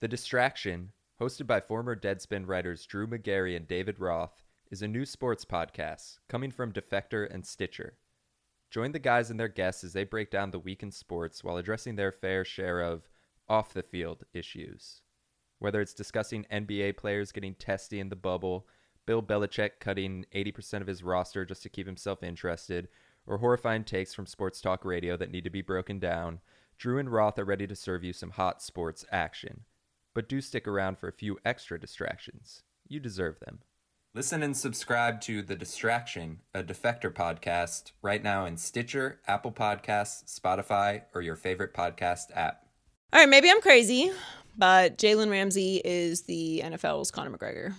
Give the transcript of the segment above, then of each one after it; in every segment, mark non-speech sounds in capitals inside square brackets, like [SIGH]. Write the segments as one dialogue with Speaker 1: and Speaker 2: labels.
Speaker 1: The Distraction, hosted by former Deadspin writers Drew McGarry and David Roth, is a new sports podcast coming from Defector and Stitcher. Join the guys and their guests as they break down the week in sports while addressing their fair share of off the field issues. Whether it's discussing NBA players getting testy in the bubble, Bill Belichick cutting 80% of his roster just to keep himself interested, or horrifying takes from sports talk radio that need to be broken down, Drew and Roth are ready to serve you some hot sports action. But do stick around for a few extra distractions. You deserve them. Listen and subscribe to The Distraction, a Defector podcast, right now in Stitcher, Apple Podcasts, Spotify, or your favorite podcast app.
Speaker 2: All right, maybe I'm crazy, but Jalen Ramsey is the NFL's Conor McGregor.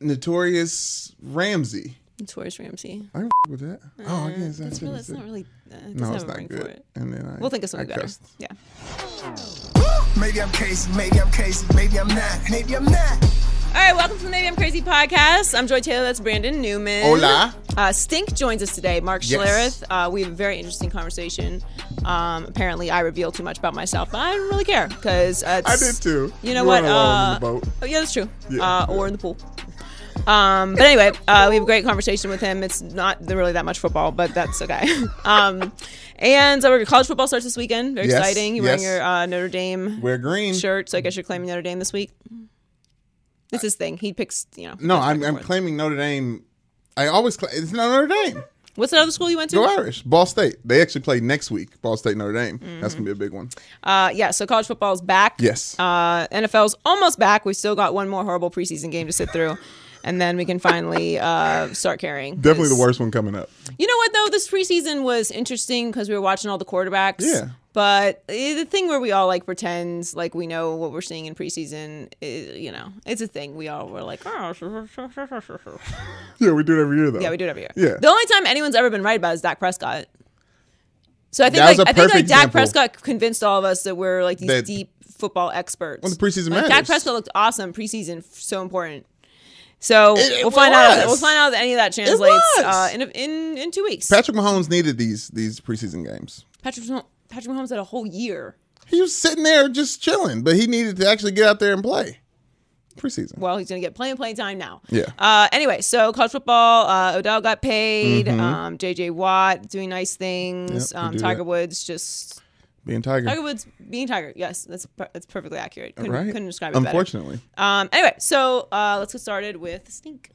Speaker 3: Notorious Ramsey.
Speaker 2: Notorious Ramsey.
Speaker 3: I don't f- with that. oh, I guess that's,
Speaker 2: That's, Mm, really, that's not really. Uh, it doesn't
Speaker 3: No, it's
Speaker 2: have a ring
Speaker 3: not
Speaker 2: For
Speaker 3: good.
Speaker 2: it.
Speaker 3: And then I,
Speaker 2: We'll think of something
Speaker 3: I
Speaker 2: better.
Speaker 3: cussed.
Speaker 2: Yeah.
Speaker 4: Maybe I'm crazy, maybe I'm crazy, maybe I'm not, maybe I'm not.
Speaker 2: All right, welcome to the Maybe I'm Crazy podcast. I'm Joy Taylor. That's Brandon Newman.
Speaker 3: Hola.
Speaker 2: Uh, Stink joins us today. Mark
Speaker 3: Yes.
Speaker 2: Schlereth. Uh, we have a very interesting conversation. Um, apparently, I reveal too much about myself, but I don't really care because uh,
Speaker 3: I did too.
Speaker 2: You know
Speaker 3: You
Speaker 2: what?
Speaker 3: weren't alone in the
Speaker 2: Uh,
Speaker 3: boat.
Speaker 2: Oh, yeah, that's true.
Speaker 3: Yeah,
Speaker 2: uh,
Speaker 3: yeah.
Speaker 2: Or in the pool. Um, but anyway, uh, we have a great conversation with him. It's not th- really that much football, but that's okay. [LAUGHS] um, and so we're- college football starts this weekend. Very
Speaker 3: Yes,
Speaker 2: exciting. You're
Speaker 3: yes.
Speaker 2: wearing your uh, Notre Dame
Speaker 3: Wear green.
Speaker 2: shirt, so I guess you're claiming Notre Dame this week. It's his thing. He picks, you know.
Speaker 3: No, I'm, I'm claiming Notre Dame. I always claim it's not Notre Dame.
Speaker 2: What's that other school you went
Speaker 3: Go
Speaker 2: to?
Speaker 3: Irish. Ball State. They actually play next week. Ball State Notre Dame. That's gonna be a big one.
Speaker 2: Uh, yeah, so college football's back.
Speaker 3: Yes.
Speaker 2: Uh, NFL's almost back. We've still got one more horrible preseason game to sit through, and then we can finally uh, start carrying.
Speaker 3: Definitely the
Speaker 2: It's-
Speaker 3: worst one coming up.
Speaker 2: You know what though? This preseason was interesting because we were watching all the quarterbacks.
Speaker 3: Yeah.
Speaker 2: But eh, the thing where we all like pretend like we know what we're seeing in preseason, eh, you know, it's a thing. We all were like, oh.
Speaker 3: Yeah, we do it every year though.
Speaker 2: yeah, we do it every year.
Speaker 3: Yeah.
Speaker 2: The only time anyone's ever been right about it is Dak Prescott. So I think
Speaker 3: That was
Speaker 2: like
Speaker 3: a
Speaker 2: I think like
Speaker 3: perfect
Speaker 2: Dak
Speaker 3: example.
Speaker 2: Prescott convinced all of us that we're like these
Speaker 3: That-
Speaker 2: deep football experts.
Speaker 3: Well, the preseason
Speaker 2: like, Dak
Speaker 3: matters.
Speaker 2: Prescott looked awesome preseason, f- so important. So
Speaker 3: It- it
Speaker 2: we'll find out.
Speaker 3: was.
Speaker 2: We'll find out that any of that translates
Speaker 3: was.
Speaker 2: uh, in, a, in in two weeks.
Speaker 3: Patrick Mahomes needed these these preseason games.
Speaker 2: Patrick Mahomes, Patrick Mahomes had a whole year.
Speaker 3: He was sitting there just chilling, but he needed to actually get out there and play. Preseason.
Speaker 2: Well, he's going to get plenty of playing time now.
Speaker 3: Yeah.
Speaker 2: Uh, anyway, so college football, uh, Odell got paid. Um, J.J. Watt doing nice things.
Speaker 3: Mm-hmm. Yep, we
Speaker 2: um,
Speaker 3: do
Speaker 2: Tiger
Speaker 3: that.
Speaker 2: Woods just
Speaker 3: Being Tiger.
Speaker 2: Tiger Woods being Tiger. Yes, that's per- that's perfectly accurate. Couldn't,
Speaker 3: right?
Speaker 2: couldn't describe it
Speaker 3: Unfortunately.
Speaker 2: better. Um, anyway, so uh, let's get started with Stink.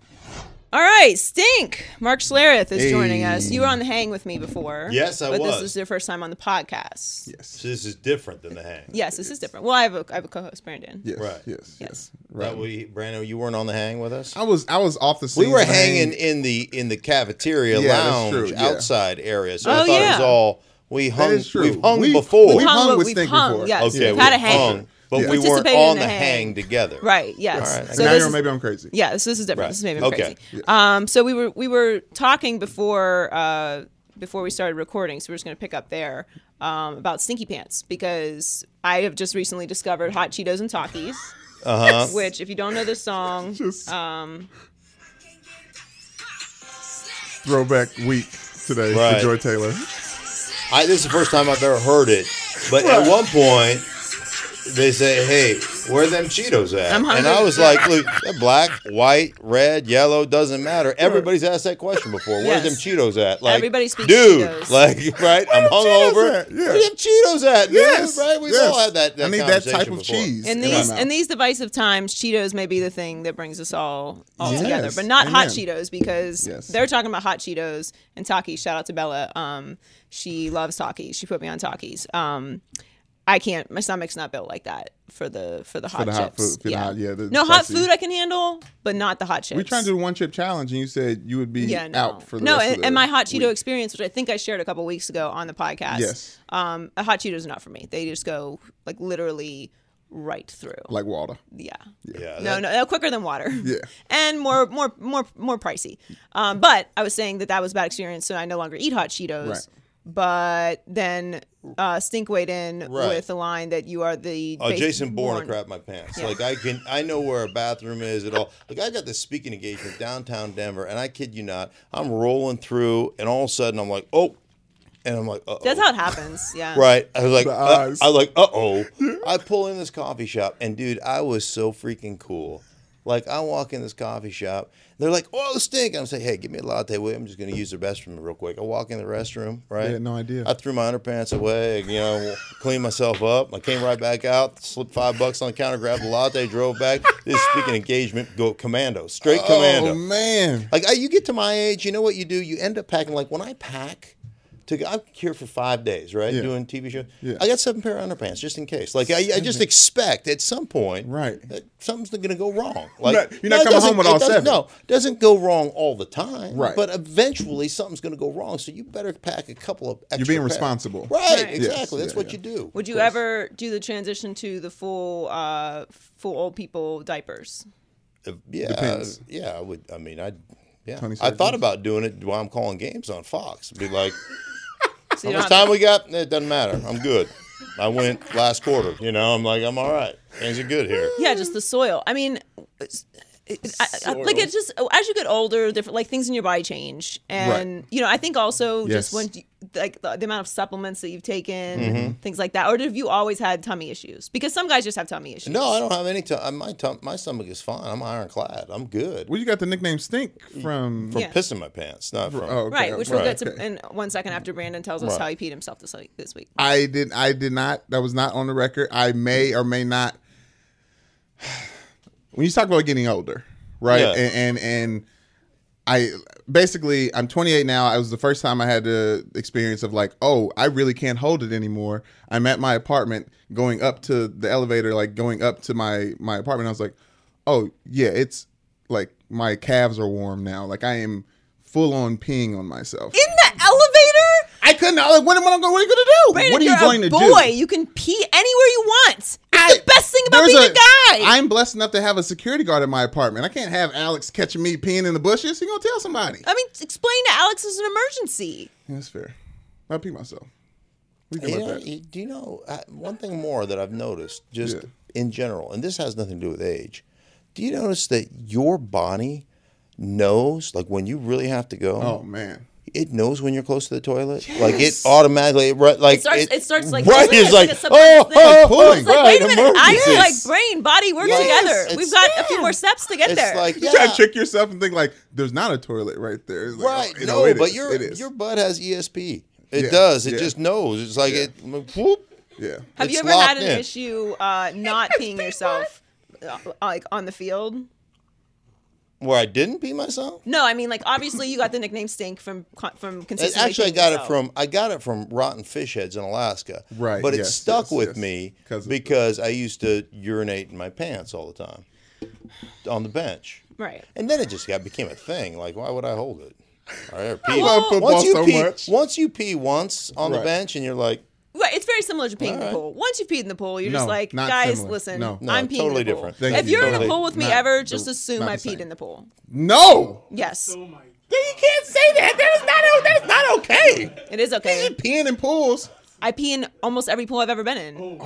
Speaker 2: All right, Stink. Mark Schlereth is joining us. You were on the hang with me before.
Speaker 5: Yes, I
Speaker 2: but This
Speaker 5: was.
Speaker 2: is your first time on the podcast.
Speaker 3: Yes.
Speaker 5: So this is different than the hang.
Speaker 2: Yes, this is different. Well, I have a, I have a co-host, Brandon.
Speaker 3: Yes.
Speaker 5: Right.
Speaker 3: Yes.
Speaker 2: Yes.
Speaker 3: Yes.
Speaker 5: That
Speaker 3: Right.
Speaker 5: we, Brandon, you weren't on the hang with us.
Speaker 3: I was I was off the scene.
Speaker 5: We were
Speaker 3: when I-
Speaker 5: hanging in the in the cafeteria
Speaker 3: Yeah, that's
Speaker 5: lounge
Speaker 3: true, yeah.
Speaker 5: outside area, so
Speaker 2: Oh,
Speaker 5: I thought
Speaker 2: yeah.
Speaker 5: it was all we hung.
Speaker 3: is true.
Speaker 5: We've hung
Speaker 3: We-
Speaker 5: before.
Speaker 3: We've
Speaker 2: We've hung,
Speaker 3: hung
Speaker 2: but
Speaker 3: with
Speaker 2: we've
Speaker 3: Stink
Speaker 2: hung.
Speaker 3: before.
Speaker 2: Yes,
Speaker 5: okay,
Speaker 2: we've had a
Speaker 5: we've
Speaker 2: hang.
Speaker 5: hung, but
Speaker 3: Yeah.
Speaker 5: we weren't
Speaker 2: Participated in
Speaker 5: on
Speaker 2: the
Speaker 5: the
Speaker 2: hang.
Speaker 5: hang, together.
Speaker 2: Right. Yes.
Speaker 5: right, I
Speaker 2: So
Speaker 3: now
Speaker 2: this
Speaker 3: you're
Speaker 2: is,
Speaker 3: maybe I'm crazy.
Speaker 2: yeah, this, this is different.
Speaker 5: Right.
Speaker 2: This is maybe
Speaker 5: Okay.
Speaker 2: crazy. Um, so we were we were talking before uh, before we started recording, so we're just going to pick up there um, about stinky pants because I have just recently discovered Hot Cheetos and Takis,
Speaker 5: Uh huh.
Speaker 2: which if you don't know this song,
Speaker 3: Just
Speaker 2: um,
Speaker 3: throwback week today
Speaker 5: Right.
Speaker 3: for
Speaker 2: [LAUGHS]
Speaker 3: Joy Taylor.
Speaker 5: I, this is the first time I've ever heard it, but at one point they say, "Hey, where them Cheetos at?"
Speaker 2: I'm
Speaker 5: and
Speaker 2: hungry.
Speaker 5: I was like, "Look, they're black, white, red, yellow doesn't matter." Everybody's asked that question before.
Speaker 2: Yes.
Speaker 5: Where's them Cheetos at? Like,
Speaker 2: Everybody speaks
Speaker 5: dude.
Speaker 2: Cheetos.
Speaker 5: Like, [LAUGHS] right?
Speaker 3: Cheetos
Speaker 5: I'm hungover.
Speaker 3: at? Yeah.
Speaker 5: Where them Cheetos at?
Speaker 3: Yes.
Speaker 5: dude? right. We've
Speaker 3: yes.
Speaker 5: all had that.
Speaker 3: I need that type
Speaker 5: conversation
Speaker 3: of
Speaker 5: before.
Speaker 3: cheese.
Speaker 2: in
Speaker 3: my
Speaker 2: these
Speaker 3: mouth.
Speaker 2: in these divisive times, Cheetos may be the thing that brings us all all
Speaker 3: Yes.
Speaker 2: together, but not Hot
Speaker 3: Amen.
Speaker 2: Cheetos because
Speaker 3: Yes.
Speaker 2: they're talking about Hot Cheetos and Takis. Shout out to Bella. Um, she loves Takis. She put me on Takis. Um, I can't. My stomach's not built like that for the for the hot
Speaker 3: the
Speaker 2: chips.
Speaker 3: hot food- for the hot- yeah, the
Speaker 2: no hot
Speaker 3: spicy.
Speaker 2: food I can handle, but not the hot chips.
Speaker 3: we tried to do the one chip challenge, and you said you would be
Speaker 2: yeah, no.
Speaker 3: out for the
Speaker 2: no,
Speaker 3: rest
Speaker 2: and,
Speaker 3: of the
Speaker 2: and my hot Cheeto
Speaker 3: week.
Speaker 2: experience, which I think I shared a couple weeks ago on the podcast.
Speaker 3: Yes.
Speaker 2: um, a hot Cheeto's not for me. They just go like literally right through.
Speaker 3: like water.
Speaker 2: yeah.
Speaker 5: Yeah.
Speaker 2: No,
Speaker 5: that-
Speaker 2: no, no, quicker than water.
Speaker 3: Yeah.
Speaker 2: [LAUGHS] And more, more, more, more pricey. Um, but I was saying that that was a bad experience, so I no longer eat hot Cheetos.
Speaker 3: Right.
Speaker 2: But then uh, Stink weighed in
Speaker 5: Right.
Speaker 2: with the line that you are the
Speaker 5: Oh,
Speaker 2: base-
Speaker 5: Jason Bourne,
Speaker 2: born-
Speaker 5: crap my pants.
Speaker 2: Yeah.
Speaker 5: Like I can, I know where a bathroom is at all. Like I got this speaking engagement downtown Denver, and I kid you not, I'm rolling through, and all of a sudden I'm like, oh, and I'm like, uh
Speaker 2: That's how it happens. [LAUGHS] Yeah.
Speaker 5: Right. I was like,
Speaker 3: The
Speaker 5: uh,
Speaker 3: eyes.
Speaker 5: I was like, uh oh. I pull in this coffee shop, and dude, I was so freaking cool. Like, I walk in this coffee shop. They're like, oh, stink. I'm saying, hey, give me a latte. Wait, I'm just going to use the restroom real quick. I walk in the restroom, right?
Speaker 3: I had no idea.
Speaker 5: I threw my underpants away, you know, cleaned myself up. I came right back out, slipped five bucks on the counter, grabbed a latte, drove back. This is speaking engagement, go commando, straight commando.
Speaker 3: Oh man,
Speaker 5: Like I, you get to my age, you know what you do? You end up packing. Like when I pack, to go- I'm here for five days, right?
Speaker 3: Yeah.
Speaker 5: Doing TV shows.
Speaker 3: Yeah.
Speaker 5: I got seven pair of underpants just in case. Like I, I just expect at some point,
Speaker 3: Right.
Speaker 5: that something's going to go wrong. Like
Speaker 3: not- you're not
Speaker 5: it
Speaker 3: coming home
Speaker 5: doesn't-
Speaker 3: with
Speaker 5: it
Speaker 3: all
Speaker 5: doesn't-
Speaker 3: seven.
Speaker 5: No, it doesn't go wrong all the time.
Speaker 3: Right.
Speaker 5: But eventually something's going to go wrong, so you better pack a couple of. extra
Speaker 3: you're being
Speaker 5: pairs.
Speaker 3: responsible.
Speaker 5: Right.
Speaker 2: Right.
Speaker 5: Exactly.
Speaker 3: Yes,
Speaker 5: That's
Speaker 3: yeah,
Speaker 5: what
Speaker 3: yeah.
Speaker 5: you do.
Speaker 2: Would you ever do the transition to the full uh, full old people diapers?
Speaker 5: Uh, Yeah.
Speaker 3: Depends.
Speaker 5: Yeah. I would. I mean, I. Yeah.
Speaker 3: Tony
Speaker 5: I thought
Speaker 3: Surgeons?
Speaker 5: about doing it while I'm calling games on Fox. Be like.
Speaker 2: So you
Speaker 5: How much
Speaker 2: don't have
Speaker 5: time we got? It doesn't matter. I'm good. I went last quarter. You know, I'm like, I'm all right. Things are good here.
Speaker 2: to- yeah, just the soil. I mean, it's- it- I, I, like it's just as you get older, different like things in your body change, and you know I think also
Speaker 3: Yes. Mm-hmm.
Speaker 2: just when you, like the, the amount of supplements that you've taken, things like that, or have you always had tummy issues? Because some guys just have tummy issues.
Speaker 5: No, I don't have any time. My tum- my stomach is fine. I'm ironclad. I'm good.
Speaker 3: Well, you got the nickname Stink from.
Speaker 5: From
Speaker 2: Yeah.
Speaker 5: pissing my pants, not from.
Speaker 3: Oh, okay,
Speaker 2: Right, which
Speaker 3: okay,
Speaker 2: we'll get to
Speaker 3: okay.
Speaker 2: in one second after Brandon tells us
Speaker 5: Right.
Speaker 2: how he peed himself this, like, this week.
Speaker 3: I did. I did not. That was not on the record. I may or may not. [SIGHS] When you talk about getting older, right?
Speaker 5: Yeah.
Speaker 3: And, and and I basically I'm 28 now. It was the first time I had the experience of like, oh, I really can't hold it anymore. I'm at my apartment, going up to the elevator, like going up to my my apartment. I was like, oh yeah, it's like my calves are warm now. Like I am full on peeing on myself.
Speaker 2: In the elevator?
Speaker 3: I couldn't. I was like, what am I gonna? What are you gonna do?
Speaker 2: Brandon,
Speaker 3: what are
Speaker 2: you're
Speaker 3: you going
Speaker 2: a
Speaker 3: to do?
Speaker 2: boy. You can pee anywhere you want. It's the best thing about
Speaker 3: There's
Speaker 2: being a, guy. i
Speaker 3: I'm blessed enough to have a security guard in my apartment. I can't have Alex catching me peeing in the bushes. He gonna tell somebody.
Speaker 2: mean, explain to Alex it's an emergency.
Speaker 3: Yeah, that's fair. I pee myself. We can
Speaker 5: You
Speaker 3: let
Speaker 5: know,
Speaker 3: that-
Speaker 5: you- do you know uh, one thing more that I've noticed just
Speaker 3: Yeah.
Speaker 5: in general, and this has nothing to do with age? Do you notice that your body knows, like when you really have to go?
Speaker 3: Oh man.
Speaker 5: it knows when you're close to the toilet. Like it automatically, it, ru- like
Speaker 2: It starts- it starts, like,
Speaker 5: right.
Speaker 2: pulling,
Speaker 5: It's
Speaker 2: like,
Speaker 5: like
Speaker 2: it's
Speaker 5: oh,
Speaker 2: something that's
Speaker 5: oh,
Speaker 2: like-
Speaker 5: oh,
Speaker 3: pulling.
Speaker 2: It's like, wait a
Speaker 5: right,
Speaker 2: minute. I
Speaker 5: emergency.
Speaker 2: like brain, body, work
Speaker 5: Yes,
Speaker 2: together.
Speaker 5: it's
Speaker 2: We've got a few
Speaker 5: spam.
Speaker 2: more steps to get
Speaker 5: It's
Speaker 2: there.
Speaker 5: like
Speaker 3: You try
Speaker 5: yeah.
Speaker 3: to trick yourself and think like there's not a toilet right there. It's like,
Speaker 5: right.
Speaker 3: oh, you
Speaker 5: no,
Speaker 3: know, it
Speaker 5: but
Speaker 3: is,
Speaker 5: your
Speaker 3: it is.
Speaker 5: your butt has ESP. It
Speaker 3: Yeah,
Speaker 5: does. It
Speaker 3: yeah.
Speaker 5: just knows. It's like it. Whoop.
Speaker 3: yeah.
Speaker 2: have you
Speaker 5: it's
Speaker 2: ever had
Speaker 5: locked
Speaker 2: an
Speaker 5: in.
Speaker 2: issue uh,
Speaker 3: [LAUGHS]
Speaker 2: not peeing yourself, uh, like on the field?
Speaker 5: Where I didn't pee myself.
Speaker 2: No, I mean, like obviously you got the nickname "Stink" from con- from
Speaker 5: It,
Speaker 2: consistently.
Speaker 5: actually, I
Speaker 2: peeing
Speaker 5: got it
Speaker 2: yourself.
Speaker 5: from I got it from rotten fish heads in Alaska.
Speaker 3: Right,
Speaker 5: But it
Speaker 3: yes,
Speaker 5: stuck
Speaker 3: yes,
Speaker 5: with
Speaker 3: yes.
Speaker 5: me
Speaker 3: 'Cause of-
Speaker 5: because I used to urinate in my pants all the time on the bench.
Speaker 2: right.
Speaker 5: And then it just got became a thing. Like, why would I hold it? I never pee.
Speaker 3: love football
Speaker 5: once you
Speaker 3: so
Speaker 5: pee,
Speaker 3: much.
Speaker 5: Once you pee once on the
Speaker 3: Right.
Speaker 5: bench, and you're like,
Speaker 2: Right, it's very similar to peeing in the
Speaker 5: Alright.
Speaker 2: pool. Once you've peed in the pool, you're just
Speaker 3: No,
Speaker 2: like,
Speaker 3: not
Speaker 2: guys,
Speaker 3: similar.
Speaker 2: listen,
Speaker 3: No.
Speaker 5: No,
Speaker 2: I'm peeing
Speaker 5: totally
Speaker 2: in the pool.
Speaker 5: different. Thank
Speaker 2: if
Speaker 3: you.
Speaker 2: are
Speaker 5: Totally
Speaker 2: in a pool with me
Speaker 3: not
Speaker 2: ever,
Speaker 3: the-
Speaker 2: just assume
Speaker 3: not
Speaker 2: I
Speaker 3: the
Speaker 2: peed
Speaker 3: same.
Speaker 2: in the pool.
Speaker 3: No.
Speaker 2: Yes,
Speaker 3: You can't say that. That is not. That is not okay.
Speaker 2: it is okay.
Speaker 5: [LAUGHS]
Speaker 3: Peeing in pools.
Speaker 2: I pee in almost every pool I've ever been in.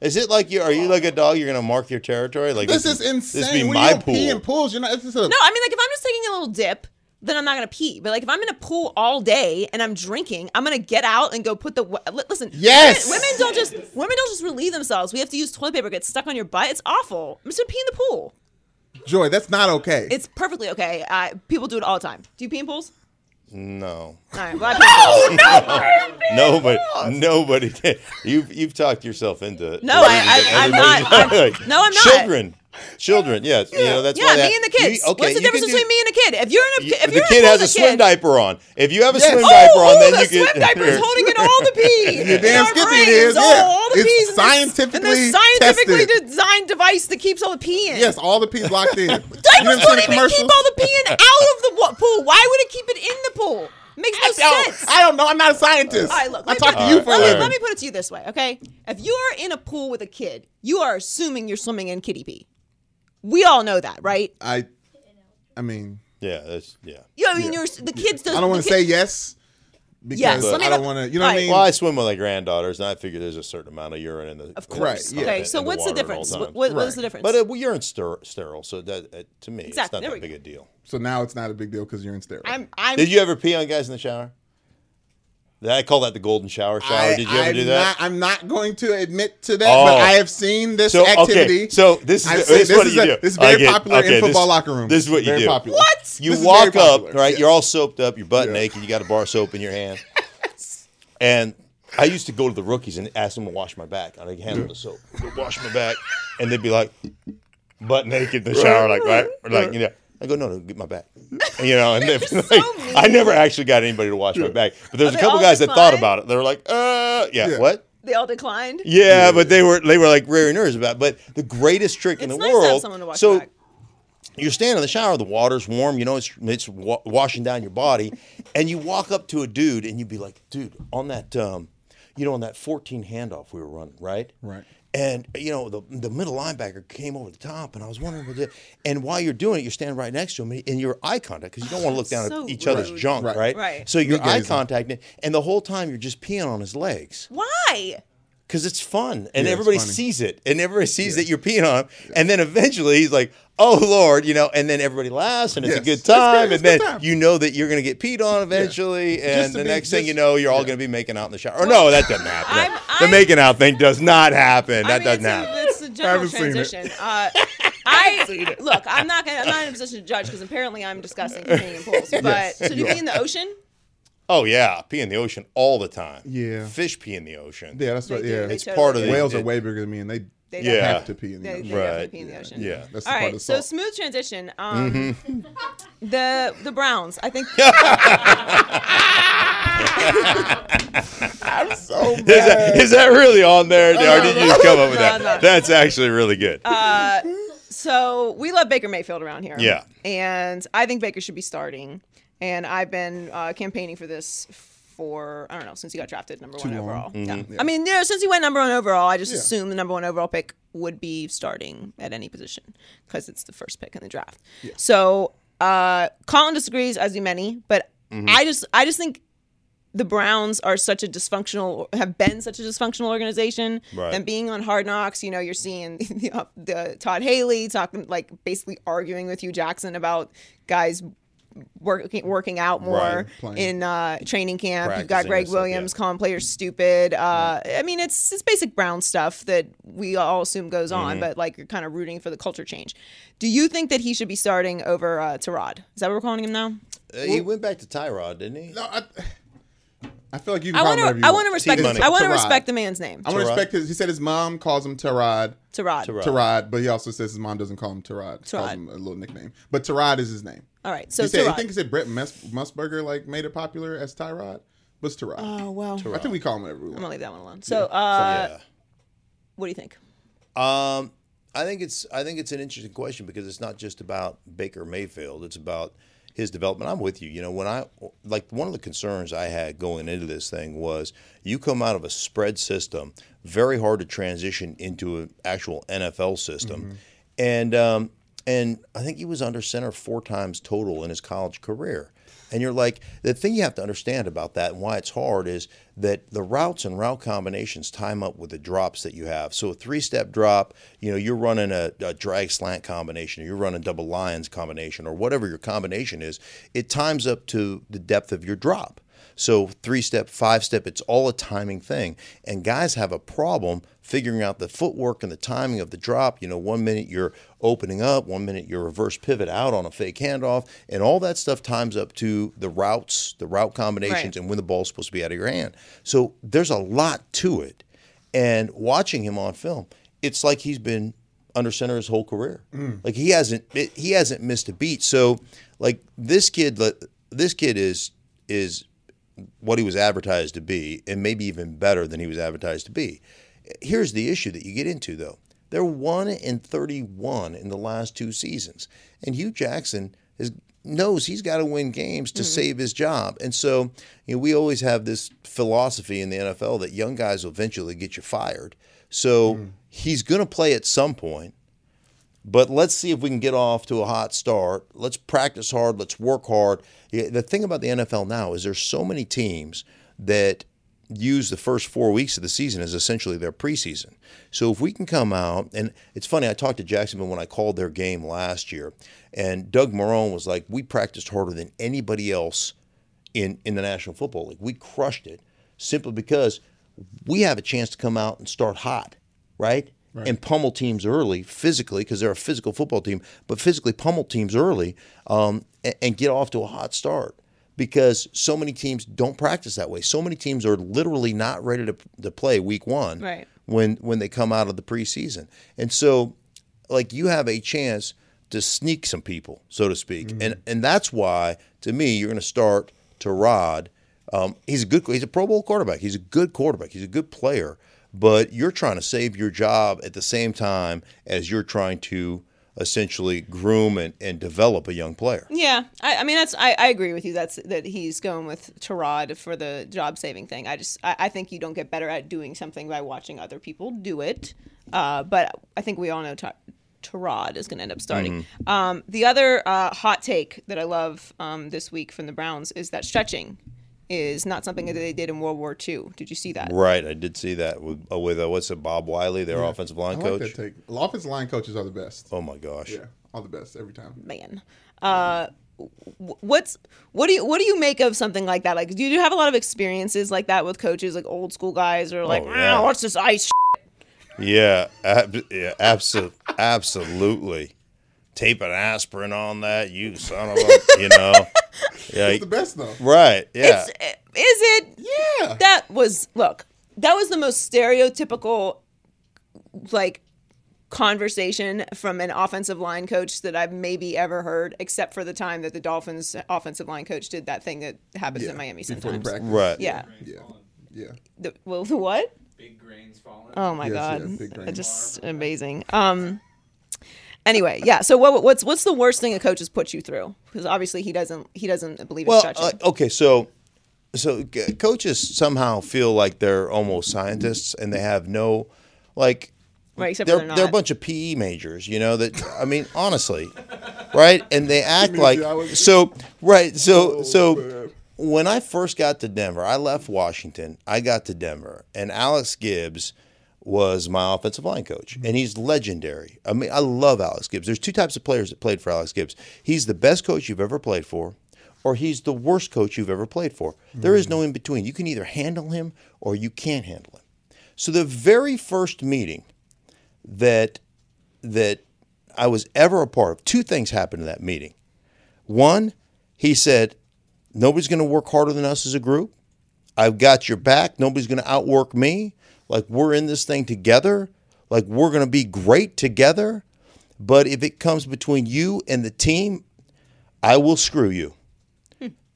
Speaker 5: is it like you? Are you like a dog? You're gonna mark your territory? Like
Speaker 3: This is
Speaker 5: be-
Speaker 3: insane.
Speaker 5: This be
Speaker 3: when
Speaker 5: my
Speaker 3: you don't
Speaker 5: pool.
Speaker 3: pee in pools, you're not. This is a,
Speaker 2: No, I mean like if I'm just taking a little dip, then I'm not gonna pee. But like if I'm in a pool all day and I'm drinking, I'm gonna get out and go put the wa- li- listen.
Speaker 3: Yes!
Speaker 2: women, women don't just women don't just relieve themselves. We have to use toilet paper. Get stuck on your butt. It's awful. I'm just gonna pee in the pool.
Speaker 3: Joy, that's not okay.
Speaker 2: It's perfectly okay. Uh, people do it all the time. Do you pee in pools?
Speaker 5: No,
Speaker 2: All right. Well, I pee in
Speaker 5: [LAUGHS]
Speaker 2: pools.
Speaker 5: nobody, nobody. Did. You've you've talked yourself into. it.
Speaker 2: No, I- I- I'm not- I'm-
Speaker 5: [LAUGHS] Like,
Speaker 2: no, I'm not.
Speaker 5: Children, children. Yes, you know that's why.
Speaker 2: yeah,
Speaker 5: that-
Speaker 2: me and the kids.
Speaker 5: You, okay,
Speaker 2: What's the
Speaker 5: you can
Speaker 2: difference
Speaker 5: do-
Speaker 2: between me and a kid? If you're in a,
Speaker 5: you-
Speaker 2: if
Speaker 5: the
Speaker 2: you're
Speaker 5: kid
Speaker 2: in a pool
Speaker 5: has a
Speaker 2: with
Speaker 5: swim
Speaker 2: kid,
Speaker 5: diaper on. If you have a
Speaker 3: Yes.
Speaker 5: swim
Speaker 3: Oh,
Speaker 5: diaper
Speaker 2: oh,
Speaker 5: on, then
Speaker 2: the
Speaker 5: you
Speaker 2: swim
Speaker 5: get.
Speaker 2: diaper
Speaker 5: [LAUGHS]
Speaker 3: [LAUGHS]
Speaker 2: is holding in all the pee.
Speaker 3: You're damn
Speaker 2: Our
Speaker 3: skipping it
Speaker 2: brains,
Speaker 3: is,
Speaker 2: All,
Speaker 3: yeah.
Speaker 2: all the
Speaker 3: It's
Speaker 2: pees. and this-
Speaker 3: scientifically
Speaker 2: and this scientifically
Speaker 3: tested.
Speaker 2: designed device that keeps all the pee in.
Speaker 3: yes, all the pee's locked
Speaker 2: [LAUGHS]
Speaker 3: in. You
Speaker 2: Diapers
Speaker 3: never
Speaker 2: don't
Speaker 3: seen a
Speaker 2: even
Speaker 3: commercial?
Speaker 2: keep all the pee in out of the wa- pool. Why would it keep it in the pool? Makes no
Speaker 3: I
Speaker 2: sense.
Speaker 3: don't, I don't know. I'm not a scientist.
Speaker 2: All right, look.
Speaker 3: I
Speaker 2: let me
Speaker 3: talk
Speaker 2: put-
Speaker 3: to you for a
Speaker 2: let, me-
Speaker 3: living.
Speaker 2: let me put it to you this way, okay? If you're in a pool with a kid, you are assuming you're swimming in kitty pee. We all know that, right?
Speaker 3: I, I mean,
Speaker 5: Yeah, that's yeah.
Speaker 2: You know, I mean,
Speaker 3: Yeah.
Speaker 2: you're, the kids.
Speaker 3: I don't want to say yes because
Speaker 2: Yes, let me
Speaker 3: I don't
Speaker 2: know-
Speaker 3: want to. You know what I
Speaker 2: Right.
Speaker 3: mean?
Speaker 5: Well, I swim with my granddaughters, and I figure there's a certain amount of urine in the
Speaker 2: Of
Speaker 5: in the
Speaker 3: Right,
Speaker 2: course.
Speaker 3: yeah.
Speaker 5: content,
Speaker 2: Okay. So
Speaker 5: in the
Speaker 2: what's the
Speaker 5: water at all
Speaker 2: difference?
Speaker 5: times.
Speaker 2: What, what, what is
Speaker 3: Right.
Speaker 2: the difference?
Speaker 5: But uh, well, you're in ster- sterile, so that uh, to me,
Speaker 2: Exactly.
Speaker 5: it's
Speaker 2: There
Speaker 5: not
Speaker 2: we
Speaker 5: that big
Speaker 2: go.
Speaker 5: a deal.
Speaker 3: so now it's not a big deal because you're in steroids.
Speaker 2: I'm, I'm.
Speaker 5: Did you ever pee on guys in the shower? I call that the golden shower shower. Did you ever
Speaker 3: I'm
Speaker 5: do that?
Speaker 3: Not, I'm not going to admit to that,
Speaker 5: Oh.
Speaker 3: but I have seen this
Speaker 5: so
Speaker 3: activity.
Speaker 5: okay, so this is,
Speaker 3: I've
Speaker 5: this
Speaker 3: seen-
Speaker 5: is what
Speaker 3: is
Speaker 5: you
Speaker 3: a-
Speaker 5: do.
Speaker 3: This is very
Speaker 5: I get-
Speaker 3: popular
Speaker 5: okay,
Speaker 3: in
Speaker 5: this-
Speaker 3: football locker rooms.
Speaker 5: This is what you
Speaker 3: Very
Speaker 5: do.
Speaker 3: popular.
Speaker 2: What?
Speaker 5: You
Speaker 3: This is
Speaker 5: walk
Speaker 3: very
Speaker 5: up,
Speaker 3: popular.
Speaker 5: right?
Speaker 3: Yes.
Speaker 5: You're all soaped up. You're butt
Speaker 3: Yeah.
Speaker 5: naked. You got a bar soap in
Speaker 2: [LAUGHS]
Speaker 5: your hand. And I used to go to the rookies and ask them to wash my back. I'd hand them the soap. Go wash my back. And they'd be like, butt naked in the shower, like, right? Or like, you know. I go, no, no, get my back. You
Speaker 2: [LAUGHS]
Speaker 5: know, and they, like,
Speaker 2: mean.
Speaker 5: I never actually got anybody to wash my back. But there was a
Speaker 2: they
Speaker 5: couple
Speaker 2: all
Speaker 5: guys that thought
Speaker 2: declined?
Speaker 5: about it. They were like, uh, yeah.
Speaker 3: Yeah.
Speaker 5: what?
Speaker 2: They all declined.
Speaker 5: Yeah, but they were they were like very nervous about. It. But the greatest trick in
Speaker 2: It's
Speaker 5: the
Speaker 2: nice
Speaker 5: world.
Speaker 2: to have someone to watch
Speaker 5: so
Speaker 2: back.
Speaker 5: you're standing in the shower, the water's warm, you know it's it's wa- washing down
Speaker 2: [LAUGHS]
Speaker 5: your body, and you walk up to a dude and you'd be like, dude, on that um, you know, on that 14 handoff we were running, right?
Speaker 3: Right.
Speaker 5: And you know the the middle linebacker came over the top, and I was wondering what. The, and while you're doing it, you're standing right next to him, and you're eye contact because you don't want to look down
Speaker 2: so
Speaker 5: at each other's
Speaker 2: rude.
Speaker 5: junk, right?
Speaker 3: Right.
Speaker 2: Right.
Speaker 5: So you're eye
Speaker 3: gazing.
Speaker 5: contact, and the whole time you're just peeing on his legs
Speaker 2: Why?
Speaker 5: because it's fun and
Speaker 3: it's
Speaker 5: everybody
Speaker 3: funny.
Speaker 5: sees it and everybody sees that you're peeing on him and then eventually he's like oh lord you know and then everybody laughs and it's a
Speaker 3: Yes.
Speaker 5: good
Speaker 3: It's good.
Speaker 5: time
Speaker 3: It's
Speaker 5: and
Speaker 3: a
Speaker 5: then
Speaker 3: good time.
Speaker 5: you know that you're going to get peed on eventually and
Speaker 3: to
Speaker 5: the
Speaker 3: be-
Speaker 5: next thing
Speaker 3: just-
Speaker 5: you know you're all going to be making out in the shower or no that doesn't happen
Speaker 2: I'm-
Speaker 5: the
Speaker 2: I'm-
Speaker 5: making out thing does not happen that
Speaker 2: it's
Speaker 5: doesn't happen
Speaker 2: a, it's a general
Speaker 3: haven't seen it.
Speaker 2: transition.
Speaker 3: [LAUGHS]
Speaker 2: Uh, I look. I'm not gonna. I'm not in a position to judge because apparently I'm
Speaker 5: [LAUGHS]
Speaker 2: discussing Canadian pools. But so do you mean the ocean?
Speaker 5: oh yeah pee in the ocean all the time
Speaker 3: Yeah.
Speaker 5: fish pee in the ocean
Speaker 3: Yeah, that's what.
Speaker 2: They do.
Speaker 3: Yeah,
Speaker 2: They
Speaker 5: it's
Speaker 2: totally
Speaker 5: part of
Speaker 2: do.
Speaker 5: the
Speaker 3: whales
Speaker 5: it-
Speaker 3: are way bigger than me, and they
Speaker 2: They
Speaker 5: Yeah.
Speaker 3: have to pee in
Speaker 2: They,
Speaker 3: the
Speaker 2: they
Speaker 3: ocean.
Speaker 2: definitely
Speaker 5: Right.
Speaker 2: pee in the ocean.
Speaker 5: yeah
Speaker 3: That's the
Speaker 2: All
Speaker 3: part
Speaker 2: right.
Speaker 3: of
Speaker 2: So
Speaker 3: salt.
Speaker 2: smooth transition. Um,
Speaker 5: Mm-hmm.
Speaker 2: The the Browns. I
Speaker 5: [LAUGHS]
Speaker 2: think.
Speaker 5: [LAUGHS]
Speaker 3: so bad.
Speaker 5: is that, is that really on there or did you just come up with
Speaker 2: No,
Speaker 5: that
Speaker 2: no. Uh,
Speaker 5: that's actually really good
Speaker 2: So we love Baker Mayfield around here.
Speaker 5: Yeah.
Speaker 2: And I think Baker should be starting. And I've been uh, campaigning for this for I don't know since he got drafted number one
Speaker 3: long.
Speaker 2: overall. Yeah. I mean, you know, since he went number one overall, I just assumed the number one overall pick would be starting at any position because it's the first pick in the draft. So uh, Colin disagrees, as do many, but I just I just think the Browns are such a dysfunctional, have been such a dysfunctional organization.
Speaker 5: Right.
Speaker 2: Them being on Hard Knocks, you know, you're seeing [LAUGHS] the, uh, the Todd Haley talking, like basically arguing with Hugh Jackson about guys working working out more
Speaker 3: Playing.
Speaker 2: in uh, training camp. You've got
Speaker 5: Practicing
Speaker 2: Greg
Speaker 5: and stuff,
Speaker 2: Williams
Speaker 5: yeah.
Speaker 2: calling players stupid. Uh, I mean, it's it's basic Brown stuff that we all assume goes
Speaker 5: Mm-hmm.
Speaker 2: on, but like you're kind of rooting for the culture change. Do you think that he should be starting over uh, Tarod? Is that what we're calling him now?
Speaker 5: Uh, he went back to Tyrod didn't he
Speaker 2: Uh,
Speaker 3: No, I, I feel like you. Can
Speaker 2: I
Speaker 3: call him
Speaker 2: want
Speaker 3: whatever you
Speaker 2: to I want to respect
Speaker 5: T-Money.
Speaker 2: I want to
Speaker 3: Tarod.
Speaker 2: respect the man's name.
Speaker 3: I want
Speaker 5: Tarod.
Speaker 3: to respect his. He said his mom calls him Tarod.
Speaker 2: Tarod.
Speaker 5: Tarod.
Speaker 3: Tarod, but he also says his mom doesn't call him Tarod. She
Speaker 2: Tarod.
Speaker 3: Calls him a little nickname, but Tarod is his name.
Speaker 2: All right, so
Speaker 3: he said,
Speaker 2: Tarod.
Speaker 3: I think he said Brett Mus- Musburger like made it popular as Tyrod, but it's Tarod.
Speaker 2: Oh well, I'm
Speaker 3: I think we call him whatever we
Speaker 2: gonna
Speaker 3: want.
Speaker 2: leave that one alone. So, uh,
Speaker 5: yeah
Speaker 2: what do you think?
Speaker 5: Um, I think it's I think it's an interesting question because it's not just about Baker Mayfield; it's about his development. I'm with you. You know, when I like one of the concerns I had going into this thing was you come out of a spread system, very hard to transition into an actual NFL system, and um, and I think he was under center four times total in his college career. And you're like, the thing you have to understand about that and why it's hard is that the routes and route combinations time up with the drops that you have. So a three step drop, you know, you're running a, a drag slant combination, or you're running double lions combination, or whatever your combination is, it times up to the depth of your drop. So three step, five step, it's all a timing thing. And guys have a problem figuring out the footwork and the timing of the drop. You know, one minute you're opening up, one minute you're reverse pivot out on a fake handoff, and all that stuff times up to the routes, the route combinations,
Speaker 2: Right.
Speaker 5: and when the ball's supposed to be out of your hand. So there's a lot to it. And watching him on film, it's like he's been under center his whole career. Like he hasn't it, he hasn't missed a beat. So like this kid this kid is is what he was advertised to be, and maybe even better than he was advertised to be. Here's the issue that you get into, though. They're one and thirty-one in the last two seasons, and Hugh Jackson is, knows he's got to win games to save his job. And so, you know, we always have this philosophy in the NFL that young guys will eventually get you fired. So he's going to play at some point. But let's see if we can get off to a hot start. Let's practice hard. Let's work hard. Yeah, The thing about the NFL now is there's so many teams that use the first four weeks of the season as essentially their preseason. So if we can come out, and it's funny, I talked to Jacksonville when I called their game last year, and Doug Marone was like, "We practiced harder than anybody else." in in the National Football League. We crushed it. simply because we have a chance to come out and start hot, right? And pummel teams early physically because they're a physical football team, but physically pummel teams early um, and, and get off to a hot start because so many teams don't practice that way. So many teams are literally not ready to, to play week one
Speaker 2: Right.
Speaker 5: when when they come out of the preseason. And so like you have a chance to sneak some people, so to speak.
Speaker 3: Mm-hmm.
Speaker 5: And and that's why to me you're going to start to Rod. Um, he's a good he's a Pro Bowl quarterback. He's a good quarterback. He's a good player, but you're trying to save your job at the same time as you're trying to essentially groom and, and develop a young player.
Speaker 2: Yeah, I, I mean that's I, I agree with you. That's that he's going with Tarad for the job saving thing. I just I, I think you don't get better at doing something by watching other people do it. Uh, but I think we all know Ta- Tarad is going to end up starting. Um, the other uh, hot take that I love um, this week from the Browns is that stretching is not something that they did in World War II. Did you see that?
Speaker 5: Right, I did see that with, uh, with uh, what's it, Bob Wiley, their offensive
Speaker 3: I
Speaker 5: line
Speaker 3: like
Speaker 5: coach.
Speaker 3: that take. Well, offensive line coaches are the best.
Speaker 5: oh my gosh,
Speaker 3: Yeah, all the best every time.
Speaker 2: man. Uh, w- what's what do you what do you make of something like that? Like, do you have a lot of experiences like that with coaches, like old school guys, or like,
Speaker 5: Oh, yeah.
Speaker 2: "Ah, what's this ice? sh-"
Speaker 5: yeah, ab- yeah abso- absolutely. Tape an aspirin on that, you son of a,
Speaker 2: [LAUGHS]
Speaker 5: you know, yeah,
Speaker 3: It's the best though.
Speaker 5: right, yeah,
Speaker 2: It's, is it?
Speaker 3: Yeah.
Speaker 2: That was look. That was the most stereotypical, like, conversation from an offensive line coach that I've maybe ever heard, except for the time that the Dolphins offensive line coach did that thing that happens
Speaker 3: Yeah,
Speaker 2: in Miami
Speaker 3: Before
Speaker 2: sometimes.
Speaker 3: practice.
Speaker 5: right,
Speaker 2: Yeah.
Speaker 3: Yeah. Yeah.
Speaker 2: The, well, the what?
Speaker 6: Big grains falling.
Speaker 2: Oh my
Speaker 3: Yes,
Speaker 2: god,
Speaker 3: yes, big brain.
Speaker 2: just amazing. Um, anyway, yeah. So what, what's what's the worst thing a coach has put you through? Because obviously he doesn't he doesn't believe in
Speaker 5: Well,
Speaker 2: stretching.
Speaker 5: uh, okay, so so c- coaches somehow feel like they're almost scientists and they have no like
Speaker 2: Right, except for
Speaker 5: they're
Speaker 2: they're
Speaker 5: they're a
Speaker 2: not.
Speaker 5: bunch of PE majors, you know that I mean honestly, right? And they act like
Speaker 3: biology?
Speaker 5: so right, so so when I first got to Denver, I left Washington. I got to Denver, and Alex Gibbs was my offensive line coach, and he's legendary. I mean, I love Alex Gibbs. There's two types of players that played for Alex Gibbs. He's the best coach you've ever played for, or he's the worst coach you've ever played for. There is no in between. You can either handle him or you can't handle him. So the very first meeting that that I was ever a part of, two things happened in that meeting. One, he said, Nobody's going to work harder than us as a group. I've got your back. Nobody's going to outwork me. Like, we're in this thing together. Like, we're going to be great together. But if it comes between you and the team, I will screw you.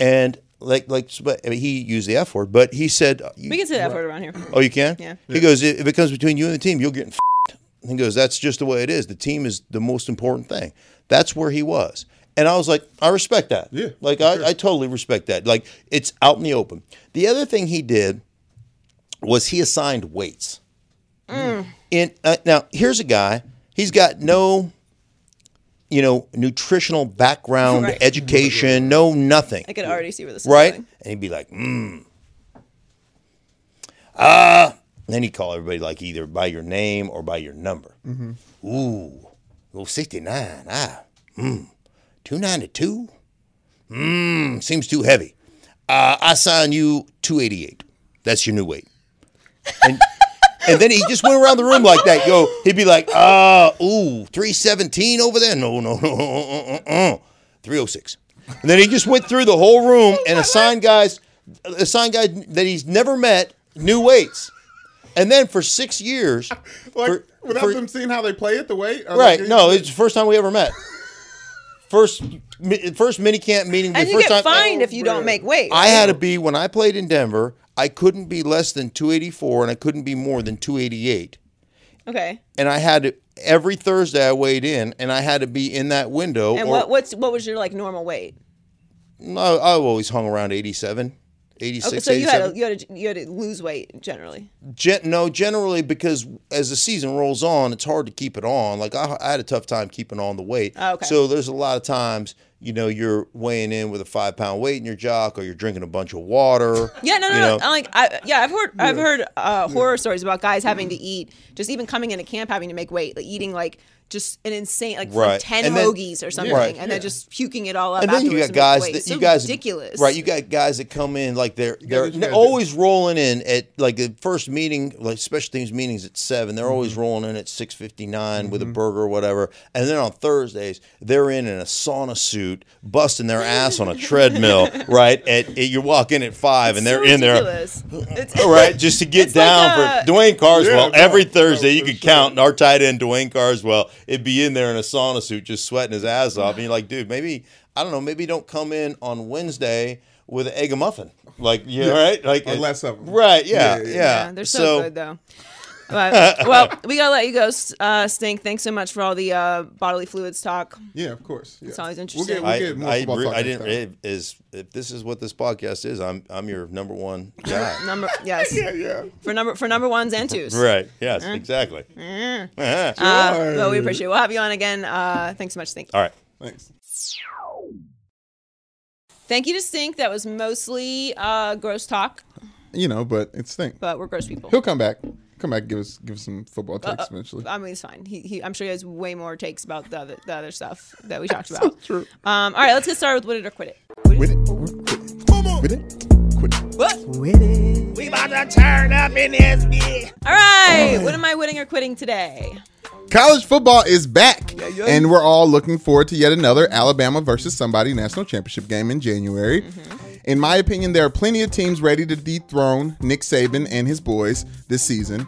Speaker 5: And like, like but- I mean, he used the F word, but he said,
Speaker 2: we can say that word around here.
Speaker 5: Oh, you can?
Speaker 2: Yeah.
Speaker 5: He goes, if if it comes between you and the team, you're getting f***ed. And He goes, that's just the way it is. The team is the most important thing. That's where he was. And I was like, I respect that.
Speaker 3: Yeah,
Speaker 5: Like, I, I totally respect that. Like, it's out in the open. The other thing he did was he assigned weights.
Speaker 2: Mm.
Speaker 5: And uh, now here's a guy. He's got no, you know, nutritional background,
Speaker 2: Right.
Speaker 5: education, no nothing
Speaker 2: I could already see where this
Speaker 5: right?
Speaker 2: is going.
Speaker 5: And he'd be like, mm. Ah. And then he'd call everybody like either by your name or by your number. Ooh, little 69. Ah. Mm. 292. Mmm. Seems too heavy. Uh, I sign you 288. That's your new weight. And, [LAUGHS] and then he just went around the room like that. Yo, he'd be like, uh, ooh, 317 over there. No, no, [LAUGHS] no, uh, uh, uh, uh, 306. And then he just went through the whole room and assigned guys, assigned guys that he's never met new weights. And then for six years,
Speaker 3: [LAUGHS] Like
Speaker 5: for-
Speaker 3: without
Speaker 5: for-
Speaker 3: them seeing how they play it, the way. or
Speaker 5: right?
Speaker 3: like-
Speaker 5: No, it's the first time we
Speaker 3: [LAUGHS]
Speaker 5: ever met. First, mi- first mini camp meeting. the
Speaker 2: And you
Speaker 5: first
Speaker 2: get
Speaker 5: time,
Speaker 2: fined if you don't make weight.
Speaker 5: I had to be when I played in Denver. I couldn't be less than 284, and I couldn't be more than 288.
Speaker 2: okay.
Speaker 5: And I had to every Thursday I weighed in, and I had to be in that window.
Speaker 2: And
Speaker 5: or,
Speaker 2: what what's what was your like normal weight?
Speaker 5: I, I've always hung around 87, 86,
Speaker 2: Okay, so you had
Speaker 5: 87.
Speaker 2: to, you had to, you had to lose weight generally.
Speaker 5: Gen- no, generally because as the season rolls on, it's hard to keep it on. Like I, I had a tough time keeping on the weight.
Speaker 2: Oh, okay.
Speaker 5: So there's a lot of times you know, you're weighing in with a five pound weight in your jock, or you're drinking a bunch of water.
Speaker 2: [LAUGHS] Yeah, no, no,
Speaker 5: you
Speaker 2: no.
Speaker 5: know?
Speaker 2: I Like, I, yeah, I've heard, I've heard uh, horror stories about guys having to eat, just even coming into camp having to make weight, like eating like just an insane, like from
Speaker 5: Right.
Speaker 2: ten
Speaker 5: And then-
Speaker 2: hoagies or something,
Speaker 5: Right.
Speaker 2: and then just puking it all up.
Speaker 5: and then you
Speaker 2: afterwards
Speaker 5: got
Speaker 2: to make
Speaker 5: guys
Speaker 2: weight.
Speaker 5: that
Speaker 2: So
Speaker 5: you guys
Speaker 2: ridiculous,
Speaker 5: right? You got guys that come in like they're they're,
Speaker 3: what you
Speaker 5: they're
Speaker 3: gotta do.
Speaker 5: always rolling in at like the first meeting, like special teams meetings at seven. They're always rolling in at six with a burger or whatever. And then on Thursdays, they're in in a sauna suit, busting their ass on
Speaker 2: [LAUGHS]
Speaker 5: a treadmill. Right? At, at you walk in at five, and
Speaker 2: So
Speaker 5: they're in there. Oh,
Speaker 2: ridiculous.
Speaker 5: [LAUGHS]
Speaker 2: It's-
Speaker 5: All right, just to get
Speaker 2: It's like
Speaker 5: down
Speaker 2: a-
Speaker 5: for Dwayne Carswell
Speaker 3: Yeah, no,
Speaker 5: every
Speaker 3: no,
Speaker 5: Thursday, you
Speaker 3: for
Speaker 5: could
Speaker 3: sure.
Speaker 5: count our tight end Dwayne Carswell. It'd be in there in a sauna suit, just sweating his ass off, and you're like, dude, maybe I don't know, maybe don't come in on Wednesday with an egg a muffin, like yeah, right, like
Speaker 3: Or less of 'em.
Speaker 5: right, yeah,
Speaker 3: Yeah,
Speaker 5: yeah.
Speaker 3: yeah,
Speaker 2: Yeah, they're so, good though. But,
Speaker 5: [LAUGHS]
Speaker 2: well, we gotta let you go, S- uh, Stink. Thanks so much for all the uh, bodily fluids talk.
Speaker 3: Yeah, of course. Yeah. It's
Speaker 2: always interesting.
Speaker 3: We'll get, we'll
Speaker 5: I,
Speaker 3: get more
Speaker 5: I,
Speaker 3: football
Speaker 5: re-
Speaker 3: talk
Speaker 5: I
Speaker 3: next
Speaker 5: didn't
Speaker 3: time.
Speaker 5: it is if this is what this podcast is. I'm I'm your
Speaker 3: [LAUGHS]
Speaker 5: number one guy.
Speaker 2: Number yes,
Speaker 5: [LAUGHS]
Speaker 3: yeah,
Speaker 2: for number for number ones and twos.
Speaker 5: right? Yes,
Speaker 2: Mm.
Speaker 5: exactly. Uh-huh.
Speaker 2: Uh, but we appreciate. it. We'll have you on again. Uh, thanks so much, Stink.
Speaker 5: All right.
Speaker 3: thanks.
Speaker 2: Thank you to Stink. That was mostly uh, gross talk,
Speaker 3: You know, but it's thing.
Speaker 2: but we're gross people.
Speaker 3: He'll come back. Come back. Give us give us some football takes eventually.
Speaker 2: Uh, I mean, it's fine. He, he, I'm sure he has way more takes about the other, the other stuff that we talked about. true. Um, all right, let's get started with Win It or Quit It.
Speaker 3: With it, or quit it. With it, quit it.
Speaker 6: We about to turn up in this bitch.
Speaker 2: All right, what am I winning or quitting today?
Speaker 3: College football is back, and we're all looking forward to yet another Alabama versus somebody national championship game in January.
Speaker 2: Mm-hmm.
Speaker 3: In my opinion, there are plenty of teams ready to dethrone Nick Saban and his boys this season: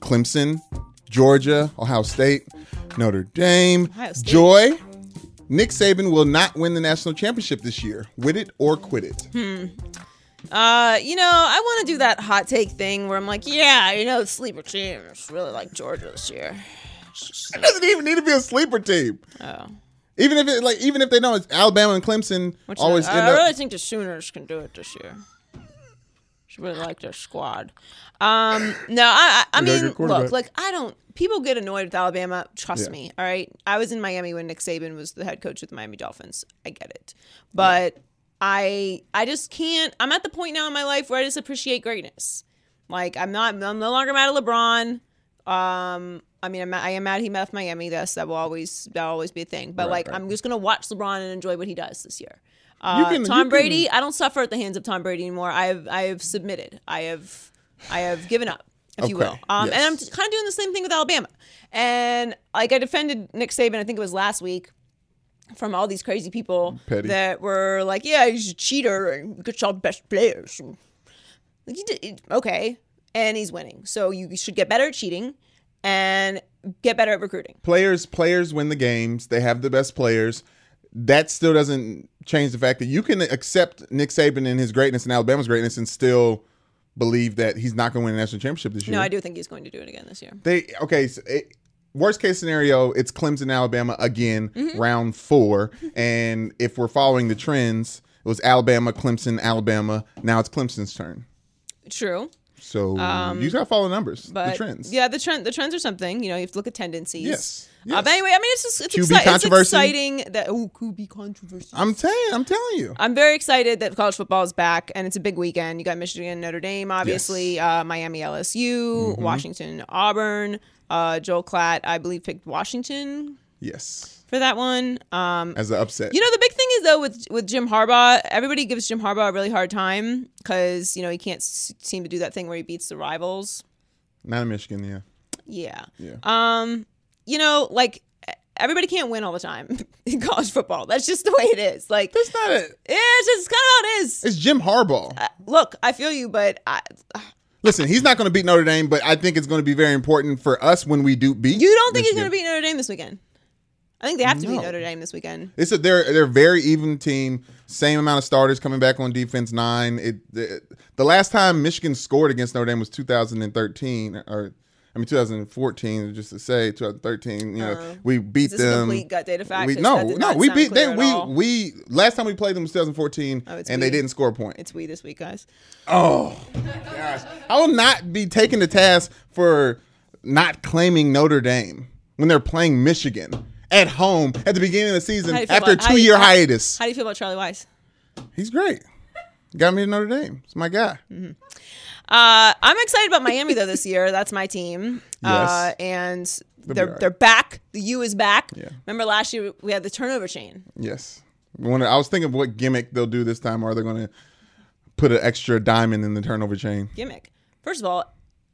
Speaker 3: Clemson, Georgia, Ohio State, Notre Dame.
Speaker 2: Ohio State.
Speaker 3: Joy, Nick Saban will not win the national championship this year. Win it or quit it.
Speaker 2: Hmm. Uh, you know, I want to do that hot take thing where I'm like, yeah, you know, the sleeper team is really like Georgia this year.
Speaker 3: It doesn't even need to be a sleeper team.
Speaker 2: Oh,
Speaker 3: Even if it like, even if they don't, it's Alabama and Clemson
Speaker 2: Which
Speaker 3: always
Speaker 2: I,
Speaker 3: end
Speaker 2: I
Speaker 3: up.
Speaker 2: really think the Sooners can do it this year. She really like their squad. Um, no, I, I, I
Speaker 3: We got a
Speaker 2: mean,
Speaker 3: good quarterback.
Speaker 2: look, like I don't. People get annoyed with Alabama. Trust
Speaker 3: Yeah.
Speaker 2: me. All right, I was in Miami when Nick Saban was the head coach with the Miami Dolphins. I get it, but I, I just can't. I'm at the point now in my life where I just appreciate greatness. Like I'm not. I'm no longer mad at LeBron. Um, I mean, I'm, I am mad he left Miami. That's that will always that will always be a thing. But like, I'm just gonna watch LeBron and enjoy what he does this year. Uh,
Speaker 3: can- you
Speaker 2: Tom
Speaker 3: can-
Speaker 2: Brady, I don't suffer at the hands of Tom Brady anymore. I have I have submitted. I have I have given up, if you
Speaker 3: Okay,
Speaker 2: will. Um, And
Speaker 3: yes.
Speaker 2: I'm kind of doing the same thing with Alabama. And like I defended Nick Saban, I think it was last week. From all these crazy people
Speaker 3: Petty.
Speaker 2: that were like, "Yeah, he's a cheater and gets all the best players." Like, you did, okay, and he's winning, so you should get better at cheating and get better at recruiting.
Speaker 3: players players win the games they have the best players that still doesn't change the fact that you can accept nick saban and his greatness and alabama's greatness and still believe that he's not going to win a national championship this year
Speaker 2: No, I do think he's going to do it again this year.
Speaker 3: they okay so it, worst case scenario it's clemson alabama again
Speaker 2: Mm-hmm.
Speaker 3: round four and if we're following the trends it was alabama clemson alabama now it's clemson's turn
Speaker 2: True.
Speaker 3: so you just gotta follow numbers
Speaker 2: Um, but
Speaker 3: the trends
Speaker 2: Yeah, the trend the trends are something. You know, you have to look at tendencies.
Speaker 3: Yes,
Speaker 2: Uh, but
Speaker 3: yes.
Speaker 2: anyway, I mean, it's just it's,
Speaker 3: QB
Speaker 2: exci- it's
Speaker 3: controversy.
Speaker 2: exciting that oh, QB controversy. I'm,
Speaker 3: i'm telling i'm telling you
Speaker 2: very excited that college football is back, and it's a big weekend. You got Michigan, Notre Dame, obviously, uh, Miami, LSU,
Speaker 3: Mm-hmm.
Speaker 2: Washington, Auburn. Uh, Joel Klatt, I believe, picked Washington
Speaker 3: yes
Speaker 2: for that one. Um,
Speaker 3: as an upset
Speaker 2: you know, the big thing is though with with Jim Harbaugh, everybody gives Jim Harbaugh a really hard time because you know he can't s- seem to do that thing where he beats the rivals.
Speaker 3: not in michigan yeah
Speaker 2: Yeah.
Speaker 3: Yeah.
Speaker 2: Um, you know, like everybody can't win all the time [LAUGHS] in college football. That's just the way it is. Like
Speaker 3: that's not it
Speaker 2: it's just kind of how it is.
Speaker 3: It's Jim Harbaugh.
Speaker 2: Look, I feel you, but I,
Speaker 3: Listen, he's not going to beat Notre Dame, but I think it's going to be very important for us when we do beat.
Speaker 2: you don't think he's going
Speaker 3: Michigan.
Speaker 2: to beat Notre Dame this weekend? I think they have to beat
Speaker 3: No.
Speaker 2: Notre Dame this weekend.
Speaker 3: It's a, they're they're a very even team. Same amount of starters coming back on defense. Nine. It, the the last time Michigan scored against Notre Dame was 2013 or. I mean, 2014. Just to say, 2013. You know, we beat
Speaker 2: Oh. this a
Speaker 3: them.
Speaker 2: complete gut data fact?
Speaker 3: We,
Speaker 2: 'Cause
Speaker 3: no,
Speaker 2: that did
Speaker 3: no,
Speaker 2: not
Speaker 3: we
Speaker 2: sound
Speaker 3: beat
Speaker 2: clear
Speaker 3: they
Speaker 2: at
Speaker 3: we
Speaker 2: all. Oh,
Speaker 3: we last time we played them was 2014,
Speaker 2: it's
Speaker 3: and
Speaker 2: we.
Speaker 3: they didn't score a point.
Speaker 2: It's we this week, guys.
Speaker 3: Oh, I will not be taken to task for not claiming Notre Dame when they're playing Michigan. at home at the beginning of the season
Speaker 2: How do you feel
Speaker 3: after a
Speaker 2: about- how do
Speaker 3: two
Speaker 2: you-
Speaker 3: year
Speaker 2: how-
Speaker 3: hiatus.
Speaker 2: How do you feel about Charlie Weiss?
Speaker 3: He's great. Got me to Notre Dame. It's my guy.
Speaker 2: Mm-hmm. Uh, I'm excited about Miami though this year. That's my team. Uh,
Speaker 3: [LAUGHS] Yes.
Speaker 2: and
Speaker 3: be
Speaker 2: they're
Speaker 3: all right.
Speaker 2: they're back. The U is back.
Speaker 3: Yeah.
Speaker 2: Remember last year we had the turnover chain.
Speaker 3: Yes. When I was thinking of what gimmick they'll do this time. Are they going to put an extra diamond in the turnover chain?
Speaker 2: gimmick. First of all,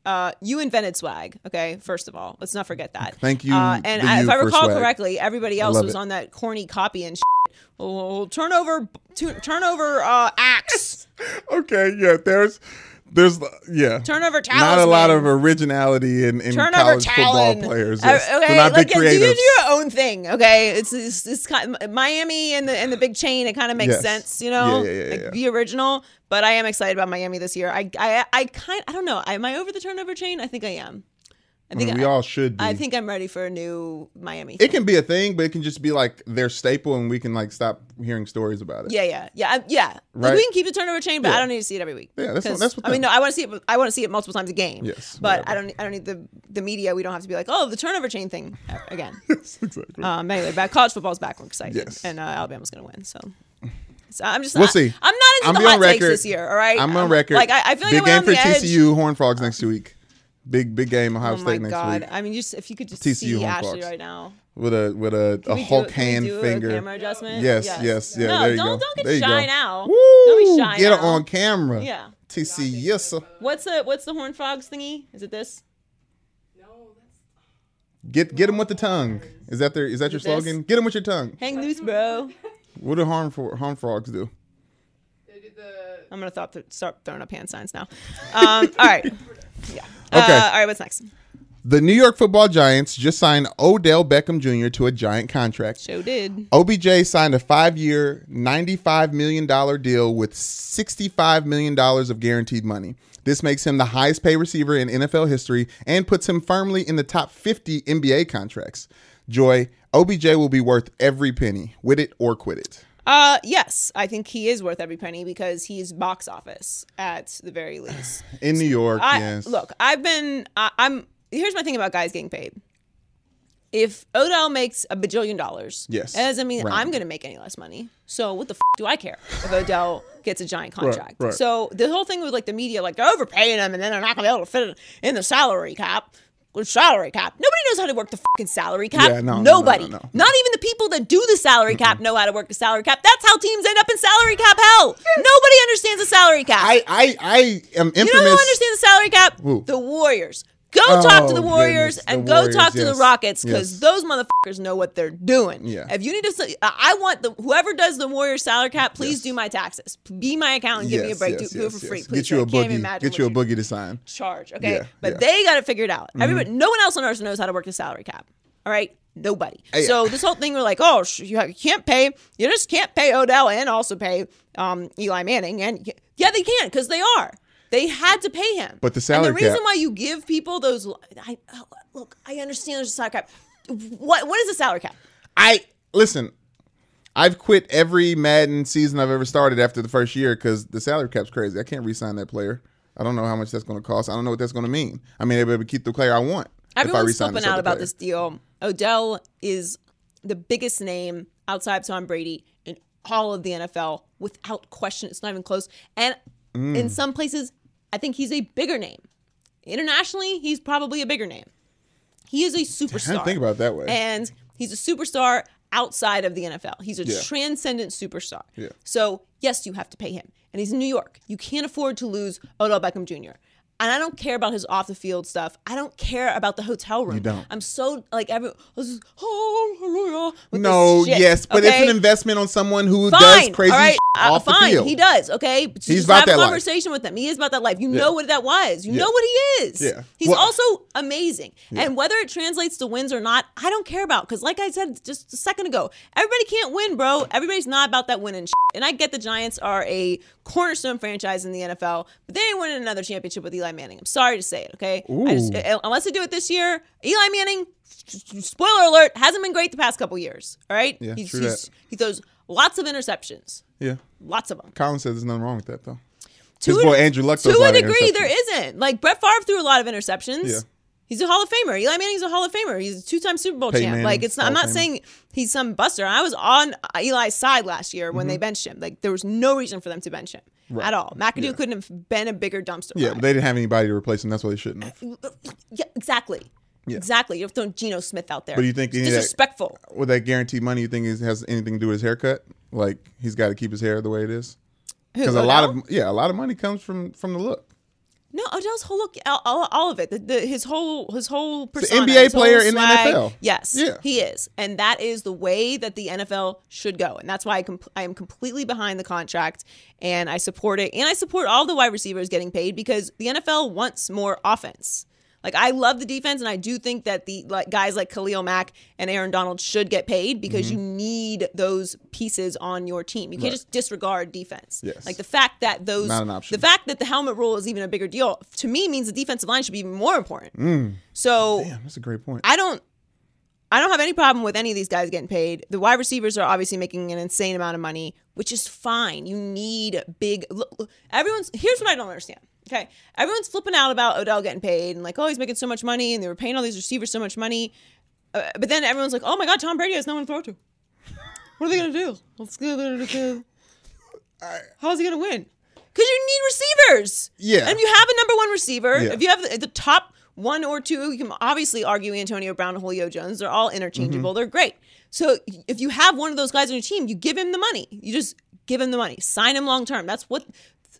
Speaker 2: uh, you invented swag. Okay, first of all, let's not forget that.
Speaker 3: Thank you,
Speaker 2: Uh, and
Speaker 3: the
Speaker 2: I, if
Speaker 3: you
Speaker 2: I
Speaker 3: for
Speaker 2: recall
Speaker 3: swag.
Speaker 2: correctly, everybody else
Speaker 3: love
Speaker 2: was
Speaker 3: it.
Speaker 2: on that corny copy and. Shit. Oh, turnover, tu- turnover uh,
Speaker 3: [LAUGHS]
Speaker 2: axe,
Speaker 3: Okay. Yeah. There's, there's, yeah.
Speaker 2: turnover talisman.
Speaker 3: Not a lot of originality in, in
Speaker 2: turnover
Speaker 3: college
Speaker 2: talon.
Speaker 3: football players.
Speaker 2: Uh,
Speaker 3: Yes. They're
Speaker 2: okay,
Speaker 3: not
Speaker 2: like
Speaker 3: big
Speaker 2: do you do
Speaker 3: creatives.
Speaker 2: your own thing? Okay, it's it's, it's kind Miami and the and the big chain. It kind of makes
Speaker 3: Yes.
Speaker 2: sense, you know.
Speaker 3: Yeah, yeah, yeah,
Speaker 2: like,
Speaker 3: yeah.
Speaker 2: Be original, but I am excited about Miami this year. I I I kind I don't know. Am I over the turnover chain? I think I am. I think
Speaker 3: we
Speaker 2: I,
Speaker 3: all should be.
Speaker 2: I think I'm ready for a new Miami.
Speaker 3: Mm. it can be a thing, but it can just be like their staple, and we can like stop hearing stories about it.
Speaker 2: yeah, yeah, yeah, I- yeah. Like
Speaker 3: Right.
Speaker 2: we can keep the turnover chain, but I
Speaker 3: Yeah.
Speaker 2: don't need to see it every week.
Speaker 3: Yeah, that's what-
Speaker 2: 'Cause-
Speaker 3: that's what
Speaker 2: I mean.
Speaker 3: that-
Speaker 2: No, I want to see it. I want to see it multiple times a game.
Speaker 3: Yes,
Speaker 2: but I
Speaker 3: whatever.
Speaker 2: don't. I don't need the the media. We don't have to be like, oh, the turnover chain thing again.
Speaker 3: [LAUGHS] exactly.
Speaker 2: Um, anyway, back college football's back. We're excited,
Speaker 3: Yes.
Speaker 2: and uh, Alabama's going to win. So. So I'm just.
Speaker 3: We'll
Speaker 2: I,
Speaker 3: see.
Speaker 2: I'm not
Speaker 3: I'm
Speaker 2: into
Speaker 3: be
Speaker 2: the
Speaker 3: on
Speaker 2: hot takes
Speaker 3: record.
Speaker 2: this year. All right.
Speaker 3: I'm on record.
Speaker 2: Like I, I feel like
Speaker 3: big
Speaker 2: I'm
Speaker 3: game
Speaker 2: on
Speaker 3: for
Speaker 2: the edge.
Speaker 3: TCU Horn Frogs next week. Big big game Ohio
Speaker 2: Oh my
Speaker 3: State next
Speaker 2: god!
Speaker 3: week
Speaker 2: I mean, you just, if you could just
Speaker 3: TCU
Speaker 2: see
Speaker 3: home
Speaker 2: Ashley
Speaker 3: Fox.
Speaker 2: right now.
Speaker 3: with a with a, a
Speaker 2: we do-
Speaker 3: Hulk
Speaker 2: can we
Speaker 3: hand
Speaker 2: do a
Speaker 3: finger.
Speaker 2: camera adjustment?
Speaker 3: Yes,
Speaker 2: Yes.
Speaker 3: yes, yeah.
Speaker 2: No,
Speaker 3: there you
Speaker 2: don't-
Speaker 3: go.
Speaker 2: don't get
Speaker 3: There you
Speaker 2: shy
Speaker 3: go.
Speaker 2: now.
Speaker 3: Woo!
Speaker 2: Don't be shy
Speaker 3: Get it
Speaker 2: now.
Speaker 3: on camera.
Speaker 2: Yeah.
Speaker 3: TC, yes, sir.
Speaker 2: What's the what's the horn frogs thingy? Is it this?
Speaker 3: Get get him with the tongue. Is that their is that your
Speaker 2: This?
Speaker 3: slogan? Get him with your tongue.
Speaker 2: Hang loose, bro.
Speaker 3: What do harm for harm frogs do?
Speaker 2: I'm gonna thought start throwing up hand signs now.
Speaker 3: [LAUGHS]
Speaker 2: Um, all right. Yeah.
Speaker 3: Okay.
Speaker 2: Uh, all right. What's next?
Speaker 3: The New York Football Giants just signed Odell Beckham Jr. to a giant contract.
Speaker 2: Show did.
Speaker 3: OBJ signed a five year, $95 million deal with $65 million of guaranteed money. This makes him the highest paid receiver in NFL history and puts him firmly in the top 50 NBA contracts. Joy, OBJ will be worth every penny, with it or quit it.
Speaker 2: Uh, yes, I think he is worth every penny because he's box office at the very least.
Speaker 3: In New York,
Speaker 2: I
Speaker 3: yes.
Speaker 2: look. I've been. I, I'm. Here's my thing about guys getting paid. If Odell makes a bajillion dollars,
Speaker 3: Yes.
Speaker 2: that doesn't mean
Speaker 3: Right.
Speaker 2: I'm going to make any less money. So what the f- do I care if Odell gets a giant contract?
Speaker 3: right.
Speaker 2: So the whole thing with like the media, like they're overpaying him, and then they're not going to be able to fit it in the salary cap. With salary cap, nobody knows how to work the fucking salary cap.
Speaker 3: Yeah, no, no, no,
Speaker 2: Nobody,
Speaker 3: no, no.
Speaker 2: not even the people that do the salary cap know how to work the salary cap. That's how teams end up in salary cap
Speaker 3: [LAUGHS]
Speaker 2: hell. Nobody understands the salary cap.
Speaker 3: I, I, I am infamous.
Speaker 2: You know who understands the salary cap?
Speaker 3: Who?
Speaker 2: The Warriors. Go talk to
Speaker 3: Oh,
Speaker 2: the Warriors
Speaker 3: goodness. The
Speaker 2: and go talk
Speaker 3: Warriors,
Speaker 2: to the
Speaker 3: yes.
Speaker 2: Rockets because
Speaker 3: Yes.
Speaker 2: those motherfuckers know what they're doing.
Speaker 3: Yeah.
Speaker 2: If you need to, s- I I want the whoever does the Warriors salary cap, please
Speaker 3: Yes.
Speaker 2: do my taxes. P- Be my accountant, give me a
Speaker 3: Yes,
Speaker 2: break,
Speaker 3: yes,
Speaker 2: do, do it
Speaker 3: yes,
Speaker 2: for
Speaker 3: yes.
Speaker 2: free. Please.
Speaker 3: Get you
Speaker 2: I
Speaker 3: a
Speaker 2: can't
Speaker 3: boogie.
Speaker 2: even imagine
Speaker 3: Get you a
Speaker 2: what
Speaker 3: boogie to sign.
Speaker 2: charge. Okay,
Speaker 3: Yeah,
Speaker 2: but
Speaker 3: yeah. Mm-hmm.
Speaker 2: they got to figure it out. Everybody, no one else on earth knows how to work the salary cap. All right, nobody.
Speaker 3: Hey,
Speaker 2: so
Speaker 3: uh,
Speaker 2: this whole thing, we're like, oh, sh- you ha- you can't pay. You just can't pay Odell and also pay um, Eli Manning. And y- yeah, they can because they are. They had to pay him.
Speaker 3: But the
Speaker 2: And
Speaker 3: salary
Speaker 2: the reason
Speaker 3: cap-
Speaker 2: why you give people those, l- I oh, look, I understand there's a salary cap. What what is a salary cap?
Speaker 3: I listen. I've quit every Madden season I've ever started after the first year because the salary cap's crazy. I can't re-sign that player. I don't know how much that's going to cost. I don't know what that's going to mean. I mean, able to keep the player I want. if I
Speaker 2: Everyone's
Speaker 3: re-sign
Speaker 2: flipping
Speaker 3: this
Speaker 2: out
Speaker 3: other
Speaker 2: about
Speaker 3: player.
Speaker 2: this deal. Odell is the biggest name outside of Tom Brady in all of the NFL, without question. It's not even close. And
Speaker 3: Mm.
Speaker 2: in some places, I think he's a bigger name. Internationally, he's probably a bigger name. He is a superstar.
Speaker 3: I didn't think about it that way.
Speaker 2: And he's a superstar outside of the NFL. He's a
Speaker 3: Yeah.
Speaker 2: transcendent superstar.
Speaker 3: Yeah.
Speaker 2: So, yes, you have to pay him. And he's in New York. You can't afford to lose Odell Beckham Jr. And I don't care about his off the field stuff. I don't care about the hotel room. You
Speaker 3: don't.
Speaker 2: I'm so like every this is, oh, hallelujah, with
Speaker 3: no,
Speaker 2: this shit,
Speaker 3: yes, but
Speaker 2: okay?
Speaker 3: it's an investment on someone who
Speaker 2: Fine.
Speaker 3: does crazy
Speaker 2: all right.
Speaker 3: shit
Speaker 2: Uh,
Speaker 3: off
Speaker 2: fine.
Speaker 3: the field.
Speaker 2: He does. Okay. But you
Speaker 3: He's
Speaker 2: just
Speaker 3: about
Speaker 2: have
Speaker 3: that
Speaker 2: a
Speaker 3: life.
Speaker 2: conversation with him. He is about that life. You
Speaker 3: Yeah.
Speaker 2: know what that was. You
Speaker 3: Yeah.
Speaker 2: know what he is.
Speaker 3: Yeah.
Speaker 2: He's
Speaker 3: Well-
Speaker 2: also amazing. And whether it translates to wins or not, I don't care about. Because, like I said just a second ago, everybody can't win, bro. Everybody's not about that winning shit. And I get the Giants are a cornerstone franchise in the NFL, but they ain't winning another championship with Eli Manning. I'm sorry to say it, okay? I just, uh, unless they do it this year, Eli Manning, spoiler alert, hasn't been great the past couple years, all right?
Speaker 3: Yeah,
Speaker 2: he's,
Speaker 3: true
Speaker 2: he's-
Speaker 3: that.
Speaker 2: he throws lots of interceptions.
Speaker 3: yeah,
Speaker 2: Lots of them.
Speaker 3: Colin says there's nothing wrong with that though.
Speaker 2: To
Speaker 3: His
Speaker 2: a-
Speaker 3: boy Andrew Luck
Speaker 2: To
Speaker 3: throws a
Speaker 2: a
Speaker 3: lot of
Speaker 2: degree,
Speaker 3: interceptions.
Speaker 2: there isn't. Like Brett Favre threw a lot of interceptions.
Speaker 3: Yeah.
Speaker 2: He's a Hall of Famer. Eli Manning's a Hall of Famer. He's a two-time Super Bowl
Speaker 3: Peyton
Speaker 2: champ.
Speaker 3: Manning,
Speaker 2: like it's not, I'm
Speaker 3: Hall
Speaker 2: not
Speaker 3: of Famer.
Speaker 2: saying he's some buster. I was on Eli's side last year when they
Speaker 3: Mm-hmm.
Speaker 2: benched him. Like there was no reason for them to bench him at all. McAdoo couldn't have been a bigger dumpster.
Speaker 3: Yeah,
Speaker 2: fire.
Speaker 3: but they didn't have anybody to replace him. That's why they shouldn't have.
Speaker 2: Yeah, exactly. Exactly. You're throwing Geno Smith out there.
Speaker 3: But you think
Speaker 2: It's
Speaker 3: any of that-
Speaker 2: disrespectful?
Speaker 3: With that guaranteed money, you think it has anything to do with his haircut? Like he's got to keep his hair the way it is? Because
Speaker 2: Oh,
Speaker 3: a lot of yeah, a lot of money comes from from the look.
Speaker 2: no Odell's whole look, all, all, all of it, the, the, his whole his whole persona,
Speaker 3: NBA
Speaker 2: his whole
Speaker 3: player in the
Speaker 2: swag.
Speaker 3: NFL.
Speaker 2: Yes,
Speaker 3: Yeah.
Speaker 2: he is, and that is the way that the NFL should go, and that's why I, com- I am completely behind the contract, and I support it, and I support all the wide receivers getting paid because the NFL wants more offense. Like I love the defense, and I do think that the like, guys like Khalil Mack and Aaron Donald should get paid because
Speaker 3: Mm-hmm.
Speaker 2: you need those pieces on your team. You can't just disregard defense.
Speaker 3: Yes.
Speaker 2: Like the fact that those
Speaker 3: Not an option.
Speaker 2: the fact that the helmet rule is even a bigger deal to me means the defensive line should be even more important. So
Speaker 3: Mm. Damn, that's a great point.
Speaker 2: I don't I don't have any problem with any of these guys getting paid. The wide receivers are obviously making an insane amount of money, which is fine. You need big look, look, everyone's here's what I don't understand. Okay. Everyone's flipping out about Odell getting paid and like, oh, he's making so much money and they were paying all these receivers so much money. Uh, but then everyone's like, oh my god, Tom Brady has no one to throw to. What are they gonna do? What's gonna
Speaker 3: [LAUGHS]
Speaker 2: do? How's he gonna win? Because you need receivers.
Speaker 3: Yeah.
Speaker 2: And if you have a number one receiver,
Speaker 3: Yeah.
Speaker 2: if you have the, the top one or two, you can obviously argue Antonio Brown and Julio Jones. They're all
Speaker 3: Mm-hmm.
Speaker 2: interchangeable. They're great. So if you have one of those guys on your team, you give him the money. You just give him the money. Sign him long term. That's what.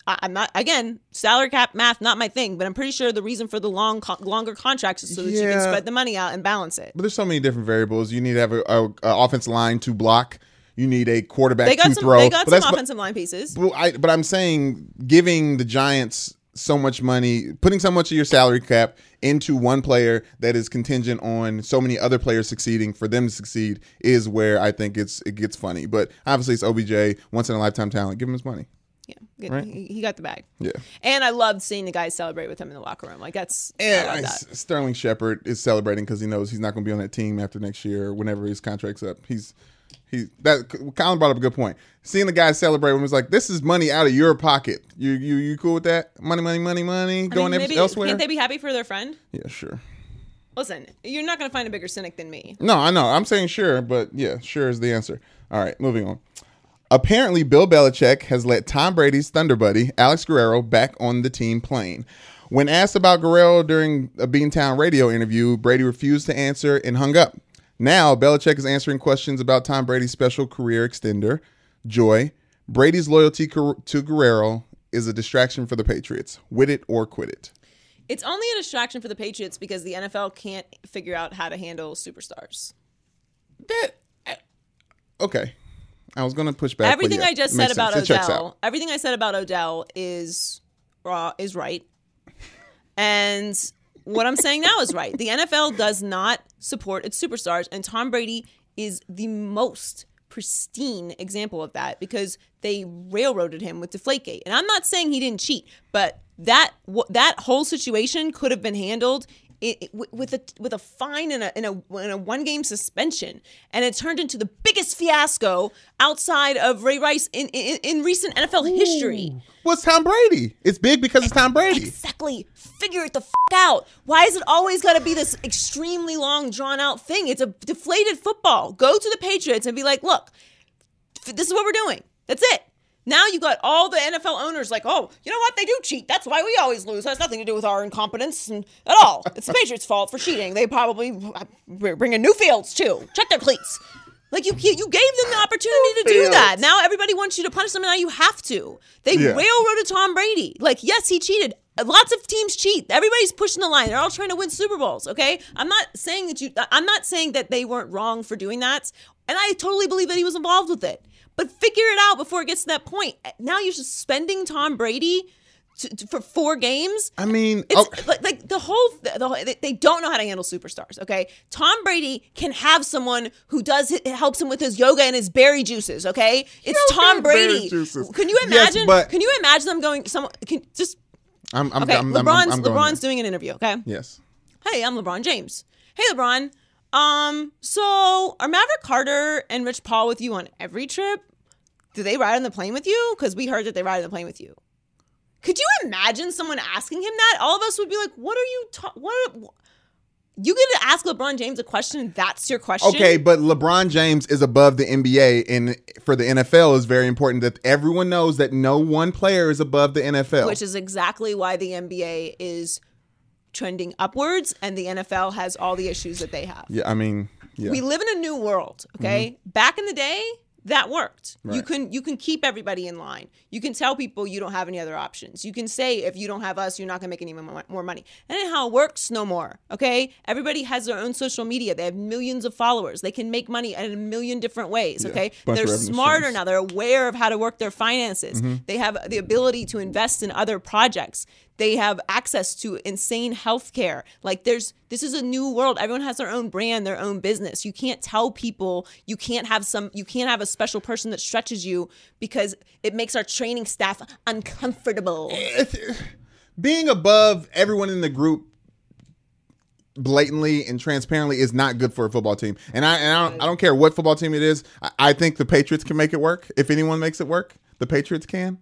Speaker 2: I- I'm not again salary cap math not my thing, but I'm pretty sure the reason for the long co- longer contracts is so that you can
Speaker 3: Yeah.
Speaker 2: spread the money out and balance it.
Speaker 3: But there's so many different variables. You need to have a, a, a offense line to block. You need a quarterback
Speaker 2: They got
Speaker 3: to
Speaker 2: some
Speaker 3: throw.
Speaker 2: they got
Speaker 3: but
Speaker 2: some
Speaker 3: that's-
Speaker 2: offensive line pieces.
Speaker 3: Well, I, but I'm saying giving the Giants so much money, putting so much of your salary cap into one player that is contingent on so many other players succeeding for them to succeed is where I think it's it gets funny. But obviously, it's OBJ, once in a lifetime talent. Give him his money.
Speaker 2: Yeah, good. He, he got the bag.
Speaker 3: Yeah.
Speaker 2: And I loved seeing the guys celebrate with him in the locker room. Like that's
Speaker 3: And
Speaker 2: I love
Speaker 3: I-
Speaker 2: that.
Speaker 3: Sterling Shepard is celebrating because he knows he's not going to be on that team after next year or whenever his contract's up. He's he that Colin brought up a good point. Seeing the guy celebrate when he was like, "This is money out of your pocket. You you you cool with that? Money, money, money, money
Speaker 2: I
Speaker 3: going
Speaker 2: mean, maybe-
Speaker 3: elsewhere."
Speaker 2: Can't they be happy for their friend?
Speaker 3: yeah, sure.
Speaker 2: Listen, you're not going to find a bigger cynic than me.
Speaker 3: No, I know. I'm saying sure, but yeah, sure is the answer. All right, moving on. Apparently, Bill Belichick has let Tom Brady's Thunder Buddy, Alex Guerrero, back on the team plane. When asked about Guerrero during a Beantown radio interview, Brady refused to answer and hung up. Now, Belichick is answering questions about Tom Brady's special career extender, Joy. Brady's loyalty car- to Guerrero is a distraction for the Patriots. Wit it or quit it.
Speaker 2: It's only a distraction for the Patriots because the NFL can't figure out how to handle superstars.
Speaker 3: Okay. I was going to push back. but
Speaker 2: everything
Speaker 3: yeah,
Speaker 2: I just
Speaker 3: makes
Speaker 2: said about
Speaker 3: sense. It checks out.
Speaker 2: Odell, everything I said about Odell is raw is right, and what I'm saying now is right. The NFL does not support its superstars, and Tom Brady is the most pristine example of that because they railroaded him with Deflategate. And I'm not saying he didn't cheat, but that wh- that whole situation could have been handled it, it- wi- with a with a fine and a, and a and a one game suspension, and it turned into the biggest fiasco outside of Ray Rice in in, in recent NFL history.
Speaker 3: was Tom Brady. It's big because it's Tom Brady.
Speaker 2: Exactly. Figure it the f- out. Why is it always got to be this extremely long, drawn out thing? It's a deflated football. Go to the Patriots and be like, look, f- this is what we're doing. That's it. Now you got all the NFL owners like, oh, you know what? They do cheat. That's why we always lose. Has nothing to do with our incompetence and, at all. It's the Patriots' fault for cheating. They probably uh, br- bring in new fields too. Check their cleats. Like you, you gave them the opportunity to do that. Now everybody wants you to punish them, and now you have to. They
Speaker 3: Yeah.
Speaker 2: railroaded Tom Brady. Like, yes, he cheated. Lots of teams cheat. Everybody's pushing the line. They're all trying to win Super Bowls. Okay, I'm not saying that you. I'm not saying that they weren't wrong for doing that, and I totally believe that he was involved with it. But figure it out before it gets to that point. Now you're suspending Tom Brady to, to- for four games.
Speaker 3: I mean,
Speaker 2: It's
Speaker 3: oh,
Speaker 2: like, like the whole, the, the whole- they- they don't know how to handle superstars. Okay, Tom Brady can have someone who does it helps him with his yoga and his berry juices. Okay, it's Tom
Speaker 3: berry
Speaker 2: Brady.
Speaker 3: juices.
Speaker 2: Can you
Speaker 3: Yes,
Speaker 2: imagine?
Speaker 3: but-
Speaker 2: can you imagine them going? Someone can just
Speaker 3: I'm, I'm,
Speaker 2: okay.
Speaker 3: I'm, I'm,
Speaker 2: LeBron's
Speaker 3: I'm, I'm going
Speaker 2: LeBron's
Speaker 3: there.
Speaker 2: doing an interview. Okay,
Speaker 3: Yes.
Speaker 2: hey, I'm LeBron James. Hey, LeBron. Um, so are Maverick Carter and Rich Paul with you on every trip? Do they ride on the plane with you? Because we heard that they ride on the plane with you. Could you imagine someone asking him that? All of us would be like, "What are you? Ta- what? You get to ask LeBron James a question. That's your question.
Speaker 3: Okay, but LeBron James is above the NBA, and for the NFL, is very important that everyone knows that no one player is above the NFL.
Speaker 2: which is exactly why the NBA is trending upwards, and the NFL has all the issues that they have.
Speaker 3: yeah, I mean, yeah, Mm-hmm.
Speaker 2: We live in a new world, okay? Back in the day, that worked. You
Speaker 3: Right.
Speaker 2: can you can keep everybody in line. You can tell people you don't have any other options. You can say if you don't have us, you're not going to make any mo- more money. And then how it works no more, okay? Everybody has their own social media. They have millions of followers. They can make money in a million different ways, okay?
Speaker 3: bunch of
Speaker 2: They're
Speaker 3: revenue
Speaker 2: smarter
Speaker 3: streams. Mm-hmm.
Speaker 2: now. They're aware of how to work their finances. They have the ability to invest in other projects. They have access to insane health care. Like there's this is a new world. Everyone has their own brand, their own business. You can't tell people you can't have some you can't have a special person that stretches you because it makes our training staff uncomfortable.
Speaker 3: being above everyone in the group blatantly and transparently is not good for a football team. And I and I don't, I don't care what football team it is. I, I think the Patriots can make it work. If anyone makes it work, the Patriots can.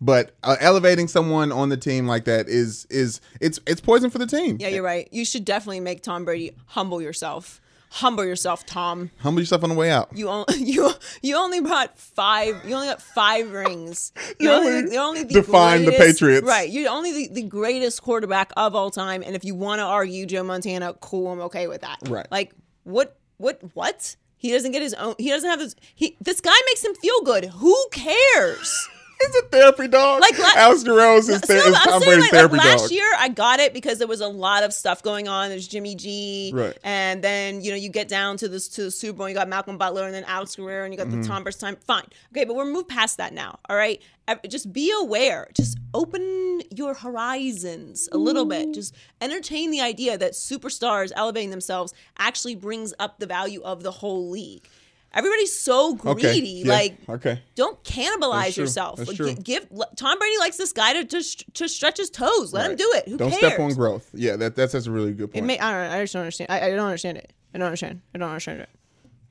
Speaker 3: But uh, elevating someone on the team like that is is it's it's poison for the team.
Speaker 2: Yeah, you're right. You should definitely make Tom Brady humble yourself. Humble yourself, Tom.
Speaker 3: Humble yourself on the
Speaker 2: [LAUGHS]
Speaker 3: way out.
Speaker 2: You only you you only brought five. You only got five
Speaker 3: [LAUGHS]
Speaker 2: rings. You're only, you're only the
Speaker 3: defined the
Speaker 2: greatest-
Speaker 3: Patriots.
Speaker 2: right? You're only the, the greatest quarterback of all time. And if you want to argue Joe Montana, cool, I'm okay with that.
Speaker 3: Right.
Speaker 2: Like what what what? He doesn't get his own. He doesn't have his. He this guy makes him feel good. Who cares?
Speaker 3: It's a therapy dog.
Speaker 2: Like la-
Speaker 3: Alex DeRose
Speaker 2: So,
Speaker 3: is, ther-
Speaker 2: I'm
Speaker 3: is Tom
Speaker 2: saying,
Speaker 3: Brady's
Speaker 2: like, like,
Speaker 3: therapy
Speaker 2: last
Speaker 3: dog.
Speaker 2: year I got it because there was a lot of stuff going on. There's Jimmy G,
Speaker 3: Right.
Speaker 2: and then you know you get down to this to the Super Bowl, you got Malcolm Butler, and then Alex Guerrero, and you got the
Speaker 3: Mm-hmm.
Speaker 2: Tom Burst time. Fine, okay, but we're moved past that now. All right, Ev- just be aware, just open your horizons a little
Speaker 3: Mm-hmm.
Speaker 2: bit, just entertain the idea that superstars elevating themselves actually brings up the value of the whole league. Everybody's so
Speaker 3: okay.
Speaker 2: greedy,
Speaker 3: yeah,
Speaker 2: like
Speaker 3: okay.
Speaker 2: don't cannibalize
Speaker 3: That's true.
Speaker 2: yourself.
Speaker 3: That's
Speaker 2: Like,
Speaker 3: true.
Speaker 2: gi- Give let- Tom Brady likes this guy to to, sh- to stretch his toes. Let him do it. Who
Speaker 3: Don't
Speaker 2: cares?
Speaker 3: step on growth. Yeah, that that's, that's a really good
Speaker 2: It
Speaker 3: point.
Speaker 2: may, I don't. I just don't understand. I, I don't understand it. I don't understand. I don't understand it.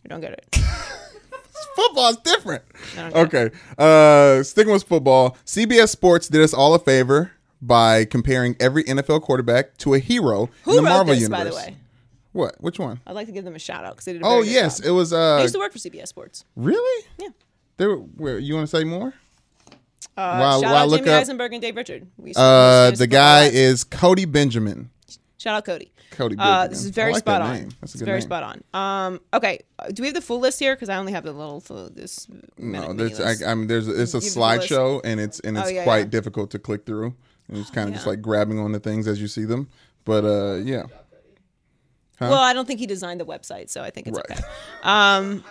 Speaker 2: I don't get it.
Speaker 3: Football's different.
Speaker 2: Okay.
Speaker 3: Okay. Uh sticking with football, CBS Sports did us all a favor by comparing every NFL quarterback to a hero
Speaker 2: Who
Speaker 3: in the
Speaker 2: wrote
Speaker 3: Marvel
Speaker 2: this,
Speaker 3: universe.
Speaker 2: by the way?
Speaker 3: What? Which one?
Speaker 2: I'd like to give them a shout out because they did. A very
Speaker 3: Oh
Speaker 2: good
Speaker 3: yes,
Speaker 2: job.
Speaker 3: it was
Speaker 2: I
Speaker 3: uh
Speaker 2: used to work for CBS Sports.
Speaker 3: really?
Speaker 2: Yeah.
Speaker 3: There where, you want to say more?
Speaker 2: Uh,
Speaker 3: While-
Speaker 2: shout
Speaker 3: while I
Speaker 2: out
Speaker 3: look
Speaker 2: Jamie
Speaker 3: up-
Speaker 2: Eisenberg and Dave Richard. We used to- we
Speaker 3: Uh
Speaker 2: used to
Speaker 3: the
Speaker 2: do all
Speaker 3: guy
Speaker 2: that.
Speaker 3: is Cody Benjamin.
Speaker 2: Shout out Cody.
Speaker 3: Cody
Speaker 2: Uh,
Speaker 3: Benjamin.
Speaker 2: this is
Speaker 3: I
Speaker 2: very
Speaker 3: like
Speaker 2: spot
Speaker 3: that
Speaker 2: on.
Speaker 3: name. That's a
Speaker 2: It's
Speaker 3: good
Speaker 2: very
Speaker 3: name.
Speaker 2: spot on. Um. Okay. uh, Do we have the full list here? Because I only have the little full, this.
Speaker 3: No,
Speaker 2: mini- mini
Speaker 3: there's
Speaker 2: list.
Speaker 3: Oh, I, I mean there's it's a
Speaker 2: Give the list. Oh,
Speaker 3: slideshow and it's and it's
Speaker 2: yeah,
Speaker 3: quite
Speaker 2: yeah.
Speaker 3: difficult to click through. And it's kind of just like grabbing on the things as you see them. But uh yeah.
Speaker 2: Well, I don't think he designed the website, so I think it's
Speaker 3: Right.
Speaker 2: okay. Um,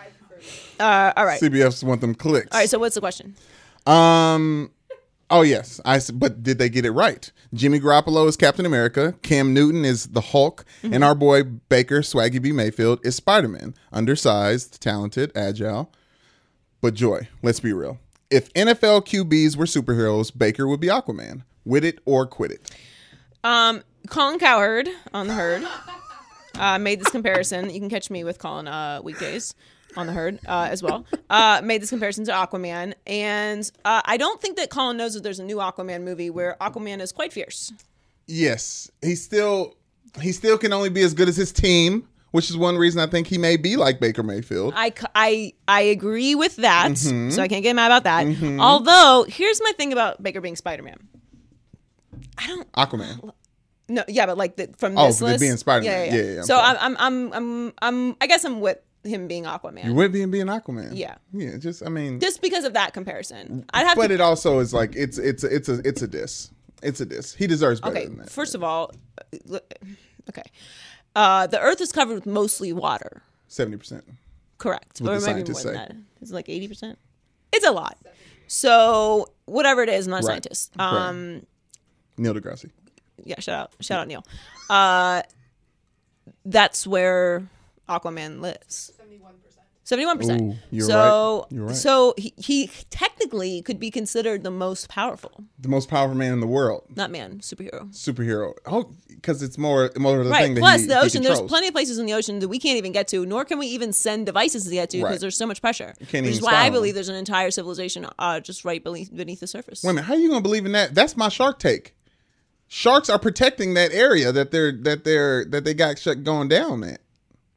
Speaker 2: uh, all right.
Speaker 3: CBS want them clicks.
Speaker 2: All right. So what's the question?
Speaker 3: Um. Oh yes, I. s- But did they get it right? Jimmy Garoppolo is Captain America. Cam Newton is the Hulk,
Speaker 2: Mm-hmm.
Speaker 3: and our boy Baker Swaggy B Mayfield is Spider Man. Undersized, talented, agile. But joy, let's be real. If NFL QBs were superheroes, Baker would be Aquaman. With it or quit it.
Speaker 2: Um, Colin Cowherd on the herd uh, made this comparison. You can catch me with Colin uh, weekdays on the herd uh, as well. Uh, made this comparison to Aquaman, and uh, I don't think that Colin knows that there's a new Aquaman movie where Aquaman is quite fierce.
Speaker 3: Yes, he still he still can only be as good as his team, which is one reason I think he may be like Baker Mayfield.
Speaker 2: I, c- I- I agree with that, so I can't get mad about that. Although, here's my thing about Baker being Spider Man. I don't
Speaker 3: Aquaman.
Speaker 2: No, yeah, but like the, from
Speaker 3: Oh,
Speaker 2: this
Speaker 3: for the
Speaker 2: list,
Speaker 3: being Spider-Man. Yeah, yeah, I'm
Speaker 2: so
Speaker 3: sorry.
Speaker 2: I'm, I'm, I'm, I'm, I'm, I guess I'm with him being Aquaman,
Speaker 3: You would be in being Aquaman.
Speaker 2: Yeah.
Speaker 3: Yeah. Just I mean.
Speaker 2: just because of that comparison. I'd have
Speaker 3: but
Speaker 2: to.
Speaker 3: it also is like it's it's it's a it's a diss. It's a diss. He deserves better
Speaker 2: okay,
Speaker 3: than that.
Speaker 2: first of all, uh, look- okay, uh, the Earth is covered with mostly water.
Speaker 3: Seventy percent.
Speaker 2: Correct.
Speaker 3: what
Speaker 2: or
Speaker 3: the
Speaker 2: maybe more
Speaker 3: scientists
Speaker 2: than
Speaker 3: say.
Speaker 2: that. It's like 80%. It's a lot. So, whatever it is, I'm not a
Speaker 3: Right.
Speaker 2: scientist.
Speaker 3: Right.
Speaker 2: Um,
Speaker 3: Neil deGrasse.
Speaker 2: yeah, shout out, shout out Neil. Uh, that's where Aquaman lives. Seventy-one percent.
Speaker 3: Ooh,
Speaker 2: Seventy-one
Speaker 3: you're
Speaker 2: percent. So,
Speaker 3: right. You're right.
Speaker 2: so he, he technically could be considered the most powerful,
Speaker 3: The most powerful man in the world.
Speaker 2: not man, superhero.
Speaker 3: Superhero. Oh, because it's more more of the
Speaker 2: Right.
Speaker 3: thing that
Speaker 2: Plus,
Speaker 3: he,
Speaker 2: the
Speaker 3: he
Speaker 2: ocean. There's
Speaker 3: controls.
Speaker 2: plenty of places in the ocean that we can't even get to, nor can we even send devices to get to because
Speaker 3: Right.
Speaker 2: there's so much pressure.
Speaker 3: can't
Speaker 2: which
Speaker 3: even
Speaker 2: is why
Speaker 3: spy
Speaker 2: I
Speaker 3: on
Speaker 2: believe
Speaker 3: them.
Speaker 2: there's an entire civilization uh, just right beneath, beneath the surface.
Speaker 3: Wait a minute. How are you gonna believe in that? That's my Shark Take. Sharks are protecting that area that they're that they're that they got shut going down at.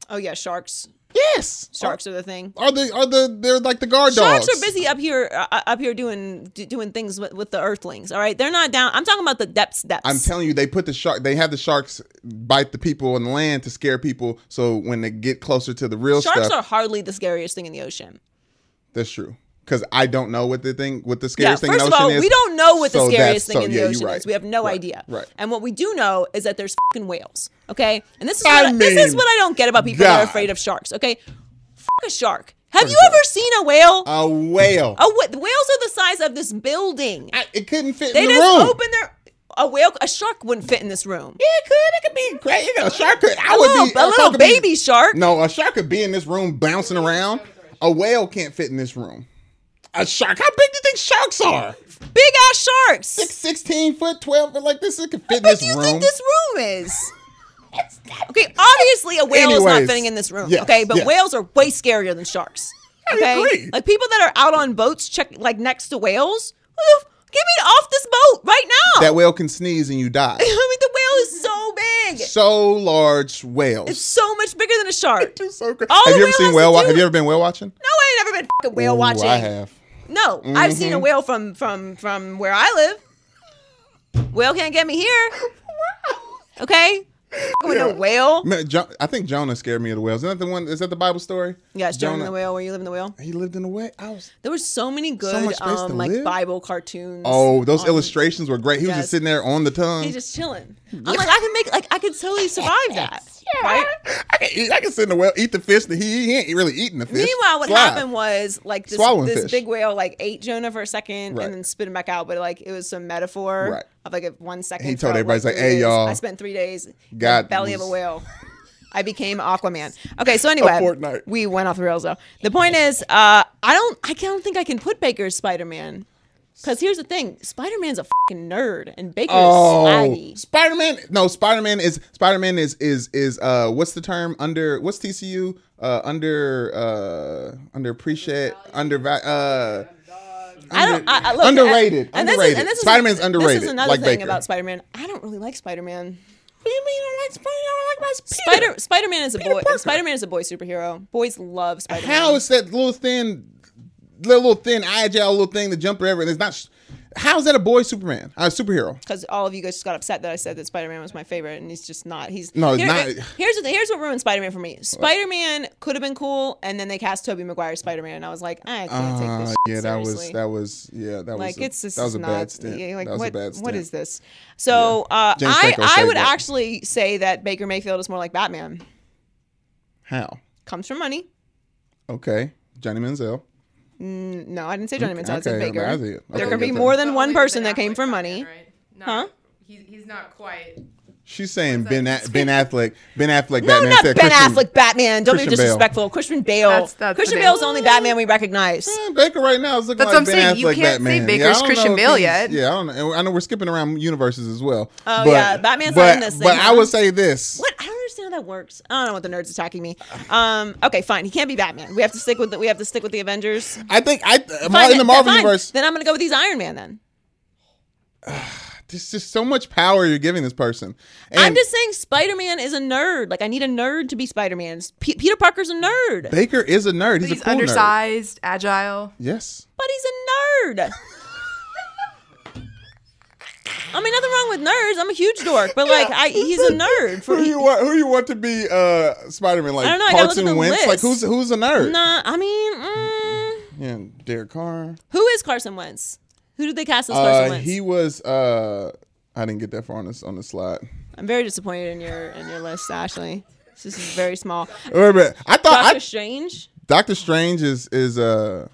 Speaker 2: Oh yeah, sharks.
Speaker 3: Yes,
Speaker 2: Sharks are the thing.
Speaker 3: Are they are the they're like the guard dogs?
Speaker 2: Sharks are busy up here, uh, up here doing d- doing things with, with the Earthlings. All right, they're not down. I'm talking about the depths, depths.
Speaker 3: I'm telling you, they put the shark. They have the sharks bite the people on the land to scare people. So when they get closer to the real
Speaker 2: sharks
Speaker 3: stuff,
Speaker 2: are hardly the scariest thing in the ocean.
Speaker 3: that's true. Because I don't know what the thing, what the
Speaker 2: Yeah,
Speaker 3: scariest thing.
Speaker 2: first
Speaker 3: in
Speaker 2: of
Speaker 3: the ocean
Speaker 2: all,
Speaker 3: is.
Speaker 2: we don't know what the
Speaker 3: So
Speaker 2: scariest
Speaker 3: that's-
Speaker 2: thing
Speaker 3: so,
Speaker 2: in the
Speaker 3: yeah, you
Speaker 2: ocean
Speaker 3: right.
Speaker 2: is. We have no
Speaker 3: Right,
Speaker 2: idea.
Speaker 3: right.
Speaker 2: And what we do know is that there's fucking whales. Okay, and this is
Speaker 3: I
Speaker 2: what I, this is
Speaker 3: mean,
Speaker 2: what I don't get about people that
Speaker 3: God.
Speaker 2: are afraid of sharks. Okay, fuck a shark. Have you ever seen a whale?
Speaker 3: A whale.
Speaker 2: a wh- whales are the size of this building.
Speaker 3: I- it couldn't fit
Speaker 2: They
Speaker 3: in the
Speaker 2: just
Speaker 3: room.
Speaker 2: open their a whale. A shark wouldn't fit in this room.
Speaker 3: yeah, it could. It could be great. You know, a shark could. I
Speaker 2: a
Speaker 3: would
Speaker 2: little,
Speaker 3: be
Speaker 2: a little
Speaker 3: shark could be-
Speaker 2: baby shark.
Speaker 3: no, a shark could be in this room bouncing around. A whale can't fit in this room. A shark. How big do you think sharks are?
Speaker 2: Big ass sharks.
Speaker 3: Six, 16 foot, 12 foot like this. It could fit in
Speaker 2: What
Speaker 3: this
Speaker 2: do you
Speaker 3: room.
Speaker 2: think this room is? Okay, obviously a whale is not
Speaker 3: Anyways,
Speaker 2: fitting in this room.
Speaker 3: yes,
Speaker 2: okay, but
Speaker 3: yes.
Speaker 2: whales are way scarier than sharks. Okay,
Speaker 3: agree.
Speaker 2: like people that are out on boats, check like next to whales. who the f- Get me off this boat right now!
Speaker 3: that whale can sneeze and you die.
Speaker 2: [LAUGHS] I mean, the whale is so big.
Speaker 3: so large whales.
Speaker 2: It's so much bigger than a shark.
Speaker 3: It's so crazy.
Speaker 2: All
Speaker 3: Have
Speaker 2: the
Speaker 3: you ever
Speaker 2: whale has
Speaker 3: seen
Speaker 2: to
Speaker 3: whale? Wa-
Speaker 2: do-
Speaker 3: have you ever been whale watching?
Speaker 2: No, I ain't never been fucking whale
Speaker 3: Ooh,
Speaker 2: watching.
Speaker 3: I have. Mm-hmm.
Speaker 2: No, I've seen a whale from from from where I live. Whale can't get me
Speaker 3: [LAUGHS]
Speaker 2: here. Okay, Fucking with a whale.
Speaker 3: Man, Jo- I think Jonah scared me of the whales. Isn't that the one? Is that the Bible story?
Speaker 2: Yeah, it's Jonah and the whale. Where you live in the whale?
Speaker 3: He lived in a whale. I was.
Speaker 2: There were so many good
Speaker 3: much space to
Speaker 2: um, like
Speaker 3: live.
Speaker 2: Bible cartoons.
Speaker 3: Oh, those
Speaker 2: on-
Speaker 3: illustrations were great. He was
Speaker 2: Yes.
Speaker 3: just sitting there on the tongue.
Speaker 2: He's just chilling. I'm like, I can make like I could totally survive that. Right.
Speaker 3: I can, eat, I can sit in the whale, eat the fish that he, he ain't really eating the fish.
Speaker 2: Meanwhile, what
Speaker 3: It's live.
Speaker 2: happened was like this,
Speaker 3: Swallowing
Speaker 2: this
Speaker 3: fish.
Speaker 2: big whale like ate Jonah for a second
Speaker 3: Right.
Speaker 2: and then spit him back out, but like it was some metaphor
Speaker 3: Right.
Speaker 2: of like a one second.
Speaker 3: He told
Speaker 2: for,
Speaker 3: everybody, he's like,
Speaker 2: three
Speaker 3: "Hey,
Speaker 2: days.
Speaker 3: y'all,
Speaker 2: I spent three days in the
Speaker 3: God
Speaker 2: belly of a
Speaker 3: was- [LAUGHS]
Speaker 2: whale. I became Aquaman. Okay, so anyway,
Speaker 3: fortnight.
Speaker 2: we went off the rails though. The point is, uh, I don't, I don't think I can put Baker's Spider Man because here's the thing: Spider Man's a fucking nerd, and Baker's
Speaker 3: Oh,
Speaker 2: swaggy.
Speaker 3: Spider Man! No, Spider Man is Spider Man is is is uh what's the term under what's TCU uh under uh under appreciate under uh
Speaker 2: I don't I, I- look,
Speaker 3: Underrated,
Speaker 2: And, and this is-
Speaker 3: underrated.
Speaker 2: and this is-
Speaker 3: Spider-Man's
Speaker 2: This
Speaker 3: underrated,
Speaker 2: is another
Speaker 3: like
Speaker 2: thing
Speaker 3: Baker.
Speaker 2: about Spider Man. I don't really like Spider Man.
Speaker 3: you mean you don't like Spider? You don't like my
Speaker 2: Spider Spider Man is a boy.
Speaker 3: Parker.
Speaker 2: Spider Man is a boy superhero. Boys love Spider Man.
Speaker 3: How is that little thin, little thin agile little thing that jumped forever? And it's not. How is that a boy Superman? A superhero?
Speaker 2: Because all of you guys just got upset that I said that Spider Man was my favorite, and he's just not. He's
Speaker 3: No, it's not.
Speaker 2: Here's the, here's what ruined Spider Man for me. Spider Man could have been cool, and then they cast Tobey Maguire Spider Man, and I was like, I can't take this.
Speaker 3: Uh,
Speaker 2: shit
Speaker 3: yeah, that was
Speaker 2: seriously.
Speaker 3: that was yeah that was
Speaker 2: like
Speaker 3: a,
Speaker 2: it's just
Speaker 3: that was a
Speaker 2: not,
Speaker 3: bad stint.
Speaker 2: yeah, Like
Speaker 3: that was
Speaker 2: what?
Speaker 3: a bad stint.
Speaker 2: What is this? So uh,
Speaker 3: James
Speaker 2: I
Speaker 3: Franco
Speaker 2: I
Speaker 3: saved
Speaker 2: would
Speaker 3: it.
Speaker 2: actually say that Baker Mayfield is more like Batman.
Speaker 3: How?
Speaker 2: Comes from money.
Speaker 3: Okay, Johnny Manziel.
Speaker 2: No, I didn't say Johnny Manziel. I said
Speaker 3: Mm, okay,
Speaker 2: Baker.
Speaker 3: I see it. Okay,
Speaker 2: there could be
Speaker 3: okay.
Speaker 2: more than
Speaker 7: But
Speaker 2: one
Speaker 7: only with
Speaker 2: person
Speaker 7: Ben
Speaker 2: that came
Speaker 7: Affleck
Speaker 2: from
Speaker 7: back
Speaker 2: money.
Speaker 7: then, right? Not,
Speaker 2: Huh?
Speaker 7: He's, he's not quite.
Speaker 3: She's saying Ben a-
Speaker 2: [LAUGHS]
Speaker 3: Ben Affleck Ben Affleck
Speaker 2: No,
Speaker 3: Batman
Speaker 2: not
Speaker 3: said
Speaker 2: Ben
Speaker 3: Christian-
Speaker 2: Affleck Batman. Don't
Speaker 3: Christian
Speaker 2: be
Speaker 3: Bale.
Speaker 2: disrespectful. Christian Bale.
Speaker 7: That's- that's
Speaker 2: Christian
Speaker 7: the name.
Speaker 2: Bale's the only Batman we recognize.
Speaker 3: Man, Baker right now is looking
Speaker 7: That's
Speaker 3: like
Speaker 7: what I'm
Speaker 3: Ben
Speaker 7: saying. You
Speaker 3: Affleck
Speaker 7: can't say
Speaker 3: Batman.
Speaker 7: Baker's
Speaker 3: I don't know
Speaker 7: Christian
Speaker 3: if
Speaker 7: Bale
Speaker 3: he's-
Speaker 7: yet.
Speaker 3: Yeah, I don't know. I know we're skipping around universes as well.
Speaker 2: Oh,
Speaker 3: but-
Speaker 2: yeah, Batman's not
Speaker 3: but-
Speaker 2: in this thing,
Speaker 3: But I
Speaker 2: huh?
Speaker 3: will say this.
Speaker 2: What? I don't understand how that works. I don't know what the nerds attacking me. Um. Okay, fine. He can't be Batman. We have to stick with the, we have to stick with the Avengers.
Speaker 3: I think I am
Speaker 2: Fine,
Speaker 3: in the
Speaker 2: then-
Speaker 3: Marvel
Speaker 2: fine.
Speaker 3: universe.
Speaker 2: Then I'm gonna go with these Iron Man. Then
Speaker 3: There's just so much power you're giving this person. And
Speaker 2: I'm just saying Spider Man is a nerd. Like I need a nerd to be Spider Man. P- Peter Parker's a nerd,
Speaker 3: Baker is a nerd. He's,
Speaker 7: He's
Speaker 3: a cool nerd.
Speaker 7: undersized, agile.
Speaker 3: Yes.
Speaker 2: but he's a nerd. I mean, nothing wrong with nerds. I'm a huge dork, but like, I, he's a nerd. For,
Speaker 3: Who you want? Who you want to be uh, Spider Man? Like
Speaker 2: I don't know, I gotta
Speaker 3: Parks
Speaker 2: look at
Speaker 3: and
Speaker 2: the
Speaker 3: Wentz? Like
Speaker 2: list.
Speaker 3: who's who's a nerd?
Speaker 2: Nah, I mean, mm,
Speaker 3: Yeah, Derek Carr.
Speaker 2: who is Carson Wentz? Who did they cast as Carson
Speaker 3: Uh,
Speaker 2: Wentz?
Speaker 3: he was. Uh, I didn't get that far on this on the slide.
Speaker 2: I'm very disappointed in your in your list, Ashley. This is very small.
Speaker 3: Wait a minute. I thought
Speaker 2: Doctor
Speaker 3: I,
Speaker 2: Strange.
Speaker 3: Doctor Strange is is uh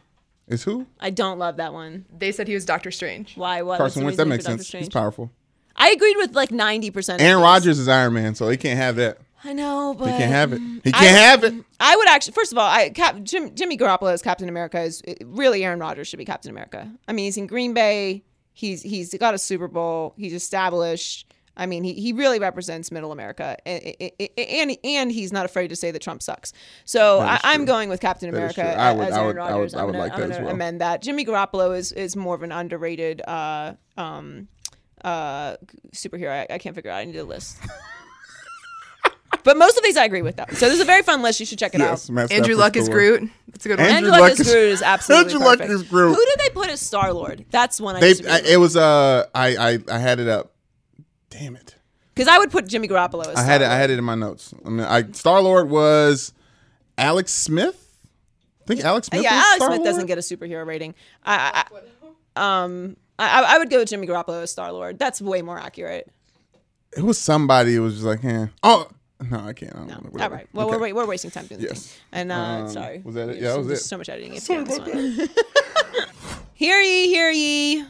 Speaker 3: is who
Speaker 2: I don't love that one.
Speaker 7: They said he was Doctor Strange.
Speaker 2: Why? What?
Speaker 3: Carson
Speaker 2: What's
Speaker 3: Wentz.
Speaker 2: the reasoning
Speaker 3: That makes
Speaker 2: for Doctor
Speaker 3: sense. He's
Speaker 2: Strange?
Speaker 3: powerful.
Speaker 2: I agreed with like 90%.
Speaker 3: Aaron Rodgers is Iron Man, so he can't have that.
Speaker 2: I know, but
Speaker 3: He can't have it. He
Speaker 2: I-
Speaker 3: can't have it.
Speaker 2: I would actually. First of all, I Cap, Jim, Jimmy Garoppolo as Captain America is really Aaron Rodgers should be Captain America. I mean, he's in Green Bay. He's he's got a Super Bowl. He's established. I mean, he, he really represents Middle America, and, and and he's not afraid to say that Trump sucks. So I, I'm going with Captain
Speaker 3: That is
Speaker 2: America
Speaker 3: true. I would-
Speaker 2: as
Speaker 3: I
Speaker 2: Aaron
Speaker 3: would- I would-
Speaker 2: Rodgers.
Speaker 3: I would
Speaker 2: am gonna,
Speaker 3: like
Speaker 2: I'm
Speaker 3: that
Speaker 2: gonna
Speaker 3: as well.
Speaker 2: amend that. Jimmy Garoppolo is is more of an underrated uh, um, uh, superhero. I, I can't figure out. I need a
Speaker 3: [LAUGHS]
Speaker 2: list. but most of these I agree with, though. So this is a very fun list. You should check it
Speaker 3: Yes,
Speaker 2: out.
Speaker 3: Mass
Speaker 7: Andrew
Speaker 3: Effect
Speaker 7: Luck is
Speaker 3: four.
Speaker 7: Groot. That's a good one.
Speaker 3: And-
Speaker 2: Andrew
Speaker 3: Andrew
Speaker 2: Luck
Speaker 3: Luck
Speaker 2: is
Speaker 3: is-
Speaker 2: Groot is absolutely
Speaker 3: Andrew Luck
Speaker 2: perfect.
Speaker 3: is Groot.
Speaker 2: Who did they put as Star Lord? That's one I
Speaker 3: They,
Speaker 2: used
Speaker 3: I, it was uh, I, I, I had it up. Damn it.
Speaker 2: because I would put Jimmy Garoppolo as
Speaker 3: I had it. I had it in my notes. I mean, I Star Lord was Alex Smith. I think Alex Smith.
Speaker 2: yeah,
Speaker 3: was
Speaker 2: Alex
Speaker 3: Star-Lord?
Speaker 2: Smith doesn't get a superhero rating. I, I- I um I, I- I would go with Jimmy Garoppolo as Star Lord. That's way more accurate.
Speaker 3: It was somebody. who was just like, eh. oh no, I can't. I don't know,
Speaker 2: All
Speaker 3: whatever.
Speaker 2: right. Well,
Speaker 3: Okay.
Speaker 2: we're wa- we're wasting time doing this.
Speaker 3: Yes.
Speaker 2: thing. And uh,
Speaker 3: Um,
Speaker 2: sorry.
Speaker 3: was that it?
Speaker 2: There's
Speaker 3: Yeah, that was
Speaker 2: just
Speaker 3: it.
Speaker 2: So much editing. Sorry about that. [LAUGHS] hear ye, hear ye.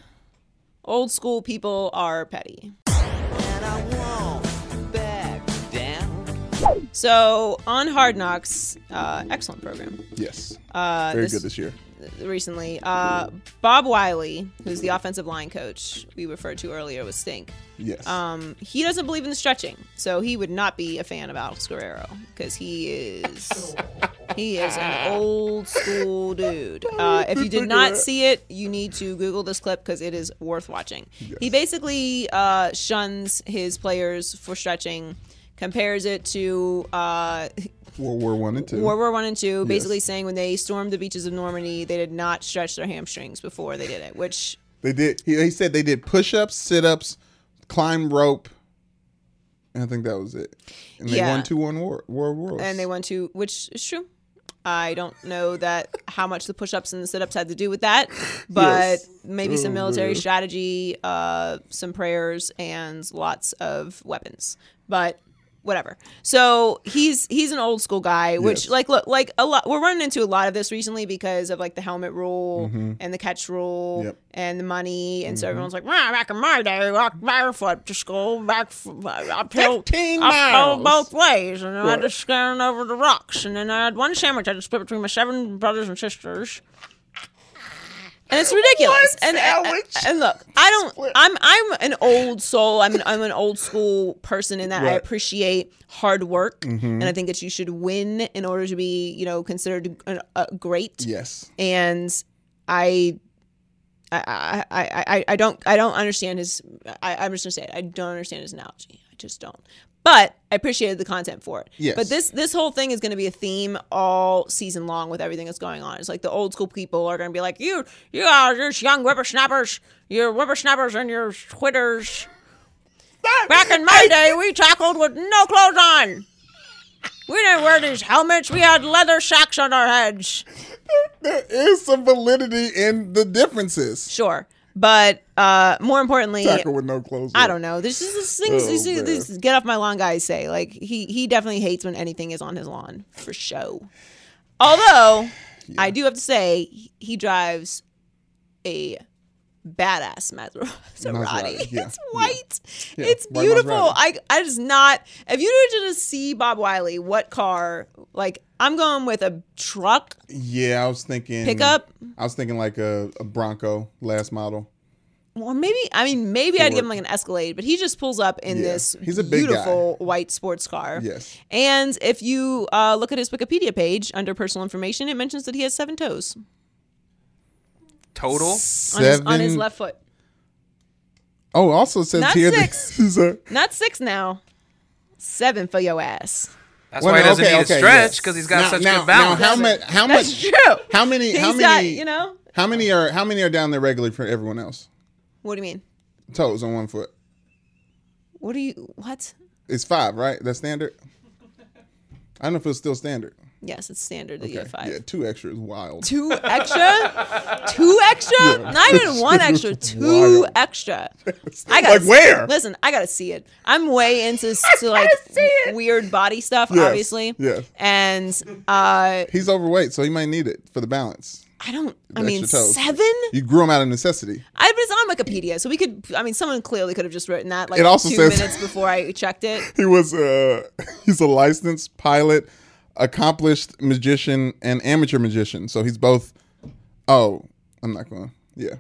Speaker 2: Old school people are petty. So on Hard Knocks, uh, excellent program.
Speaker 3: Yes.
Speaker 2: Uh,
Speaker 3: Very
Speaker 2: this-
Speaker 3: good this year.
Speaker 2: recently. Uh, Bob Wiley, who's the offensive line coach we referred to earlier with Stink,
Speaker 3: Yes.
Speaker 2: um, he doesn't believe in the stretching, so he would not be a fan of Alex Guerrero because he is he is an old school dude. Uh, if you did not see it, you need to Google this clip because it is worth watching. He basically uh, shuns his players for stretching, compares it to. Uh,
Speaker 3: World War One and Two.
Speaker 2: World War One and Two, basically saying when they stormed the beaches of Normandy, they did not stretch their hamstrings before they did it. Which
Speaker 3: They did. He, he said they did push-ups, sit-ups, climb rope, and I think that was it. And they
Speaker 2: Yeah.
Speaker 3: won two one war world wars.
Speaker 2: and they went to, which is true. I don't know that how much the push-ups and the sit-ups had to do with
Speaker 3: [LAUGHS]
Speaker 2: that, but
Speaker 3: Yes. Oh,
Speaker 2: maybe some military strategy, uh, some prayers, and lots of weapons. But whatever. So he's he's an old school guy, which
Speaker 3: Yes.
Speaker 2: like look like a lot. We're running into a lot of this recently because of like the helmet rule and the catch rule
Speaker 3: Mm-hmm. Yep. Mm-hmm.
Speaker 2: and the money, and so everyone's like, "Wow, back in my day, walked barefoot to school, back f- uh, uphill,
Speaker 3: 15
Speaker 2: uphill
Speaker 3: miles."
Speaker 2: both ways, and then I just ran over the rocks, and then I had one sandwich I had to split between my seven brothers and sisters." And it's ridiculous. and, and- and look, I don't. I'm I'm an old soul. I'm an, I'm an old school person in that I
Speaker 3: Right. Mm-hmm.
Speaker 2: appreciate hard work, and I think that you should win in order to be you know considered an, a great
Speaker 3: Yes.
Speaker 2: and I. I, I, I- I, I don't I don't understand his I, I'm just gonna say it I don't understand his analogy I just don't but I appreciated the content for it
Speaker 3: Yes.
Speaker 2: but this this whole thing is gonna be a theme all season long with everything that's going on it's like the old school people are gonna be like you you are just young whippersnappers you're whippersnappers and you're twitters back in my day we tackled with no clothes on we didn't wear these helmets we had leather sacks on our heads.
Speaker 3: There is some validity in the differences.
Speaker 2: Sure. But uh, more importantly,
Speaker 3: Tackle with no clothes.
Speaker 2: I
Speaker 3: on.
Speaker 2: don't know. There's just these things
Speaker 3: Oh,
Speaker 2: these, things-
Speaker 3: man.
Speaker 2: these get off my lawn guys say. Like he he definitely hates when anything is on his lawn for show. Although I do have to say he- he drives a badass Maserati. [LAUGHS]
Speaker 3: Maserati, yeah,
Speaker 2: it's
Speaker 3: yeah.
Speaker 2: white.
Speaker 3: Yeah,
Speaker 2: It's
Speaker 3: white
Speaker 2: beautiful.
Speaker 3: Maserati.
Speaker 2: I I just not if you were to just see Bob Wiley, what car like I'm going with a truck.
Speaker 3: Yeah, I was thinking
Speaker 2: Pickup?
Speaker 3: I was thinking like a, a Bronco last model.
Speaker 2: Well, maybe I mean maybe I'd give him
Speaker 3: Ford.
Speaker 2: like an Escalade, but he just pulls up in
Speaker 3: Yeah.
Speaker 2: this
Speaker 3: He's a big guy.
Speaker 2: beautiful white sports car.
Speaker 3: Yes.
Speaker 2: And if you uh, look at his Wikipedia page under personal information, it mentions that he has seven toes
Speaker 1: Total?
Speaker 2: on, his, on his left foot.
Speaker 3: Oh, also says
Speaker 2: Not
Speaker 3: here
Speaker 2: six.
Speaker 3: that [LAUGHS] he's a
Speaker 2: Not six now, seven for your ass.
Speaker 1: That's
Speaker 3: Well,
Speaker 1: why he
Speaker 3: no,
Speaker 1: doesn't
Speaker 3: okay,
Speaker 1: need
Speaker 3: okay,
Speaker 1: a stretch
Speaker 3: yes.
Speaker 1: because he's got
Speaker 3: Now-
Speaker 1: such
Speaker 3: now-
Speaker 1: good balance.
Speaker 3: Now, how much? How
Speaker 2: That's
Speaker 3: much?
Speaker 2: true.
Speaker 3: How many? How
Speaker 2: He's
Speaker 3: many?
Speaker 2: got, you know.
Speaker 3: How many are? How many are down there regularly for everyone else?
Speaker 2: What do you mean?
Speaker 3: Toes on one foot.
Speaker 2: What do you? What?
Speaker 3: It's five, right? That's standard. I don't know if it's still standard.
Speaker 2: Yes, it's standard that you have
Speaker 3: Okay.
Speaker 2: five.
Speaker 3: Yeah, two extra is wild.
Speaker 2: Two extra? Two extra? Not even one
Speaker 3: [LAUGHS]
Speaker 2: extra. Two
Speaker 3: Wild.
Speaker 2: extra. I got
Speaker 3: Like where?
Speaker 2: Listen, I gotta see it. I'm way into
Speaker 3: [LAUGHS]
Speaker 2: s- to like weird body stuff,
Speaker 3: Yes,
Speaker 2: obviously.
Speaker 3: yes.
Speaker 2: And uh,
Speaker 3: He's overweight, so he might need it for the balance.
Speaker 2: I don't. I
Speaker 3: Extra
Speaker 2: mean,
Speaker 3: toes.
Speaker 2: seven.
Speaker 3: You grew him out of necessity.
Speaker 2: I but it's on Wikipedia, so we could. I mean, someone clearly could have just written that like
Speaker 3: It also
Speaker 2: two
Speaker 3: says-
Speaker 2: minutes before I checked
Speaker 3: [LAUGHS]
Speaker 2: it.
Speaker 3: He was. Uh, [LAUGHS] he's a licensed pilot, accomplished magician, and amateur magician. So he's both. Oh, I'm not going. to Yeah.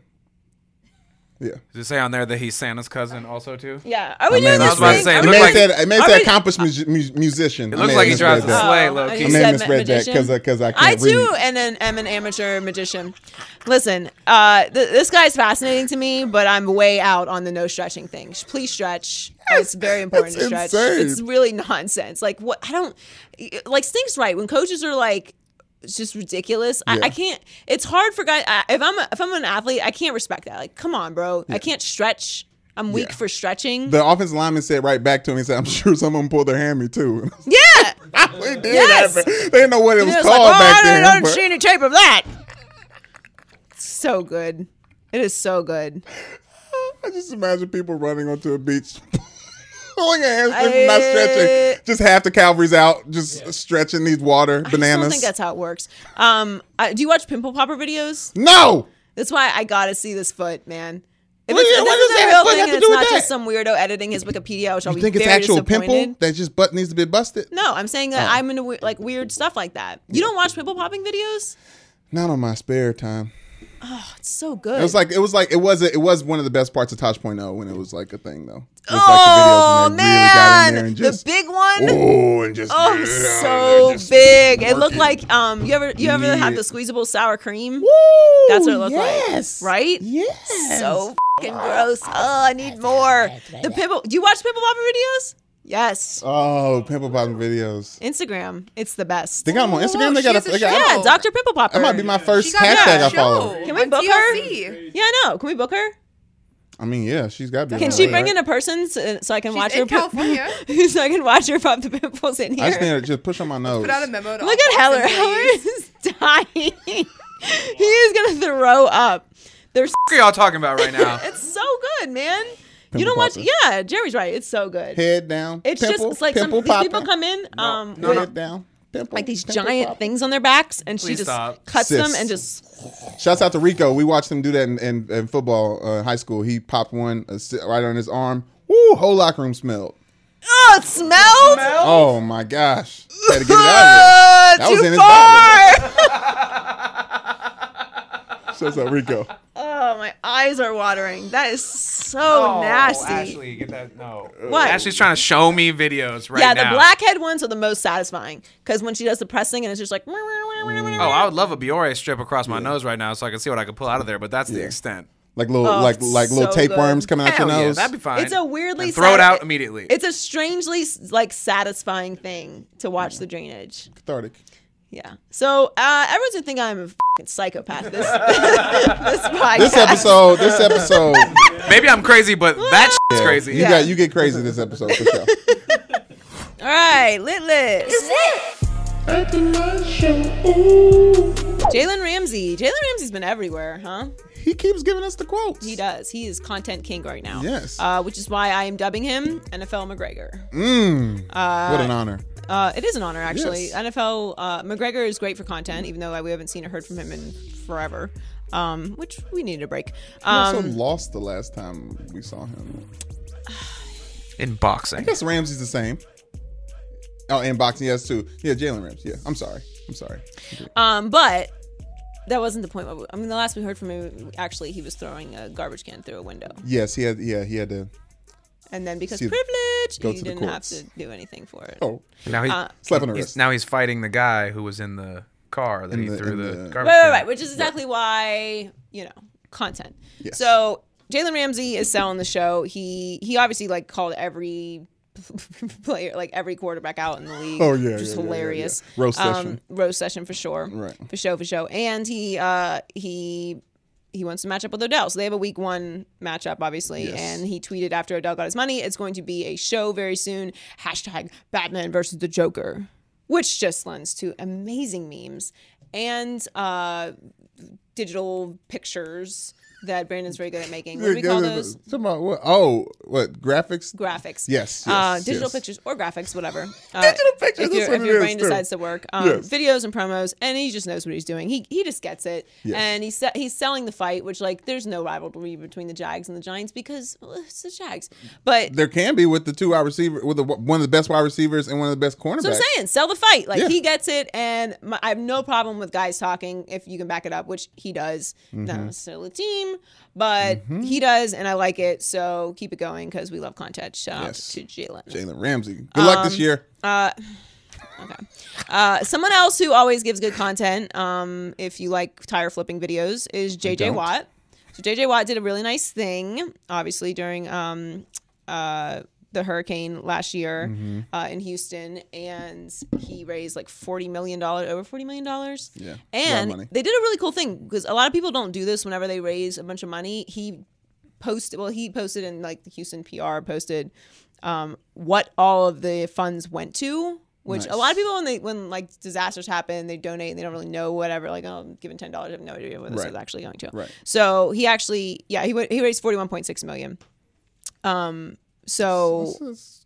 Speaker 3: Yeah.
Speaker 8: Does it say on there that he's Santa's cousin also too?
Speaker 2: Yeah. Are we
Speaker 3: My man
Speaker 2: doing this
Speaker 8: is right.
Speaker 2: thing? Are
Speaker 8: I was
Speaker 3: It
Speaker 2: we
Speaker 8: about
Speaker 3: may
Speaker 8: to
Speaker 2: doing-
Speaker 8: say,
Speaker 3: say it may
Speaker 2: I
Speaker 3: say
Speaker 2: mean-
Speaker 3: accomplished mu- mu- musician.
Speaker 8: It looks like he drives a
Speaker 2: that.
Speaker 8: sleigh,
Speaker 2: Oh,
Speaker 8: low
Speaker 2: I
Speaker 8: key.
Speaker 3: I
Speaker 2: said
Speaker 3: may
Speaker 2: ma-
Speaker 3: misread that
Speaker 2: magician.
Speaker 3: because because I
Speaker 2: I
Speaker 3: can't
Speaker 2: too
Speaker 3: read.
Speaker 2: and an, am an amateur magician. Listen, uh, th- this guy's fascinating to me, but I'm way out on the no stretching thing. Sh- Please stretch. It's very important to
Speaker 3: That's
Speaker 2: stretch.
Speaker 3: insane.
Speaker 2: It's really nonsense. Like what I don't like. Stinks right when coaches are like. It's just ridiculous. I,
Speaker 3: Yeah.
Speaker 2: I can't. It's hard for guys. I, if I'm a, if I'm an athlete, I can't respect that. Like, come on, bro. I can't stretch. I'm weak
Speaker 3: Yeah.
Speaker 2: for stretching.
Speaker 3: The offensive lineman said right back to me and said, "I'm [LAUGHS] sure someone pulled their hammy too." [LAUGHS]
Speaker 2: yeah.
Speaker 3: they did
Speaker 2: Yes.
Speaker 3: that, bro. They didn't know what it was
Speaker 2: It's
Speaker 3: called
Speaker 2: like, oh,
Speaker 3: back
Speaker 2: I don't,
Speaker 3: then.
Speaker 2: I don't
Speaker 3: bro.
Speaker 2: see any tape of that. so good. It is so good.
Speaker 3: I just imagine people running onto a beach, [LAUGHS] pulling their hamstrings, and not stretching. Just half the Calvary's out, just stretching these water
Speaker 2: I just don't
Speaker 3: bananas.
Speaker 2: think that's how it works. Um, I, do you watch pimple popper videos?
Speaker 3: no.
Speaker 2: That's why I gotta see this foot, man. If
Speaker 3: What
Speaker 2: it's,
Speaker 3: do you-
Speaker 2: if
Speaker 3: what
Speaker 2: this is
Speaker 3: does
Speaker 2: a
Speaker 3: that
Speaker 2: real
Speaker 3: foot
Speaker 2: thing
Speaker 3: have
Speaker 2: and
Speaker 3: to
Speaker 2: it's
Speaker 3: do with
Speaker 2: not
Speaker 3: that?
Speaker 2: just some weirdo editing his Wikipedia, which I'll
Speaker 3: You
Speaker 2: be
Speaker 3: think it's
Speaker 2: very
Speaker 3: actual
Speaker 2: disappointed.
Speaker 3: pimple Oh. that just butt needs to be busted?
Speaker 2: No, I'm saying that I'm into we- like weird stuff like that. You don't watch pimple popping videos?
Speaker 3: Not on my spare time.
Speaker 2: It's so good.
Speaker 3: It was like it was like it was it was one of the best parts of Tosh Point oh when it was like a thing though. It was
Speaker 2: oh
Speaker 3: like the videos when they really got
Speaker 2: man,
Speaker 3: in there and just
Speaker 2: the big one.
Speaker 3: oh and just
Speaker 2: Oh,
Speaker 3: yeah,
Speaker 2: so
Speaker 3: just
Speaker 2: big! It
Speaker 3: work
Speaker 2: looked like um, you ever you ever had the squeezable sour cream? That's what it looked like, right?
Speaker 3: Yes.
Speaker 2: So fing gross. Oh, I need more. The pimple. Do you watch pimple popper videos? Yes.
Speaker 3: Oh, pimple popping videos.
Speaker 2: Instagram. It's the best.
Speaker 3: They got them on Instagram. They
Speaker 7: she
Speaker 3: got
Speaker 7: has
Speaker 3: a.
Speaker 7: a
Speaker 3: They got,
Speaker 7: show.
Speaker 2: yeah, Dr. Pimple Popper.
Speaker 3: That might be my first
Speaker 7: got
Speaker 3: hashtag
Speaker 7: that
Speaker 3: I follow.
Speaker 7: show
Speaker 2: Can we
Speaker 7: on
Speaker 2: book her?
Speaker 7: TLC.
Speaker 2: Yeah, I know. Can we book her?
Speaker 3: I mean, yeah, she's got to be.
Speaker 2: Can
Speaker 3: on
Speaker 2: she
Speaker 3: that,
Speaker 2: bring
Speaker 3: right?
Speaker 2: in a person uh, so, so I can
Speaker 7: She's
Speaker 2: watch her? [LAUGHS]
Speaker 7: in California.
Speaker 2: so I can watch her pop the pimples in here.
Speaker 3: I just need her to just push on my nose.
Speaker 7: Put out a memo. To
Speaker 2: Look
Speaker 7: all
Speaker 2: at Heller.
Speaker 7: fucking
Speaker 2: Heller
Speaker 7: ladies.
Speaker 2: is dying. he is gonna throw up. There's
Speaker 8: What are y'all talking about right now?
Speaker 2: [LAUGHS] it's so good, man. you
Speaker 3: Pimple
Speaker 2: don't watch.
Speaker 3: popper.
Speaker 2: Yeah, Jerry's right. It's so good.
Speaker 3: Head down.
Speaker 2: it's
Speaker 3: pimple,
Speaker 2: just it's like some
Speaker 3: pimple
Speaker 2: these
Speaker 3: popping.
Speaker 2: people come in um
Speaker 8: No,
Speaker 2: with
Speaker 8: no.
Speaker 3: Head down. Pimple,
Speaker 2: like these
Speaker 3: pimple
Speaker 2: giant
Speaker 3: popping.
Speaker 2: things on their backs, and she
Speaker 8: Please
Speaker 2: just
Speaker 8: stop.
Speaker 2: cuts
Speaker 3: Sis.
Speaker 2: them and just
Speaker 3: Shouts out to Rico. We watched him do that in, in, in football, uh, high school. He popped one uh, si- right on his arm. Woo! Whole locker room smelled.
Speaker 2: oh, it smells.
Speaker 3: Oh my gosh! Had to get it out
Speaker 2: Uh,
Speaker 3: That was
Speaker 2: too
Speaker 8: [LAUGHS]
Speaker 3: in his
Speaker 2: far.
Speaker 3: of there. Shouts out Rico.
Speaker 2: oh, my eyes are watering. That is so
Speaker 8: Oh,
Speaker 2: nasty.
Speaker 8: Ashley, get that. No.
Speaker 2: What?
Speaker 8: Ashley's trying to show me videos right
Speaker 2: yeah,
Speaker 8: now.
Speaker 2: the blackhead ones are the most satisfying because when she does the pressing and it's just like.
Speaker 8: Oh, I would love a Biore strip across my nose right now so I can see what I can pull out of there, but that's the extent.
Speaker 3: Like little,
Speaker 2: Oh,
Speaker 3: like
Speaker 2: it's
Speaker 3: like little
Speaker 2: so
Speaker 3: tapeworms
Speaker 2: good.
Speaker 3: coming out
Speaker 8: Hell
Speaker 3: your
Speaker 8: yeah,
Speaker 3: nose.
Speaker 8: that'd be fine.
Speaker 2: It's a weirdly
Speaker 8: And throw it
Speaker 2: sati-
Speaker 8: out immediately.
Speaker 2: It's a strangely like satisfying thing to watch the drainage.
Speaker 3: cathartic.
Speaker 2: Yeah. So uh, everyone's gonna think I'm a fucking psychopath. This [LAUGHS] this podcast.
Speaker 3: This episode, this episode,
Speaker 8: Maybe I'm crazy, but that shit's [LAUGHS] crazy.
Speaker 3: you got you get crazy this episode for sure.
Speaker 2: All right, lit lit. Jalen Ramsey. Jalen Ramsey's been everywhere, huh?
Speaker 3: he keeps giving us the quotes.
Speaker 2: He does. He is content king right now.
Speaker 3: Yes.
Speaker 2: Uh, which is why I am dubbing him NFL McGregor.
Speaker 3: what an honor.
Speaker 2: Uh, it is an honor, actually.
Speaker 3: Yes.
Speaker 2: NFL uh, McGregor is great for content, even though uh, we haven't seen or heard from him in forever. Um, which we needed a break.
Speaker 3: also
Speaker 2: Um,
Speaker 3: lost the last time we saw him.
Speaker 8: In boxing.
Speaker 3: Yes, Ramsey's the same. Oh, and boxing, yes, too. Yeah, Jalen Ramsey. Yeah, I'm sorry. I'm sorry.
Speaker 2: um, but that wasn't the point. I mean, the last we heard from him, actually, he was throwing a garbage can through a window,
Speaker 3: Yes, he had. Yeah, he had to.
Speaker 2: and then because
Speaker 3: See,
Speaker 2: privilege,
Speaker 3: go
Speaker 2: he
Speaker 3: to the
Speaker 2: didn't have
Speaker 3: courts.
Speaker 2: to do anything for it.
Speaker 3: Oh,
Speaker 8: Now, he,
Speaker 3: slap on the
Speaker 8: he's,
Speaker 3: wrist.
Speaker 8: now he's fighting the guy who was in the car that he
Speaker 3: the-
Speaker 8: threw
Speaker 3: in
Speaker 8: the,
Speaker 3: the-
Speaker 8: garbage
Speaker 2: Right, right,
Speaker 8: can.
Speaker 2: right. Which is exactly why you know content.
Speaker 3: Yes.
Speaker 2: So Jalen Ramsey is selling the show. He he obviously like called every [LAUGHS] player, like every quarterback out in the league.
Speaker 3: Oh, yeah,
Speaker 2: which is
Speaker 3: yeah, yeah, yeah,
Speaker 2: hilarious.
Speaker 3: yeah. Roast
Speaker 2: Um,
Speaker 3: session.
Speaker 2: roast session for sure.
Speaker 3: Right.
Speaker 2: for show for show. And he uh he. He wants to match up with Odell. So they have a week one matchup, obviously.
Speaker 3: Yes.
Speaker 2: And he tweeted after Odell got his money, it's going to be a show very soon. Hashtag Batman versus the Joker, which just lends to amazing memes. And uh, digital pictures that Brandon's very good at making. What do we call those?
Speaker 3: Talking about what? Oh, what graphics?
Speaker 2: Graphics.
Speaker 3: Yes,
Speaker 2: uh,
Speaker 3: yes,
Speaker 2: digital
Speaker 3: yes.
Speaker 2: pictures or graphics, whatever. Uh,
Speaker 3: Digital pictures,
Speaker 2: If,
Speaker 3: that's
Speaker 2: your-
Speaker 3: what
Speaker 2: if
Speaker 3: it
Speaker 2: your
Speaker 3: is,
Speaker 2: brain
Speaker 3: too.
Speaker 2: decides to work, um,
Speaker 3: Yes.
Speaker 2: videos and promos, and he just knows what he's doing. He he just gets it,
Speaker 3: Yes.
Speaker 2: and he's se- he's selling the fight, which like there's no rivalry between the Jags and the Giants because well, it's the Jags. But
Speaker 3: there can be with the two wide receiver, with the, one of the best wide receivers and one of the best cornerbacks.
Speaker 2: So I'm saying, sell the fight. Like
Speaker 3: Yeah.
Speaker 2: he gets it,
Speaker 3: Mm-hmm.
Speaker 2: and my, I have no problem with guys talking if you can back it up, which he does. Not necessarily the team, him, but he does, and I like it. So keep it going because we love content. Shout
Speaker 3: Yes.
Speaker 2: out to Jalen.
Speaker 3: Jalen Ramsey. Good luck
Speaker 2: Um,
Speaker 3: this year.
Speaker 2: Uh, someone else who always gives good content, um, if you like tire flipping videos, is JJ
Speaker 3: don't.
Speaker 2: Watt. So JJ Watt did a really nice thing, obviously during um, uh, the hurricane last year
Speaker 3: Mm-hmm.
Speaker 2: uh, in Houston, and he raised like forty million dollars, over forty million dollars.
Speaker 3: Yeah, it's a lot of
Speaker 2: and
Speaker 3: money.
Speaker 2: they did a really cool thing because a lot of people don't do this. Whenever they raise a bunch of money, he posted. Well, he posted and like the Houston PR posted um, what all of the funds went to. Which a lot of people when they when like disasters happen, they donate and they don't really know whatever. Like, oh, I'm giving ten dollars, I have no idea where this
Speaker 3: Right.
Speaker 2: is actually going to.
Speaker 3: Right.
Speaker 2: So he actually, yeah, he wa- he raised forty one point six million. Um. So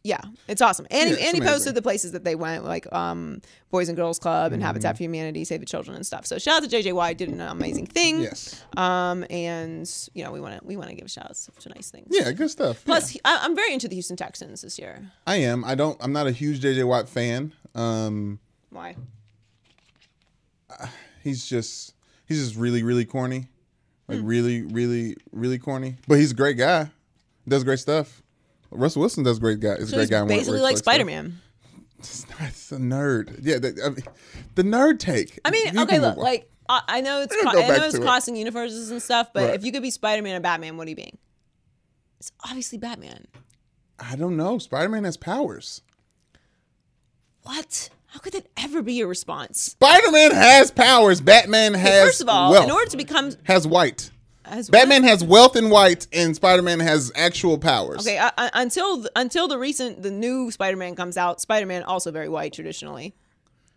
Speaker 2: yeah, it's awesome. And
Speaker 3: Yeah,
Speaker 2: he,
Speaker 3: it's
Speaker 2: and he
Speaker 3: amazing.
Speaker 2: posted the places that they went, like um, Boys and Girls Club and
Speaker 3: Mm-hmm.
Speaker 2: Habitat for Humanity, Save the Children, and stuff. So shout out to JJY, did an amazing thing.
Speaker 3: Yes.
Speaker 2: Um, and you know we want to we want to give shout outs to nice things.
Speaker 3: Yeah, good stuff.
Speaker 2: Plus, he- I, I'm very into the Houston Texans this year.
Speaker 3: I am. I don't. I'm not a huge JJ Watt fan. Um,
Speaker 2: Why?
Speaker 3: he's just he's just really really corny, like
Speaker 2: Hmm.
Speaker 3: really really really corny. But he's a great guy. Does great stuff. Russell Wilson does great guy. Is a
Speaker 2: So
Speaker 3: great
Speaker 2: he's
Speaker 3: guy. in what-
Speaker 2: basically
Speaker 3: what
Speaker 2: like
Speaker 3: it's stuff.
Speaker 2: Spider Man.
Speaker 3: It's not- It's a nerd. Yeah, the, I mean, the nerd take.
Speaker 2: I mean,
Speaker 3: You
Speaker 2: okay,
Speaker 3: can
Speaker 2: look,
Speaker 3: move on.
Speaker 2: like I, I know it's
Speaker 3: We're
Speaker 2: co-
Speaker 3: gonna
Speaker 2: I
Speaker 3: go back
Speaker 2: know it's
Speaker 3: to it.
Speaker 2: costing universes and stuff, but
Speaker 3: Right.
Speaker 2: if you could be Spider Man and Batman, what are you being? It's obviously Batman.
Speaker 3: I don't know. Spider Man has powers.
Speaker 2: What? How could that ever be your response?
Speaker 3: Spider Man has powers. Batman
Speaker 2: Okay,
Speaker 3: has
Speaker 2: First of all,
Speaker 3: wealth.
Speaker 2: in order to become
Speaker 3: has white.
Speaker 2: as
Speaker 3: Batman has wealth and white, and Spider Man has actual powers.
Speaker 2: Okay, I, I, until th- until the recent the new Spider-Man comes out, Spider-Man also very white traditionally.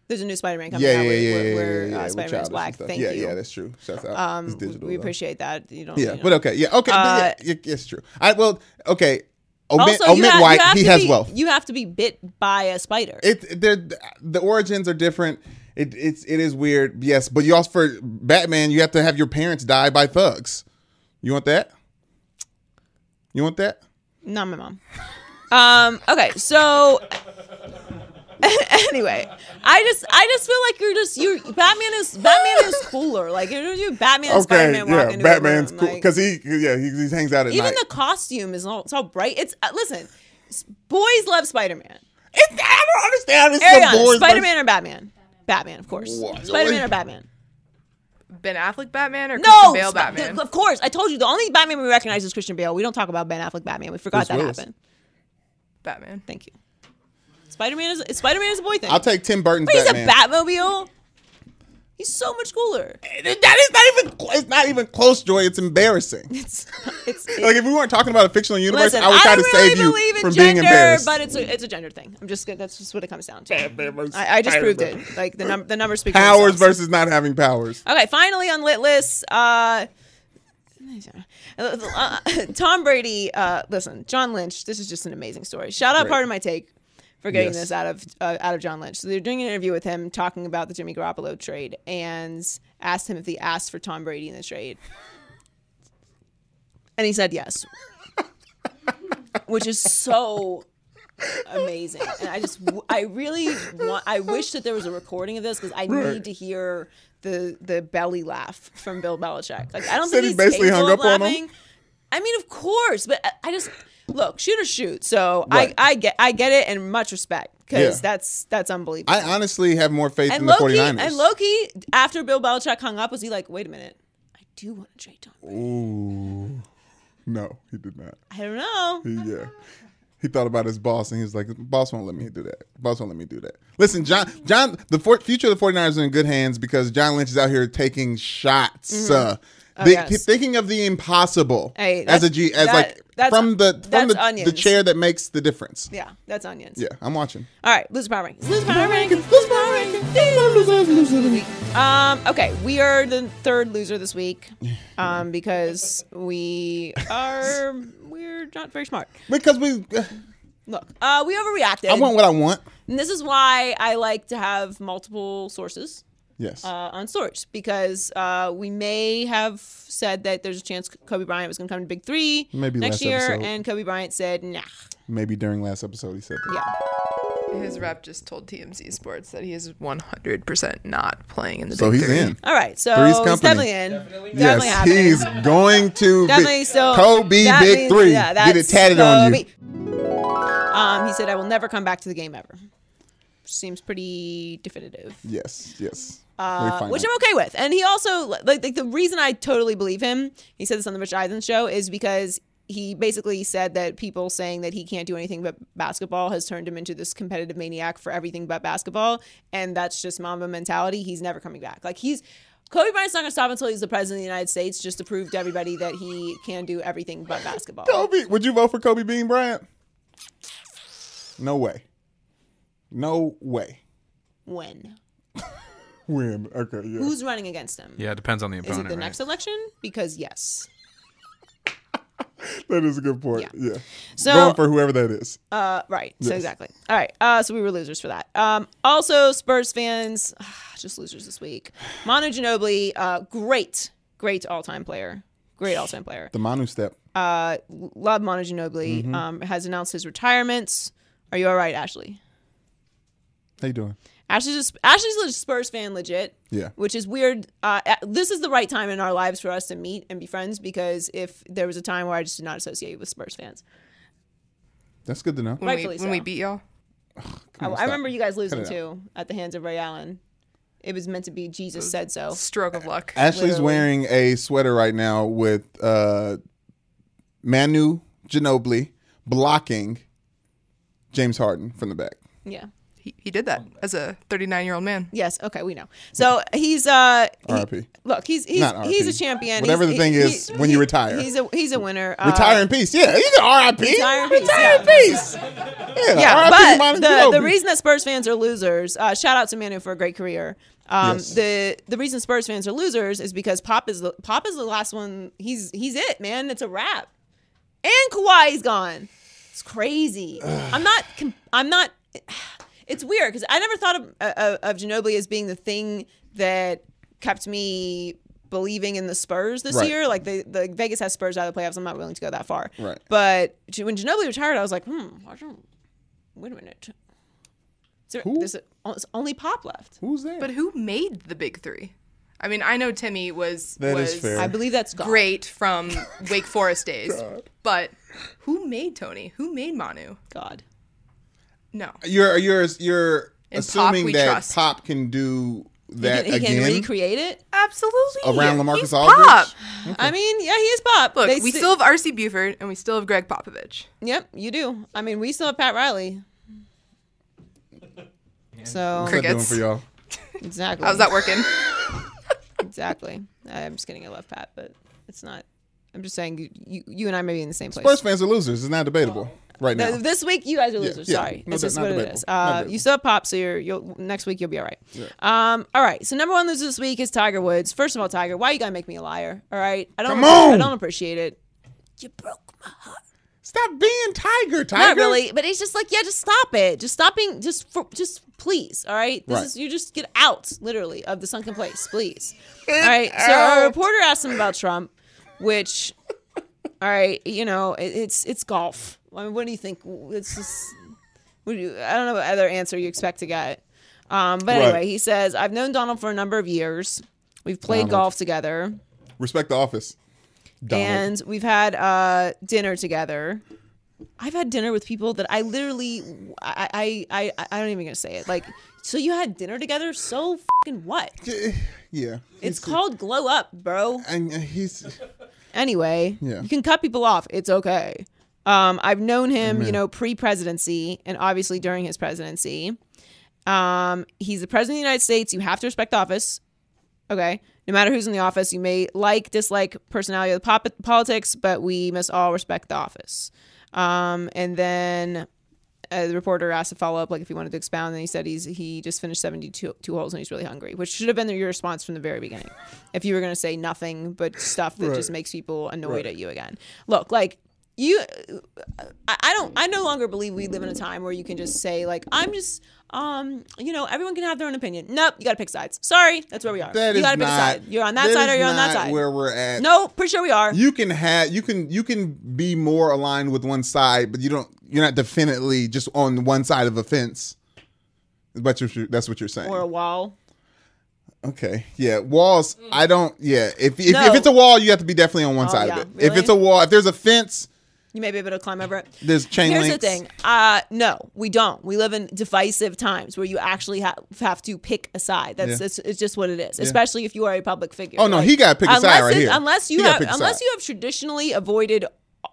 Speaker 2: There's a new Spider-Man coming
Speaker 3: Yeah, yeah,
Speaker 2: out
Speaker 3: yeah,
Speaker 2: where,
Speaker 3: yeah,
Speaker 2: where,
Speaker 3: yeah,
Speaker 2: where,
Speaker 3: yeah,
Speaker 2: uh,
Speaker 3: yeah. We're
Speaker 2: Spider-Man's
Speaker 3: childish
Speaker 2: black.
Speaker 3: and stuff.
Speaker 2: Thank
Speaker 3: yeah,
Speaker 2: you.
Speaker 3: Yeah, that's true. Shut up.
Speaker 2: um,
Speaker 3: it's digital.
Speaker 2: we
Speaker 3: though.
Speaker 2: appreciate that. You don't.
Speaker 3: Yeah,
Speaker 2: you know.
Speaker 3: but okay. Yeah, okay. but yeah, yeah, it's true. I well, okay. Omit,
Speaker 2: Uh, also, you
Speaker 3: omit
Speaker 2: ha- you
Speaker 3: oh, white.
Speaker 2: have
Speaker 3: He
Speaker 2: to
Speaker 3: has
Speaker 2: be-
Speaker 3: wealth.
Speaker 2: You have to be bit by a spider.
Speaker 3: it they're- the origins are different. It it's it is weird. Yes, but you also for Batman, you have to have your parents die by thugs. You want that? You want that?
Speaker 2: Not my mom. Um, okay, so [LAUGHS] anyway, I just I just feel like you're just you Batman is Batman is cooler. Like you're you Batman and Spider-Man walk into a room, like-
Speaker 3: because he yeah he, he hangs out at
Speaker 2: Even
Speaker 3: night.
Speaker 2: the costume is all, it's all bright. It's uh, listen, s- boys love Spider Man.
Speaker 3: It- I don't understand. It's the
Speaker 2: Ariana,
Speaker 3: boys.
Speaker 2: Spider Man or Batman? Batman, of course.
Speaker 3: What?
Speaker 2: Spider Man or Batman?
Speaker 7: Ben Affleck Batman or
Speaker 2: No,
Speaker 7: Christian Bale
Speaker 2: Sp-
Speaker 7: Batman?
Speaker 2: th- of course. I told you the only Batman we recognize is Christian Bale. We don't talk about Ben Affleck Batman. We forgot
Speaker 3: Bruce
Speaker 2: that
Speaker 3: Willis.
Speaker 2: happened.
Speaker 7: Batman.
Speaker 2: Thank you. Spider Man is Spider Man is a boy thing.
Speaker 3: I'll take Tim Burton's
Speaker 2: but he's
Speaker 3: Batman.
Speaker 2: a Batmobile. He's so much cooler.
Speaker 3: that is not even cl- it's not even close, Joy. It's embarrassing.
Speaker 2: It's [LAUGHS] it's. it-
Speaker 3: like if we weren't talking about a fictional universe,
Speaker 2: Listen,
Speaker 3: I would
Speaker 2: I
Speaker 3: try
Speaker 2: don't
Speaker 3: to
Speaker 2: really
Speaker 3: save you
Speaker 2: believe in
Speaker 3: from
Speaker 2: gender,
Speaker 3: being embarrassed.
Speaker 2: but it's a it's a gender thing. I'm just gonna- that's just what it comes down to. I, I just proved it. Like the num- the numbers speak. for
Speaker 3: powers
Speaker 2: themselves.
Speaker 3: versus not having powers.
Speaker 2: Okay, finally on lit lists. Uh, uh, Tom Brady. Uh, listen, John Lynch. This is just an amazing story. Shout out,
Speaker 3: Right.
Speaker 2: part of my take for getting
Speaker 3: Yes.
Speaker 2: this out of uh, out of John Lynch. So they're doing an interview with him talking about the Jimmy Garoppolo trade and asked him if he asked for Tom Brady in the trade, and he said yes, which is so amazing. And I just, w- I really want, I wish that there was a recording of this because I need to hear the the belly laugh from Bill Belichick. Like I don't
Speaker 3: Said
Speaker 2: think
Speaker 3: he
Speaker 2: he's
Speaker 3: basically
Speaker 2: capable
Speaker 3: hung
Speaker 2: of
Speaker 3: up on him?
Speaker 2: laughing. I mean, of course, but I- I just look shoot or shoot. So
Speaker 3: Right.
Speaker 2: I, I get, I get it, and much respect because
Speaker 3: Yeah.
Speaker 2: that's that's unbelievable.
Speaker 3: I honestly have more faith in
Speaker 2: and
Speaker 3: the
Speaker 2: Loki,
Speaker 3: 49ers.
Speaker 2: and Loki, after Bill Belichick hung up, was he like, wait a minute, I do want to trade Tom? Brady."
Speaker 3: Ooh. No, he did not.
Speaker 2: I don't know.
Speaker 3: He- yeah. He thought about his boss and he was like, boss won't let me do that. Boss won't let me do that. Listen, John, John, the for- future of the 49ers are in good hands because John Lynch is out here taking shots. Uh, thi-
Speaker 2: Mm-hmm. Oh, yes.
Speaker 3: keep thinking of the impossible
Speaker 2: Hey,
Speaker 3: as
Speaker 2: that's-
Speaker 3: a G, as
Speaker 2: that-
Speaker 3: like
Speaker 2: that's-
Speaker 3: from the from
Speaker 2: that's
Speaker 3: the, the
Speaker 2: onions.
Speaker 3: chair that makes the difference.
Speaker 2: Yeah, that's onions.
Speaker 3: Yeah, I'm watching.
Speaker 2: All right, loser power rankings. Loser power rankings. Loser power rankings. Ding, loser, loser of the week. Um, okay, we are the third loser this week, um, because we are we're not very smart.
Speaker 3: Because we,
Speaker 2: Look, uh, we overreacted.
Speaker 3: I want what I want.
Speaker 2: and this is why I like to have multiple sources
Speaker 3: Yes.
Speaker 2: uh, on stories because uh, we may have said that there's a chance Kobe Bryant was going to come to Big Three
Speaker 3: Maybe
Speaker 2: next
Speaker 3: last
Speaker 2: year,
Speaker 3: episode.
Speaker 2: and Kobe Bryant said nah.
Speaker 3: Maybe during last episode he said that.
Speaker 2: Yeah.
Speaker 7: His rep just told TMZ Sports that he is 100% not playing in the
Speaker 3: So
Speaker 7: Big
Speaker 3: he's
Speaker 7: Three.
Speaker 3: in.
Speaker 2: All right, so
Speaker 3: Three's
Speaker 2: it's
Speaker 3: company.
Speaker 2: definitely in. Definitely,
Speaker 3: yes,
Speaker 2: happening.
Speaker 3: he's going to
Speaker 2: Definitely
Speaker 3: be
Speaker 2: so.
Speaker 3: Kobe
Speaker 2: that
Speaker 3: Big
Speaker 2: means-
Speaker 3: Three.
Speaker 2: yeah,
Speaker 3: Get it
Speaker 2: that's
Speaker 3: tatted on you.
Speaker 2: Kobe. Um, he said, "I will never come back to the game ever." Seems pretty definitive,
Speaker 3: Yes, yes.
Speaker 2: uh, which I'm okay with. And he also like, like the reason I totally believe him. He said this on the Rich Eisen show is because he basically said that people saying that he can't do anything but basketball has turned him into this competitive maniac for everything but basketball, and that's just Mamba mentality. He's never coming back. Like he's. Kobe Bryant's not going to stop until he's the president of the United States, just to prove to everybody that he can do everything but basketball.
Speaker 3: Kobe, would you vote for Kobe Bean Bryant? No way. No way.
Speaker 2: When?
Speaker 3: Win. Okay, yeah.
Speaker 2: Who's running against him?
Speaker 8: Yeah, it depends on the
Speaker 2: Is
Speaker 8: opponent.
Speaker 2: it the
Speaker 8: right?
Speaker 2: next election? Because yes.
Speaker 3: that is a good point.
Speaker 2: Yeah.
Speaker 3: Yeah.
Speaker 2: So
Speaker 3: Going for whoever that is.
Speaker 2: uh, right. So
Speaker 3: Yes.
Speaker 2: exactly. All right. Uh, so we were losers for that. Um, also, Spurs fans, [SIGHS] just losers this week. Manu Ginobili, uh, great, great all-time player. Great all-time player.
Speaker 3: the Manu step.
Speaker 2: Uh, love Manu Ginobili.
Speaker 3: Mm-hmm.
Speaker 2: Um, has announced his retirement. Are you all right, Ashley?
Speaker 3: How you doing?
Speaker 2: Ashley's a, Ashley's a Spurs fan, legit.
Speaker 3: Yeah.
Speaker 2: Which is weird. Uh, a- this is the right time in our lives for us to meet and be friends because if there was a time where I just did not associate with Spurs fans,
Speaker 3: That's good to know.
Speaker 7: When, we,
Speaker 2: Rightfully
Speaker 7: when we
Speaker 2: so.
Speaker 7: beat y'all.
Speaker 2: I, I
Speaker 3: stop.
Speaker 2: remember you guys losing
Speaker 3: it out.
Speaker 2: too at the hands of Ray Allen. It was meant to be Jesus said so.
Speaker 7: Stroke of luck.
Speaker 3: Ashley's
Speaker 2: Literally.
Speaker 3: wearing a sweater right now with uh, Manu Ginobili blocking James Harden from the back.
Speaker 2: Yeah.
Speaker 7: He, he did that as a 39 year old man.
Speaker 2: Yes. Okay. We know. So he's uh. he-
Speaker 3: RIP.
Speaker 2: Look, he's he's,
Speaker 3: Not
Speaker 2: he's a
Speaker 3: RIP.
Speaker 2: champion.
Speaker 3: Whatever
Speaker 2: He's-
Speaker 3: the thing
Speaker 2: he-
Speaker 3: is
Speaker 2: he-
Speaker 3: when you retire.
Speaker 2: He's a he's a winner. Uh,
Speaker 3: Retire in peace. Yeah, he's an RIP.
Speaker 2: Retire in peace,
Speaker 3: Retire
Speaker 2: yeah.
Speaker 3: in peace. Yeah,
Speaker 2: yeah,
Speaker 3: RIP
Speaker 2: but
Speaker 3: Manu
Speaker 2: the, the
Speaker 3: Ginobili.
Speaker 2: reason that Spurs fans are losers, uh, shout out to Manu for a great career. Um,
Speaker 3: Yes.
Speaker 2: The the reason Spurs fans are losers is because Pop is the Pop is the last one. He's he's it, man. It's a wrap. And Kawhi's gone. It's
Speaker 3: [SIGHS]
Speaker 2: crazy. I'm not. com- I'm not. [SIGHS] It's weird because I never thought of, uh, of of Ginobili as being the thing that kept me believing in the Spurs this
Speaker 3: Right.
Speaker 2: year. Like the, the Vegas has Spurs out of the playoffs. I'm not willing to go that far.
Speaker 3: Right.
Speaker 2: But when Ginobili retired, I was like, hmm, I don't- wait a minute. Is there,
Speaker 3: Who?
Speaker 2: there's a, oh, it's only Pop left.
Speaker 3: Who's there?
Speaker 7: But who made the Big Three? I mean, I know Timmy was,
Speaker 3: That
Speaker 7: was
Speaker 3: is fair.
Speaker 2: I believe that's gone.
Speaker 7: great
Speaker 3: [LAUGHS]
Speaker 7: from Wake Forest days, but who made Tony? Who made Manu?
Speaker 2: God.
Speaker 7: No.
Speaker 3: you're you're you're
Speaker 7: In Pop,
Speaker 3: assuming
Speaker 7: we
Speaker 3: that
Speaker 7: trust.
Speaker 3: Pop can do
Speaker 2: He
Speaker 3: that
Speaker 2: can, he can
Speaker 3: again.
Speaker 2: recreate it.
Speaker 7: Absolutely.
Speaker 3: Around LaMarcus
Speaker 7: He's
Speaker 3: Aldridge?
Speaker 7: Pop.
Speaker 2: I mean, yeah, he is Pop.
Speaker 7: Look,
Speaker 2: They
Speaker 7: we
Speaker 2: sti-
Speaker 7: still have RC Buford and we still have Greg Popovich.
Speaker 2: Yep, you do. I mean, we still have Pat Riley. So
Speaker 3: What's that doing
Speaker 7: Crickets.
Speaker 3: for y'all?
Speaker 2: exactly.
Speaker 7: How's
Speaker 3: [LAUGHS]
Speaker 7: that working?
Speaker 2: Exactly. I'm just kidding. I love Pat, but it's not. I'm just saying you, you, you and I may be in the same place.
Speaker 3: Spurs fans are losers. It's not debatable right now.
Speaker 2: Th- This week you guys are losers.
Speaker 3: yeah.
Speaker 2: Sorry,
Speaker 3: No,
Speaker 2: it's
Speaker 3: that-
Speaker 2: just
Speaker 3: not
Speaker 2: what it
Speaker 3: debatable.
Speaker 2: is.
Speaker 3: Not
Speaker 2: Uh,
Speaker 3: debatable.
Speaker 2: you still have pop, so you're, you'll next week you'll be all right. Um, all right. So number one loser this week is Tiger Woods. First of all, Tiger, why you gotta make me a liar? All right, I don't.
Speaker 3: Come
Speaker 2: appre- I
Speaker 3: on!
Speaker 2: don't appreciate it. You broke my heart.
Speaker 3: Stop being Tiger. Tiger.
Speaker 2: Not really, but it's just like yeah, just stop it. Just stop being just for, just please. All right, this
Speaker 3: Right.
Speaker 2: is you just get out literally of the sunken place,
Speaker 3: [LAUGHS]
Speaker 2: please. all right. So a reporter asked him about Trump, which, all right, you know, it, it's it's golf. I mean, what do you think? It's just what do you, I don't know what other answer you expect to get. Um, but
Speaker 3: Right.
Speaker 2: anyway, he says I've known Donald for a number of years. We've played
Speaker 3: Donald.
Speaker 2: golf together
Speaker 3: Respect the office. Donald.
Speaker 2: and we've had uh, dinner together. I've had dinner with people that I literally, I, I, I, I don't even gonna say it. Like, so you had dinner together? So fucking what?
Speaker 3: [SIGHS] yeah.
Speaker 2: It's called glow up, bro.
Speaker 3: And uh, he's
Speaker 2: Anyway,
Speaker 3: Yeah.
Speaker 2: you can cut people off. It's okay. Um, I've known him, you know, pre-presidency and obviously during his presidency. Um, he's the president of the United States. You have to respect the office. Okay. No matter who's in the office, you may like, dislike personality of the pop- politics, but we must all respect the office. Um, and then uh, the reporter asked to follow up, like if he wanted to expound, and he said he's he just finished seventy two two holes and he's really hungry, which should have been your response from the very beginning. If you were going to say nothing but stuff that just makes people annoyed at you again, look like you, uh, I, I don't, I no longer believe we live in a time where you can just say like I'm just, um, you know, everyone can have their own opinion. Nope, you got to pick sides. Sorry, that's where we are.
Speaker 3: that
Speaker 2: you
Speaker 3: is
Speaker 2: gotta pick
Speaker 3: not-
Speaker 2: a side. You're on that, side
Speaker 3: is
Speaker 2: or you're on that
Speaker 3: not
Speaker 2: side.
Speaker 3: Where we're at.
Speaker 2: no, pretty sure we are.
Speaker 3: You can have you can you can be more aligned with one side, but you don't you're not definitely just on one side of a fence. But you that's what you're saying.
Speaker 2: or a wall.
Speaker 3: Okay. Yeah. Walls. I don't. Yeah. If if,
Speaker 2: No.
Speaker 3: if it's a wall, you have to be definitely on one
Speaker 2: Oh,
Speaker 3: side
Speaker 2: yeah.
Speaker 3: of it. If
Speaker 2: Really?
Speaker 3: it's a wall, if there's a fence,
Speaker 2: You may be able to climb over it.
Speaker 3: there's chain
Speaker 2: Here's
Speaker 3: links.
Speaker 2: the thing. Uh, no, we don't. We live in divisive times where you actually ha- have to pick a side. That's
Speaker 3: Yeah.
Speaker 2: it's, it's just what it is. Especially if you are a public figure.
Speaker 3: Oh, no, he gotta pick a side
Speaker 2: unless
Speaker 3: right
Speaker 2: it's-
Speaker 3: here.
Speaker 2: Unless you
Speaker 3: He gotta
Speaker 2: have
Speaker 3: pick a
Speaker 2: unless
Speaker 3: side.
Speaker 2: you have traditionally avoided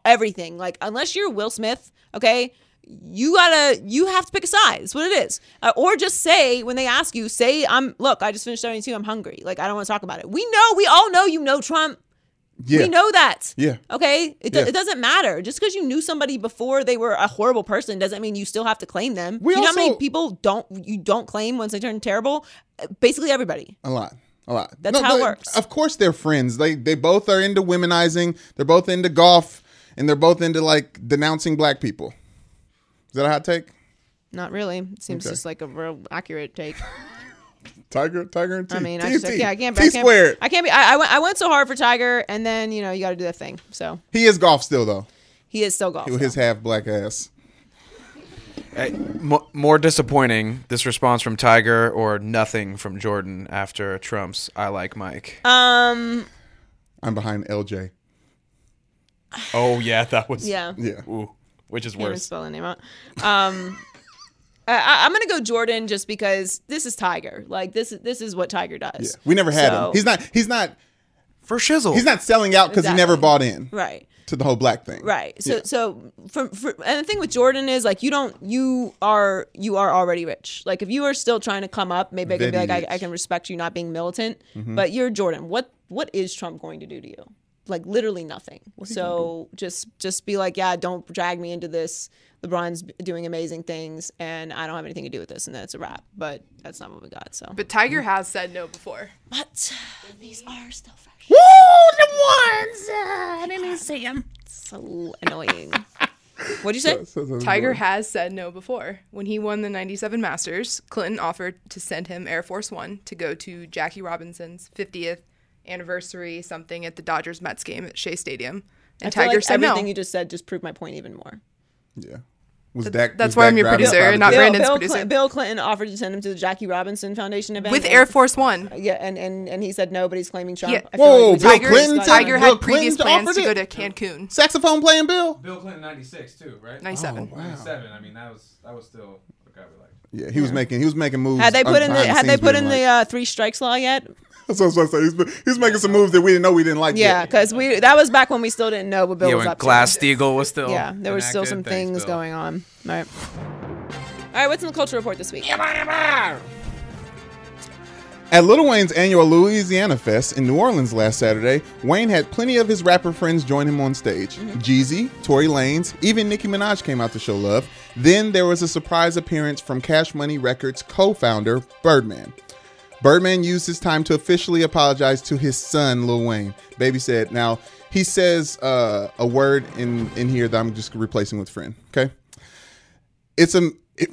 Speaker 2: everything. Like unless you're Will Smith, okay. You gotta, you have to pick a side. That's what it is. Uh, or just say when they ask you, say, "I'm look, I just finished 72. I'm hungry. Like I don't want to talk about it." We know, we all know, you know Trump.
Speaker 3: Yeah.
Speaker 2: We know that.
Speaker 3: Yeah.
Speaker 2: Okay. It, do-
Speaker 3: Yeah.
Speaker 2: it doesn't matter. Just because you knew somebody before they were a horrible person doesn't mean you still have to claim them.
Speaker 3: We
Speaker 2: you know how many
Speaker 3: also-
Speaker 2: people don't you don't claim once they turn terrible? Uh, Basically everybody.
Speaker 3: A lot. A lot.
Speaker 2: That's how it
Speaker 3: they-
Speaker 2: works.
Speaker 3: Of course, they're friends. They they both are into womenizing. They're both into golf, and they're both into like denouncing black people. Is that a hot take?
Speaker 2: Not really. Seems
Speaker 3: Okay.
Speaker 2: just like a real accurate take.
Speaker 3: Tiger, Tiger, and T. [LAUGHS]
Speaker 2: I mean,
Speaker 3: T
Speaker 2: I
Speaker 3: and
Speaker 2: just
Speaker 3: T.
Speaker 2: yeah, I can't.
Speaker 3: T
Speaker 2: I can't,
Speaker 3: squared.
Speaker 2: I can't be. I, I went. I went so hard for Tiger, and then you know you got to do that thing. So
Speaker 3: He is golf still though.
Speaker 2: he is
Speaker 3: [LAUGHS]
Speaker 2: still golf.
Speaker 3: With his half black ass.
Speaker 8: Hey, mo- more disappointing this response from Tiger or nothing from Jordan after Trump's "I like Mike."
Speaker 2: um.
Speaker 3: I'm behind LJ.
Speaker 8: oh yeah, that was
Speaker 2: Yeah.
Speaker 3: Yeah.
Speaker 8: Ooh, which is
Speaker 2: Can't even
Speaker 8: worse.
Speaker 2: spell the name out. Um, [LAUGHS] I, I, I'm gonna go Jordan just because this is Tiger. Like this, is this is what Tiger does.
Speaker 3: We never had
Speaker 2: So-
Speaker 3: him. He's not. He's not.
Speaker 8: For shizzle,
Speaker 3: He's not selling out because he never
Speaker 2: Exactly.
Speaker 3: bought in
Speaker 2: right,
Speaker 3: to the whole black thing.
Speaker 2: right. So,
Speaker 3: Yeah.
Speaker 2: so from, from and the thing with Jordan is like you don't you are you are already rich. Like if you are still trying to come up, maybe I can be
Speaker 3: Very
Speaker 2: like I,
Speaker 3: rich.
Speaker 2: I can respect you not being militant. But you're Jordan. What what is Trump going to do to you? Like literally nothing. So just just be like, yeah, don't drag me into this. LeBron's doing amazing things, and I don't have anything to do with this, and that's a wrap. But that's not what we got. So,
Speaker 7: But Tiger has said no before.
Speaker 2: But these are still fresh. Woo! The ones! I didn't even see them. So annoying. What'd you say?
Speaker 7: Tiger has said no before. When he won the 97 Masters, Clinton offered to send him Air Force One to go to Jackie Robinson's 50th anniversary something at the Dodgers Mets game at Shea Stadium. And
Speaker 2: I feel
Speaker 7: Tiger
Speaker 2: like
Speaker 7: said no.
Speaker 2: everything you just said just proved my point even more.
Speaker 3: Yeah. Was Dak?
Speaker 7: that's
Speaker 3: was
Speaker 7: why
Speaker 3: Dak
Speaker 7: I'm your
Speaker 3: driving
Speaker 7: producer
Speaker 3: by the
Speaker 7: and not
Speaker 3: jet?
Speaker 7: Brandon. Brandon's
Speaker 2: Bill,
Speaker 7: producer.
Speaker 2: Clinton, Bill Clinton offered to send him to the Jackie Robinson Foundation event
Speaker 7: With
Speaker 2: and-
Speaker 7: Air Force One.
Speaker 2: Yeah, and, and and he said no, but he's claiming Trump.
Speaker 7: Yeah.
Speaker 2: I feel
Speaker 3: Whoa,
Speaker 2: we
Speaker 3: Bill
Speaker 2: just-
Speaker 7: Tiger,
Speaker 3: Clinton?
Speaker 7: Tiger
Speaker 3: Bill
Speaker 7: had
Speaker 3: Clinton
Speaker 7: previous plans to go
Speaker 3: offered
Speaker 7: to
Speaker 3: it? Oh.
Speaker 7: Cancun.
Speaker 3: Saxophone playing Bill.
Speaker 9: Bill Clinton '96 too, right?
Speaker 7: 97.
Speaker 3: Oh,
Speaker 9: '97. I mean, that was that was still a guy we liked.
Speaker 3: Yeah, he was making he was making moves.
Speaker 2: Had they put in the
Speaker 3: behind
Speaker 2: had they
Speaker 3: scenes we
Speaker 2: put in
Speaker 3: didn't
Speaker 2: the
Speaker 3: like.
Speaker 2: uh,
Speaker 3: [LAUGHS]
Speaker 2: three strikes law yet?
Speaker 3: That's what I was about to say. He's, he's making some moves that we didn't know we didn't like.
Speaker 2: Yeah,
Speaker 3: yet.
Speaker 2: because we that was back when we still didn't know what Bill
Speaker 8: yeah,
Speaker 2: was
Speaker 8: when
Speaker 2: up to.
Speaker 8: Glass Steagall was still
Speaker 2: Yeah, there were still
Speaker 8: enacted.
Speaker 2: some
Speaker 8: Thanks,
Speaker 2: things
Speaker 8: Bill.
Speaker 2: going on. All right. All right, what's in the culture report this week?
Speaker 3: At Lil Wayne's annual Louisiana Fest in New Orleans last Saturday, Wayne had plenty of his rapper friends join him on stage. Jeezy, Tory Lanez, even Nicki Minaj came out to show love. Then there was a surprise appearance from Cash Money Records co founder, Birdman. Birdman used his time to officially apologize to his son, Lil Wayne. Baby said, now he says uh, a word in, in here that I'm just replacing with friend, okay? it's a. [LAUGHS]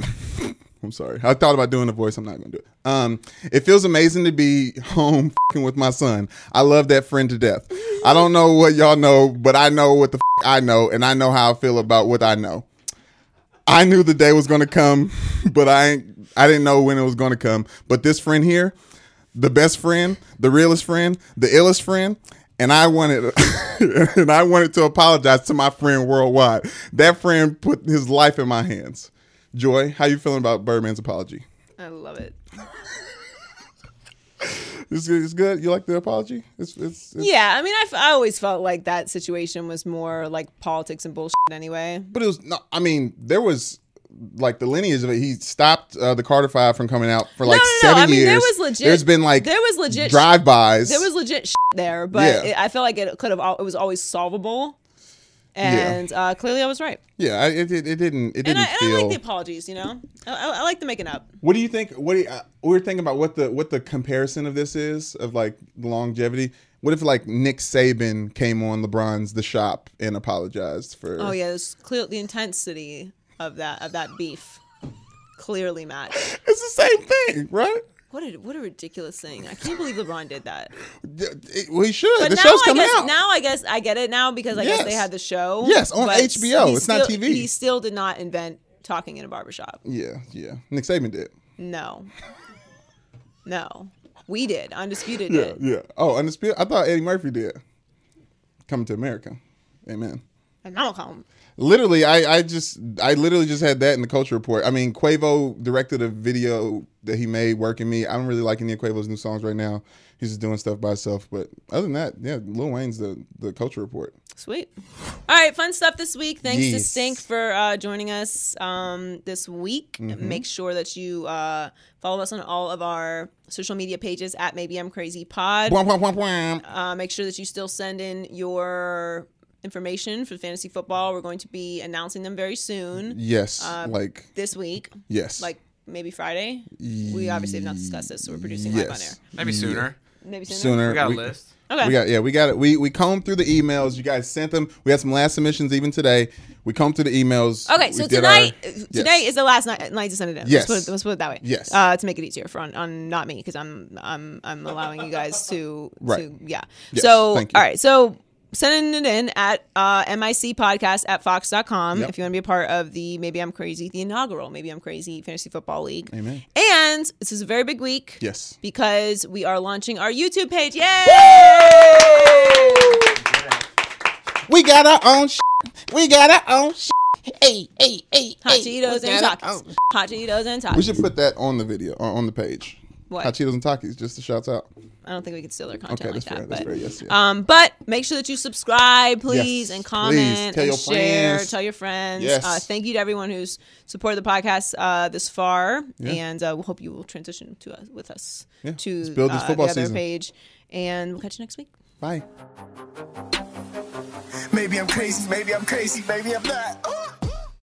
Speaker 3: am sorry. I thought about doing a voice. I'm not going to do it. Um, it feels amazing to be [LAUGHS] home fing with my son. I love that friend to death. I don't know what y'all know, but I know what the f- I know, and I know how I feel about what I know. I knew the day was going to come, [LAUGHS] but I ain't, I didn't know when it was going to come. But this friend here, the best friend, the realest friend, the illest friend, and I wanted [LAUGHS] and I wanted to apologize to my friend worldwide. That friend put his life in my hands. Joy, how you feeling about Birdman's apology?
Speaker 2: I love it.
Speaker 3: [LAUGHS] It's good. It's good. You like the apology? It's it's, it's
Speaker 2: Yeah, I mean, I, f- I always felt like that situation was more like politics and bullshit anyway.
Speaker 3: but it was no. I mean, there was like the lineage of it. He stopped uh, the Carter Five from coming out for like
Speaker 2: no, no.
Speaker 3: seven
Speaker 2: I mean,
Speaker 3: years.
Speaker 2: there was legit-
Speaker 3: There's been like
Speaker 2: there was legit sh-
Speaker 3: drive-bys.
Speaker 2: There was legit shit there, but
Speaker 3: Yeah.
Speaker 2: it, I feel like it could have. al- It was always solvable, and uh, clearly I was right.
Speaker 3: yeah. I- It, it, it didn't. It
Speaker 2: And
Speaker 3: didn't
Speaker 2: I, and I
Speaker 3: feel.
Speaker 2: like the apologies. You know, I, I, I like the making up.
Speaker 3: What do you think? What do you, uh, we were thinking about what the what the comparison of this is of like longevity. What if like Nick Saban came on LeBron's The Shop and apologized for?
Speaker 2: Oh yeah, it's clear the intensity of that of that beef clearly matched.
Speaker 3: it's the same thing, right?
Speaker 2: What a what a ridiculous thing! I can't believe LeBron did that.
Speaker 3: Yeah, it- well, he should.
Speaker 2: But
Speaker 3: the
Speaker 2: now
Speaker 3: show's
Speaker 2: I
Speaker 3: coming
Speaker 2: guess
Speaker 3: out.
Speaker 2: now I guess I get it now because I guess they
Speaker 3: Yes.
Speaker 2: had the show.
Speaker 3: Yes, on
Speaker 2: but
Speaker 3: HBO.
Speaker 2: he
Speaker 3: It's not
Speaker 2: still-
Speaker 3: TV.
Speaker 2: He still did not invent talking in a barbershop.
Speaker 3: yeah, yeah. Nick Saban did.
Speaker 2: No. No. We did. Undisputed
Speaker 3: Yeah,
Speaker 2: did.
Speaker 3: yeah. Oh, Undisputed? I thought Eddie Murphy did. Coming to America. Amen.
Speaker 2: And I'll call him.
Speaker 3: Literally, I, I just I literally just had that in the culture report. I mean, Quavo directed a video that he made, Working Me. I don't really like any of Quavo's new songs right now. He's just doing stuff by himself. But other than that, yeah, Lil Wayne's the, the culture report.
Speaker 2: Sweet. All right, fun stuff this week. Thanks to
Speaker 3: Yes.
Speaker 2: Stink for uh, joining us um, this week.
Speaker 3: Mm-hmm.
Speaker 2: Make sure that you uh, follow us on all of our social media pages at Maybe I'm Crazy Pod.
Speaker 3: Womp, womp, womp, womp.
Speaker 2: Uh, make sure that you still send in your information for fantasy football. We're going to be announcing them very soon
Speaker 3: Yes. like
Speaker 2: this week,
Speaker 3: yes.
Speaker 2: uh, like maybe Friday. We obviously have not discussed this, so we're producing live on air.
Speaker 3: yes.
Speaker 8: Maybe sooner.
Speaker 2: Maybe sooner.
Speaker 3: Sooner.
Speaker 8: We got a
Speaker 3: we-
Speaker 8: list.
Speaker 2: Okay.
Speaker 3: We got yeah, we got it. We we combed through the emails. You guys sent them. We had some last submissions even today. We combed through the emails.
Speaker 2: Okay,
Speaker 3: We
Speaker 2: so
Speaker 3: did our-
Speaker 2: tonight,
Speaker 3: Yes.
Speaker 2: today is the last night, night to send it in.
Speaker 3: Yes.
Speaker 2: let's put it, let's put it that way.
Speaker 3: Yes.
Speaker 2: uh, to make it easier for on, on not me because I'm I'm I'm allowing you guys to
Speaker 3: Right.
Speaker 2: to yeah.
Speaker 3: Yes,
Speaker 2: so all
Speaker 3: thank you.
Speaker 2: right, so sending it in at uh, mic podcast at fox.com
Speaker 3: Yep.
Speaker 2: if you want to be a part of the maybe I'm crazy the inaugural maybe I'm crazy fantasy football league.
Speaker 3: Amen.
Speaker 2: And this is a very big week.
Speaker 3: Yes.
Speaker 2: because we are launching our YouTube page. Yay!
Speaker 3: We got our own. Sh- we got our own. Sh-
Speaker 2: Hot Cheetos and Takis. Hot Cheetos and Takis.
Speaker 3: Oh. we should put that on the video or on the page.
Speaker 2: What?
Speaker 3: Hot Cheetos and Takis, just to shout out.
Speaker 2: I don't think we could steal their content
Speaker 3: Okay,
Speaker 2: like
Speaker 3: that's fair.
Speaker 2: that.
Speaker 3: That's
Speaker 2: but,
Speaker 3: fair. Yes. yes.
Speaker 2: um, but make sure that you subscribe, please,
Speaker 3: Yes,
Speaker 2: and
Speaker 3: please.
Speaker 2: comment,
Speaker 3: Tell
Speaker 2: and
Speaker 3: your
Speaker 2: share,
Speaker 3: friends.
Speaker 2: tell your friends.
Speaker 3: Yes.
Speaker 2: Uh, thank you to everyone who's supported the podcast uh, this far,
Speaker 3: Yeah.
Speaker 2: and uh, we hope you will transition to us with us
Speaker 3: Yeah.
Speaker 2: to
Speaker 3: Let's build this
Speaker 2: uh,
Speaker 3: football
Speaker 2: the other
Speaker 3: season.
Speaker 2: page, and we'll catch you next week.
Speaker 3: Bye.
Speaker 4: Maybe I'm crazy, maybe I'm crazy, maybe I'm not. Ooh.